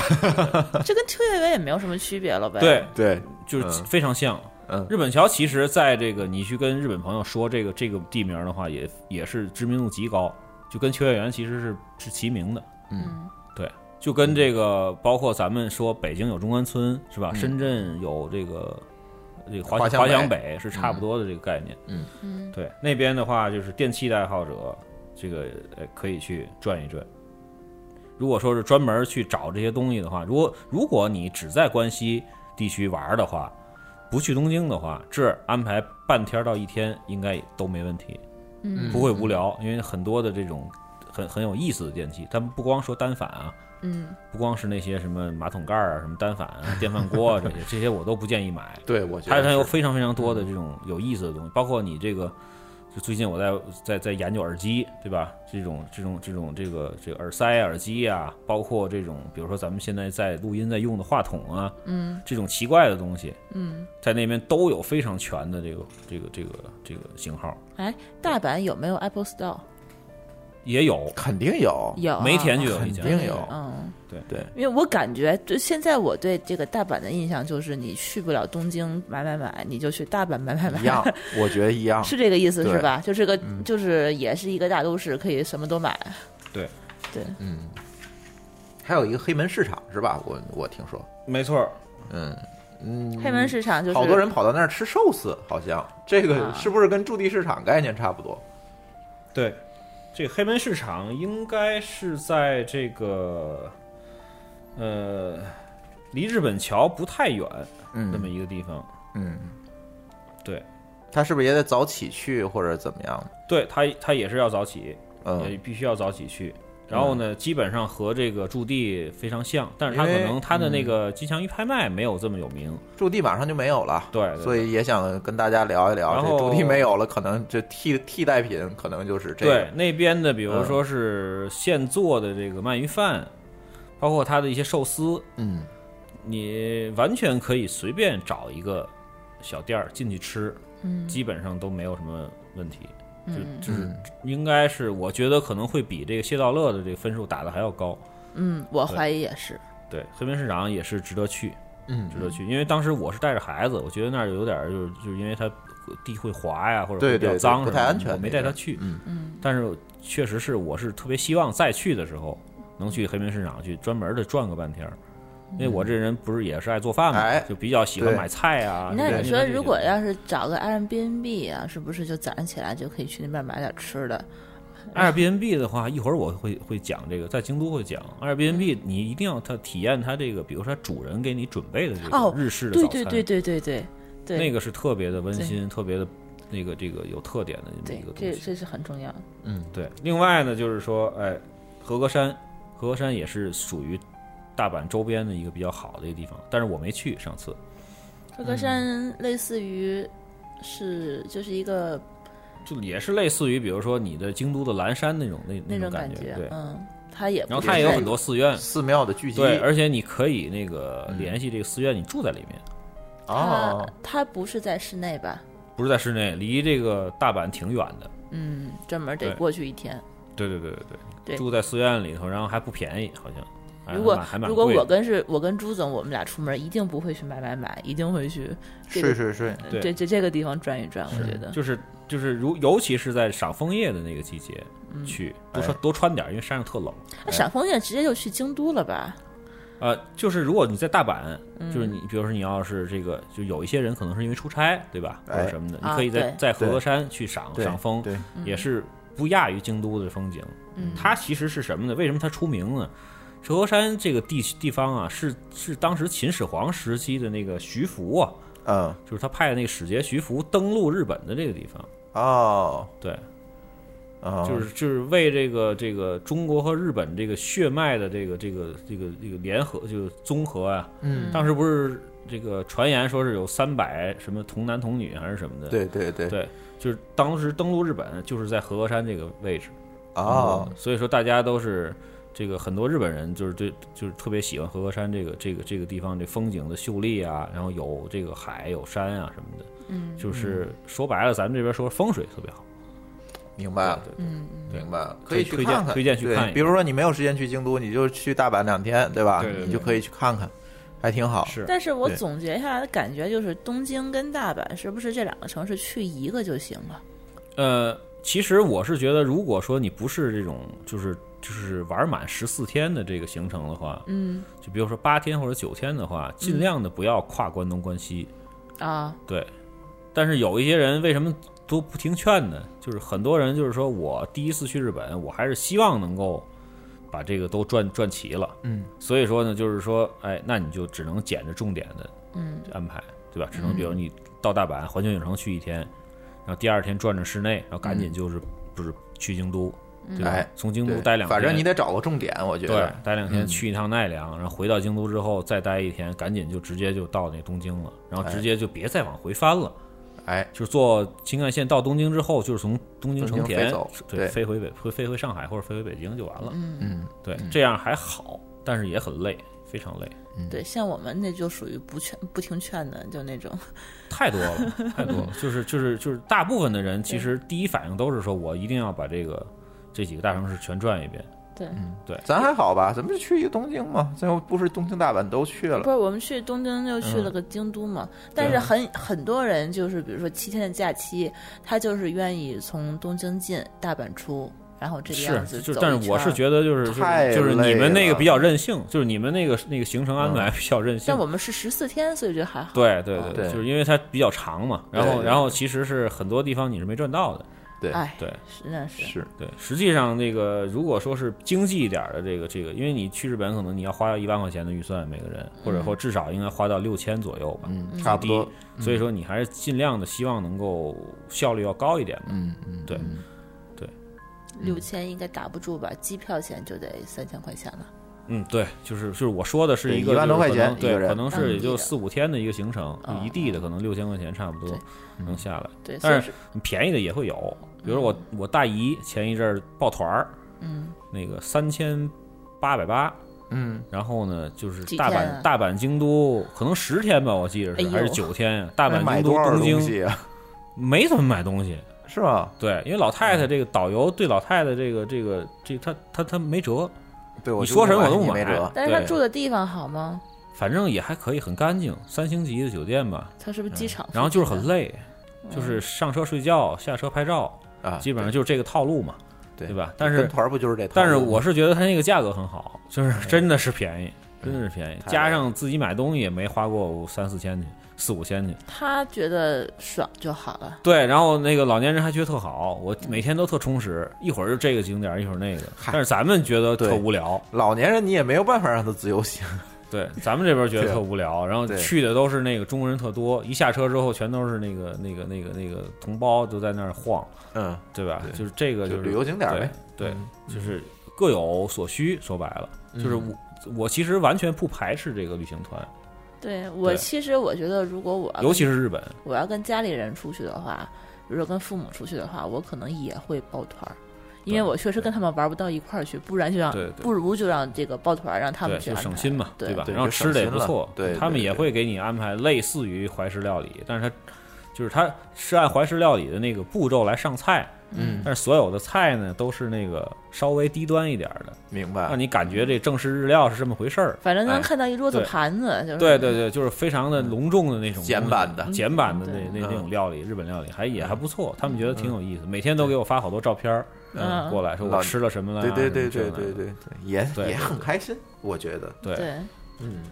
E: 这跟秋叶原也没有什么区别了呗。
D: 对，
C: 对，
D: 就是
C: 嗯
D: 非常像。
C: 嗯
D: 日本桥其实在这个你去跟日本朋友说这个这个地名的话，也也是知名度极高，就跟秋叶原其实是是齐名的。
C: 嗯，
D: 对，就跟这个包括咱们说北京有中关村是吧？深圳有这个这个华
C: 华强北
D: 强北是差不多的这个概念。
C: 嗯
E: 嗯
D: 对，那边的话就是电器的爱好者，这个呃可以去转一转。如果说是专门去找这些东西的话，如果如果你只在关西地区玩的话，不去东京的话，这儿安排半天到一天应该都没问题，
E: 嗯
D: 不会无聊，因为很多的这种很很有意思的电器，他们不光说单反啊，
E: 嗯，
D: 不光是那些什么马桶盖儿啊、什么单反啊、电饭锅啊这些，这些我都不建议买。
C: 对，我觉
D: 它
C: 得
D: 它有
C: 是
D: 非常非常多的这种有意思的东西，包括你这个，就最近我在在在研究耳机，对吧？这种这种这种这个这个耳塞、耳机啊，包括这种比如说咱们现在在录音在用的话筒啊，嗯，这种奇怪的东西，嗯，在那边都有非常全的这个这个这个这个型号，
E: 哎，大阪有没有 Apple Store？
D: 也有
C: 肯定有，
E: 有啊
D: 梅田就有一
C: 肯
D: 家
C: 定，有
E: 嗯，
D: 对
C: 对，
E: 因为我感觉就现在我对这个大阪的印象就是，你去不了东京买买买，你就去大阪买买买，
C: 一样， 我觉得一样，
E: 是这个意思
C: 对嗯
E: 是吧？就是个就是也是一个大都市，可以什么都买。
D: 对
E: 对，
C: 嗯，还有一个黑门市场是吧？我我听说，
D: 没错儿，
C: 嗯嗯，
E: 黑门市场就是
C: 好多人跑到那儿吃寿司，好像这个
E: 啊
C: 是不是跟驻地市场概念差不多？
D: 对，这个黑门市场应该是在这个呃离日本桥不太远那么一个地方。
C: 嗯，
D: 对，
C: 他是不是也得早起去或者怎么样？
D: 对他他也是要早起，也
C: 嗯，
D: 必须要早起去。然后呢，基本上和这个驻地非常像，但是他
C: 因
D: 可
C: 为嗯
D: 能他的那个金枪鱼拍卖没有这么有名。
C: 驻地马上就没有了，
D: 对对对
C: 所以也想跟大家聊一聊，
D: 然
C: 这
D: 后
C: 驻地没有了，可能这替替代品可能就是这
D: 对
C: 个，，嗯
D: 那边的比如说是现做的这个鳗鱼饭，包括它的一些寿司，
C: 嗯，
D: 你完全可以随便找一个小店儿进去吃，
E: 嗯
D: 基本上都没有什么问题。
E: 嗯
D: 就是应该是，我觉得可能会比这个谢道乐的这个分数打的还要高。
E: 嗯，我怀疑也是，
D: 对，黑门市场也是值得去，
C: 嗯
D: 值得去，因为当时我是带着孩子，我觉得那儿有点儿就是就是因为它地会滑呀，或者
C: 对
D: 会比
C: 对
D: 较
C: 对
D: 脏什么
C: 不
D: 的，
C: 太安全
D: 我没
C: 那边
D: 带他去。
C: 嗯
E: 嗯
D: 但是确实是，我是特别希望再去的时候能去黑门市场去专门的转个半天儿，因为我这人不是也是爱做饭
C: 嗯
D: 嘛
C: 哎，
D: 就比较喜欢
C: 对
D: 买菜啊。
E: 哎那
D: 这
E: 你
D: 些
E: 说，
D: 东西
E: 如果要是找个 Airbnb 啊，是不是就早上起来就可以去那边买点吃的？
D: Airbnb 的话，一会儿我会会讲这个，在京都会讲 Airbnb，你一定要它体验它这个，比如说它主人给你准备的这
E: 哦
D: 个日式的
E: 对
D: 早餐，
E: 对对对对对对，
D: 那个是特别的温馨，特别的那个这个有特点的这么
E: 对
D: 一个，
E: 这
D: 东西。
E: 这是很重要的。
C: 嗯，
D: 对，另外呢，就是说，哎，和歌山，和歌山也是属于大阪周边的一个比较好的一个地方，但是我没去上次。
E: 歌歌山类似于是就是一个
D: 就也是类似于，比如说你的京都的岚山那种那
E: 那
D: 种
E: 种
D: 感
E: 感觉
D: 对。，
E: 嗯，它也
D: 然后
E: 不
D: 它
E: 是
D: 也有
E: 在
D: 很多寺院，
C: 寺庙的聚集，
D: 对，而且你可以那个
C: 嗯
D: 联系这个寺院，你住在里面，
C: 哦
E: 它，它不是在室内吧？
D: 不是在室内，离这个大阪挺远的。
E: 嗯，专门得
D: 对
E: 过去一天。
D: 对对对对
E: 对
D: 住在寺院里头，然后还不便宜，好像。还
E: 如果
D: 哎还蛮
E: 如果
D: 贵的
E: 我跟是我跟朱总，我们俩出门一定不会去买买买，一定会去这
C: 睡
E: 个
C: 睡睡，
D: 对
E: 这这这个地方转一转。我觉得
D: 就是就是如尤其是在赏枫叶的那个季节
E: 嗯
D: 去，
C: 哎
D: 多穿多穿点儿，因为山上特冷。
E: 那哎赏枫叶直接就去京都了吧？
D: 呃，就是如果你在大阪，
E: 嗯
D: 就是你，比如说你要是这个，就有一些人可能是因为出差，对吧，或
C: 哎
D: 者什么的，你
E: 啊
D: 可以在
E: 对嗯
D: 在和歌山去赏
C: 对
D: 赏枫
C: 对，
D: 也是不亚于京都的风景。它其实是什么呢？为什么它出名呢？和歌山这个地地方啊，是是当时秦始皇时期的那个徐福啊，
C: 嗯，
D: 就是他派的那个使节徐福登陆日本的这个地方，
C: 哦，
D: 对，
C: 哦
D: 就是就是为这个这个中国和日本这个血脉的这个这个这个这个联合就是综合啊，
C: 嗯，
D: 当时不是这个传言说是有三百什么童男童女还是什么的，
C: 对对对，
D: 对，就是当时登陆日本就是在和歌山这个位置嗯
C: 哦，
D: 所以说大家都是这个很多日本人就是对就是特别喜欢和歌山这个这个这个地方这风景的秀丽啊，然后有这个海有山啊什么的，嗯，就是说白了咱们这边说风水特别好，
C: 明白了。
D: 对对对
C: 明白了，可以去
D: 推
C: 看看，
D: 推荐推荐去
C: 对
D: 看一看
C: 比如说你没有时间去京都，你就去大阪两天，对吧？
D: 对对对
C: 你就可以去看看，还挺好。
D: 是
E: 但是我
C: 对
E: 总结一下，感觉就是东京跟大阪是不是这两个城市去一个就行了？
D: 呃，其实我是觉得，如果说你不是这种就是就是玩满十四天的这个行程的话，
E: 嗯
D: 就比如说八天或者九天的话，尽量的不要跨关东关西。
E: 啊，
D: 对，但是有一些人为什么都不听劝呢？就是很多人就是说我第一次去日本，我还是希望能够把这个都转转齐了。
C: 嗯，
D: 所以说呢，就是说，哎，那你就只能捡着重点的
E: 嗯
D: 安排，对吧？只能比如你到大阪环球影城去一天，然后第二天转转室内，然后赶紧就是、不是去京都，对吧？
C: 哎
D: 从京都
C: 对
D: 待两天，
C: 反正你得嗯找个重点，我觉
D: 对
C: 得。
D: 待两天去一趟奈良，然后回到京都之后再待一天，赶紧就直接就到那东京了，然后直接就别再往回翻了。
C: 哎，
D: 就是坐新干线到东京之后，就是从东京成
C: 东京飞
D: 田
C: 走对
D: 对飞回北，会飞回上海或者飞回北京就完了。
C: 嗯，
D: 对，这样还好，但是也很累，非常累，
E: 对，像我们那就属于不劝不听劝的，就那种。
D: 太多了，太多了。就是就是就是，大部分的人其实第一反应都是说我一定要把这个这几个大城市全转一遍。
E: 对，
C: 咱还好吧？咱们就去一个东京嘛，最后不是东京、大阪都去
E: 不
C: 了。
E: 是我们去东京就去了
D: 嗯
E: 个京都嘛，但
D: 啊
E: 是很很多人就是比如说七天的假期，他就是愿意从东京进，大阪出。然后这个样
D: 是，
E: 子
D: 就
E: 走一圈儿。
D: 但是我是觉得就是就是
C: 太
D: 就是你们那
C: 累
D: 个
C: 了
D: 比较任性，就是你们那个那个行程安排比较任性。
E: 但我们是十四天，所以觉得还好。
D: 对对
C: 啊
D: 对，
C: 对
D: 就是因为它比较长嘛，然
C: 对
D: 后
C: 对
D: 然后其实是很多地方你是没赚到的，
C: 对
E: 哎，
D: 对
E: 是那是
C: 是
D: 对。实际上那个如果说是经济一点儿的这个这个，因为你去日本可能你要花到一万块钱的预算每个人，或者说至少应该花到六千左右吧，
C: 嗯，差不多，
D: 低，所以说你还是尽量的希望能够效率要高一点嘛，
C: 嗯嗯，
D: 对
C: 嗯
E: 六千应该打不住吧？机票钱就得三千块钱了。
D: 嗯，对，就是就是我说的是
C: 对
D: 一个
C: 一万多
D: 就是
C: 块钱
D: 可能
C: 嗯一个
D: 对，
C: 人嗯
D: 可能
E: 当
D: 是也
E: 地
D: 就
E: 的
D: 四五天的一个行程，
E: 啊
D: 一地的可能六千块钱差不多
E: 对
D: 能下来。
E: 对，所以
D: 但
E: 是
D: 是你便宜的也会有，比如我
C: 嗯
D: 我大姨前一阵儿抱团儿，
E: 嗯，
D: 那个三千八百八，
C: 嗯，
D: 然后呢就是
E: 几
D: 大
E: 天
D: 阪、
E: 啊
D: 大阪京都可能十天吧，我记着是、
E: 哎呦
D: 还是九天呀？大
C: 那
D: 阪
C: 买
D: 京都
C: 多少
D: 东
C: 东
D: 京
C: 西啊？
D: 没怎么买东西，
C: 是吗？
D: 对，因为老太
C: 嗯
D: 太这个导游对老太太这个这个这她她她没辙，
C: 对，我
D: 你
C: 就
D: 说什么
C: 买
D: 我都
C: 你
D: 不
C: 没
D: 买
C: 辙。
E: 但是他
D: 对
E: 住的地方好吗？
D: 反正也还可以，很干净，三星级的酒店吧，
E: 他是不是机场附近的？嗯
D: 嗯然后就是很累，就是上车睡觉，下车拍照，
C: 啊，
D: 基本上就是这个套路嘛，
C: 对
D: 对吧？但是
C: 跟团儿不就是这套路吗？
D: 但是我是觉得它那个价格很好，就是真的是便宜，
C: 嗯
D: 真的是便宜
C: 太，
D: 加上自己买东西也没花过三四千去，四五千去。
E: 他觉得爽就好了。
D: 对，然后那个老年人还觉得特好，我每天都特充实，一会儿就这个景点儿，一会儿那个。但是咱们觉得特
C: 对
D: 无聊，
C: 老年人你也没有办法让他自由行，
D: 对，咱们这边觉得
C: 对
D: 特无聊，然后
C: 对
D: 去的都是那个中国人特多，一下车之后全都是那个那个那个那个同胞都在那儿晃，
C: 嗯，
D: 对吧？
C: 对
D: 就是这个
C: 就是旅游景点儿呗，
D: 对，对就是各有所需。说白了，就是
C: 嗯
D: 我我其实完全不排斥这个旅行团，
E: 对我
D: 对
E: 其实我觉得，如果
C: 啊
E: 我要
D: 尤其是日本，
E: 我要跟家里人出去的话，如果跟父母出去的话，我可能也会抱团儿，因为
D: 对
E: 我确实跟他们玩不到一块儿去，不然就让
D: 对对
E: 不如就让这个抱团儿让他
D: 对，
E: 们去安
D: 就
E: 排
D: 省心嘛，
E: 对
D: 吧？
C: 对
D: 然后
C: 就
D: 吃的也
C: 省
D: 不
C: 心了
D: 错，
C: 对
D: 他们
C: 对
D: 也
C: 对
D: 会给你安排类似于怀石料理，但是他就是他是按怀石料理的那个步骤来上菜，
C: 嗯，
D: 但是所有的菜呢都是那个稍微低端一点儿的。
C: 明白
D: 让。你感觉这正式日料是这么回事儿。
E: 反正能
D: 哎
E: 看到一桌子
D: 对
E: 盘子，就是
D: 对对对，就是非常的隆重的那
C: 嗯
D: 种
C: 简版的
D: 东西简版的
E: 嗯
D: 那那
C: 嗯
D: 那种料理，日本料理还也还不错，他们觉得挺有意思，每天都给我发好多照片儿
E: 嗯
D: 过来，说我
C: 老
D: 吃了什么了啊，
C: 对对对
D: 什
C: 对
D: 么这那的
C: 对对对，也
D: 对
C: 也很开心，我觉得。
D: 对
E: 对，
C: 嗯，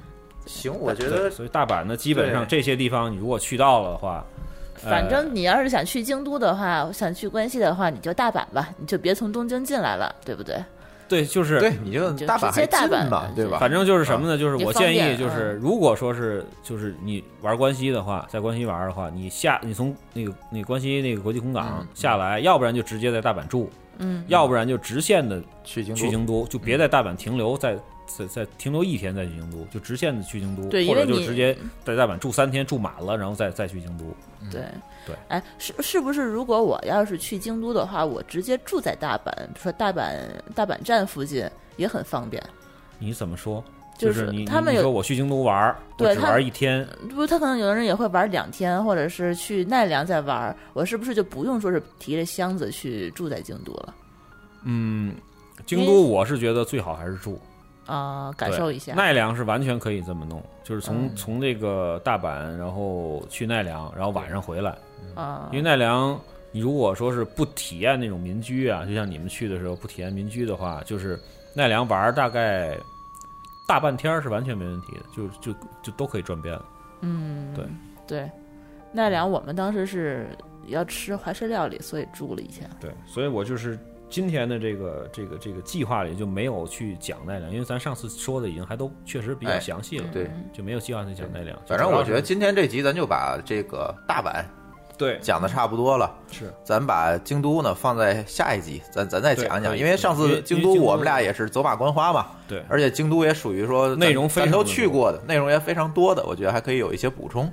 C: 行，我觉
D: 对
C: 得
D: 所以大阪呢，基本
C: 对
D: 上这些地方你如果去到了的话，呃
E: 反正你要是想去京都的话，想去关西的话，你就大阪吧，你就别从东京进来了，对不对？
D: 对，就是
C: 对，嗯你就
E: 就
C: 大
E: 直
C: 阪
E: 接
C: 还
E: 大阪
C: 近嘛，对吧？
D: 反正就是什么呢？就是
E: 也
D: 我
E: 方
D: 建
E: 便嗯
D: 议，就是如果说是就是你玩关西的话，在关西玩的话，你下你从那个那个关西那个国际空港
C: 嗯
D: 下来，要不然就直接在大阪住，
E: 嗯，
D: 要不然就直线的
C: 去京都
D: 去京都，就别在大阪停留，再再再停留一天再去京都，就直线的去京都，
E: 对
D: 或者
E: 因为
D: 就
E: 你
D: 直接在大阪住三天，住满了，然后再再去京都。
E: 对。
D: 嗯对，
E: 哎，是是不是如果我要是去京都的话，我直接住在大阪，比如说大阪大阪站附近也很方便。
D: 你怎么说？
E: 就是
D: 是你
E: 他们
D: 你
E: 有
D: 说我去京都玩儿，我
E: 对
D: 只
E: 他嗯
D: 玩一天，
E: 不，他可能有的人也会玩两天，或者是去奈良再玩儿。我是不是就不用说是提着箱子去住在京都了
D: 嗯，京
E: 因
D: 都
E: 为
D: 我是觉得最好还是住。
E: 啊、感
D: 对
E: 受一下。
D: 奈良是完全可以这么弄，就是从、
E: 嗯
D: 从这个大阪，然后去奈良，然后晚上回来。
E: 啊、
D: 因为奈良，你如果说是不体验那种民居啊，就像你们去的时候不体验民居的话，就是奈良玩儿大概大半天儿是完全没问题的，就就就都可以转遍了。
E: 嗯，
D: 对
E: 对，奈良我们当时是要吃怀石料理，所以住了一天。
D: 对，所以我就是今天的这个这个这个计划里就没有去讲奈良，因为咱上次说的已经还都确实比较
C: 哎
D: 详细了，
C: 对，
E: 嗯
D: 就没有计划去讲奈良。
C: 反正我觉得今天这集咱就把这个大阪
D: 对
C: 讲的差不多了，
D: 是
C: 咱把京都呢放在下一集，咱咱再讲一
D: 对可
C: 讲，
D: 以
C: 因为上
D: 因
C: 次
D: 为
C: 京
D: 因为
C: 都
D: 京都
C: 我们俩也是走马观花嘛，
D: 对。
C: 而且京都也属于说咱
D: 内容非常
C: 咱
D: 的
C: 都
D: 多
C: 去过的，内容也非常多的，我觉得还可以有一些补充，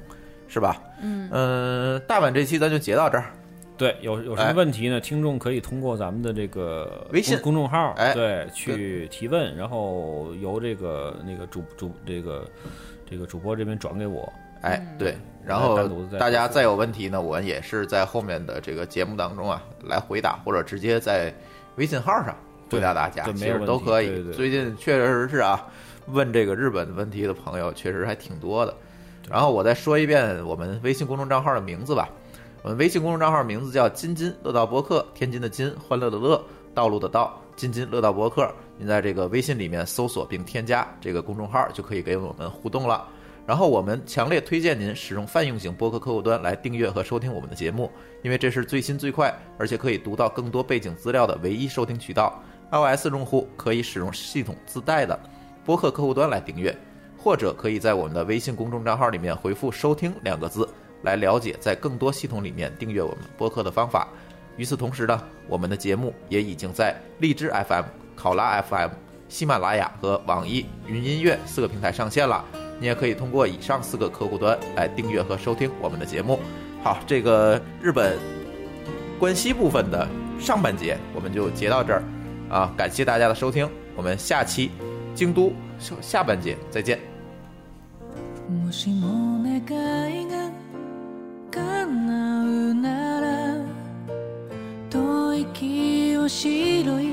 C: 是吧？嗯大阪这期咱就截到这儿，
D: 对，有有什么
C: 哎
D: 问题呢？听众可以通过咱们的这个
C: 微信
D: 公公众号，
C: 哎
D: 对，去提问，然后由这个那个主主这个这个主播这边转给我。
C: 哎，
E: 嗯
C: 对，然
D: 嗯
C: 后
D: 单独再
C: 大家再有问题呢，我也是在后面的这个节目当中啊来回答，或者直接在微信号上回答大家，
D: 对对
C: 其
D: 没有
C: 实
D: 问题
C: 都可
D: 对对
C: 以。
D: 对
C: 最近确实是啊，问这个日本问题的朋友确实还挺多的。然后我再说一遍我们微信公众账号的名字吧。我们微信公众账号名字叫“津津乐道播客”，天津的津，欢乐的乐，道路的道，津津乐道博客。您在这个微信里面搜索并添加这个公众号，就可以给我们互动了。然后我们强烈推荐您使用泛用型播客客户端来订阅和收听我们的节目，因为这是最新最快，而且可以读到更多背景资料的唯一收听渠道。iOS 用户可以使用系统自带的播客客户端来订阅，或者可以在我们的微信公众账号里面回复“收听”两个字，来了解在更多系统里面订阅我们播客的方法。与此同时呢，我们的节目也已经在荔枝 FM、考拉 FM、喜马拉雅和网易云音乐四个平台上线了。你也可以通过以上四个客户端来订阅和收听我们的节目。好，这个日本关西部分的上半节我们就截到这儿啊，感谢大家的收听，我们下期京都下下半节再见。
G: もしも願いが叶うなら吐息を白い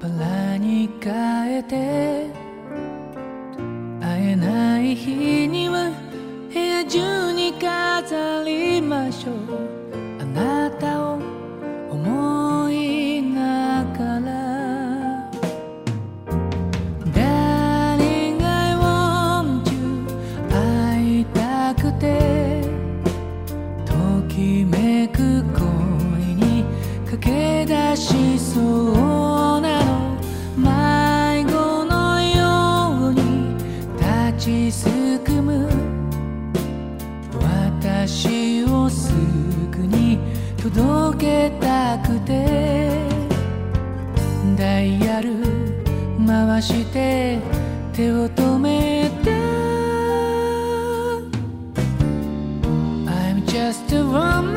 G: バラに変えて会えない日には部屋中に飾りましょうあなたを思いながら Darling, I want you 会いたくてときめく恋に駆け出しそうなの迷子のように立ちすくむ私をすぐに届けたくてダイヤル回して手を止めて I'm just a woman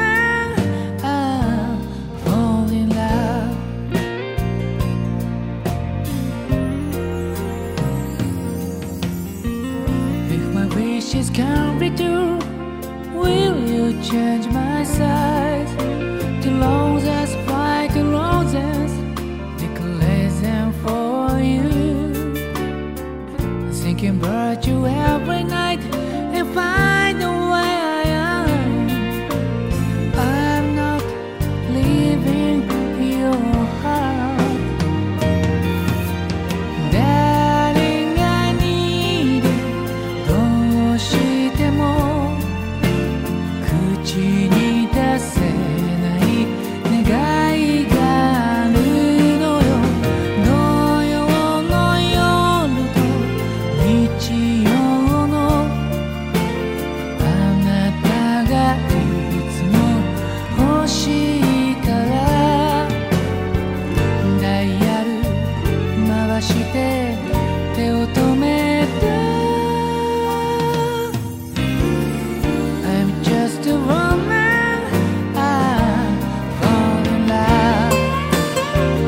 G: I'm fall in love If my wishes can't be true Will you change my size? The roses, white roses necklace and for you. Thinking about you every night and find the way I am. I'm not leaving your heart. Darling, I need it. どうしても口に出せない願いがあるのよ土曜の夜と日曜のあなたがいつも欲しいからダイヤル回して手を止めて I'm just a woman. I fall in love.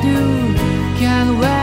F: can wait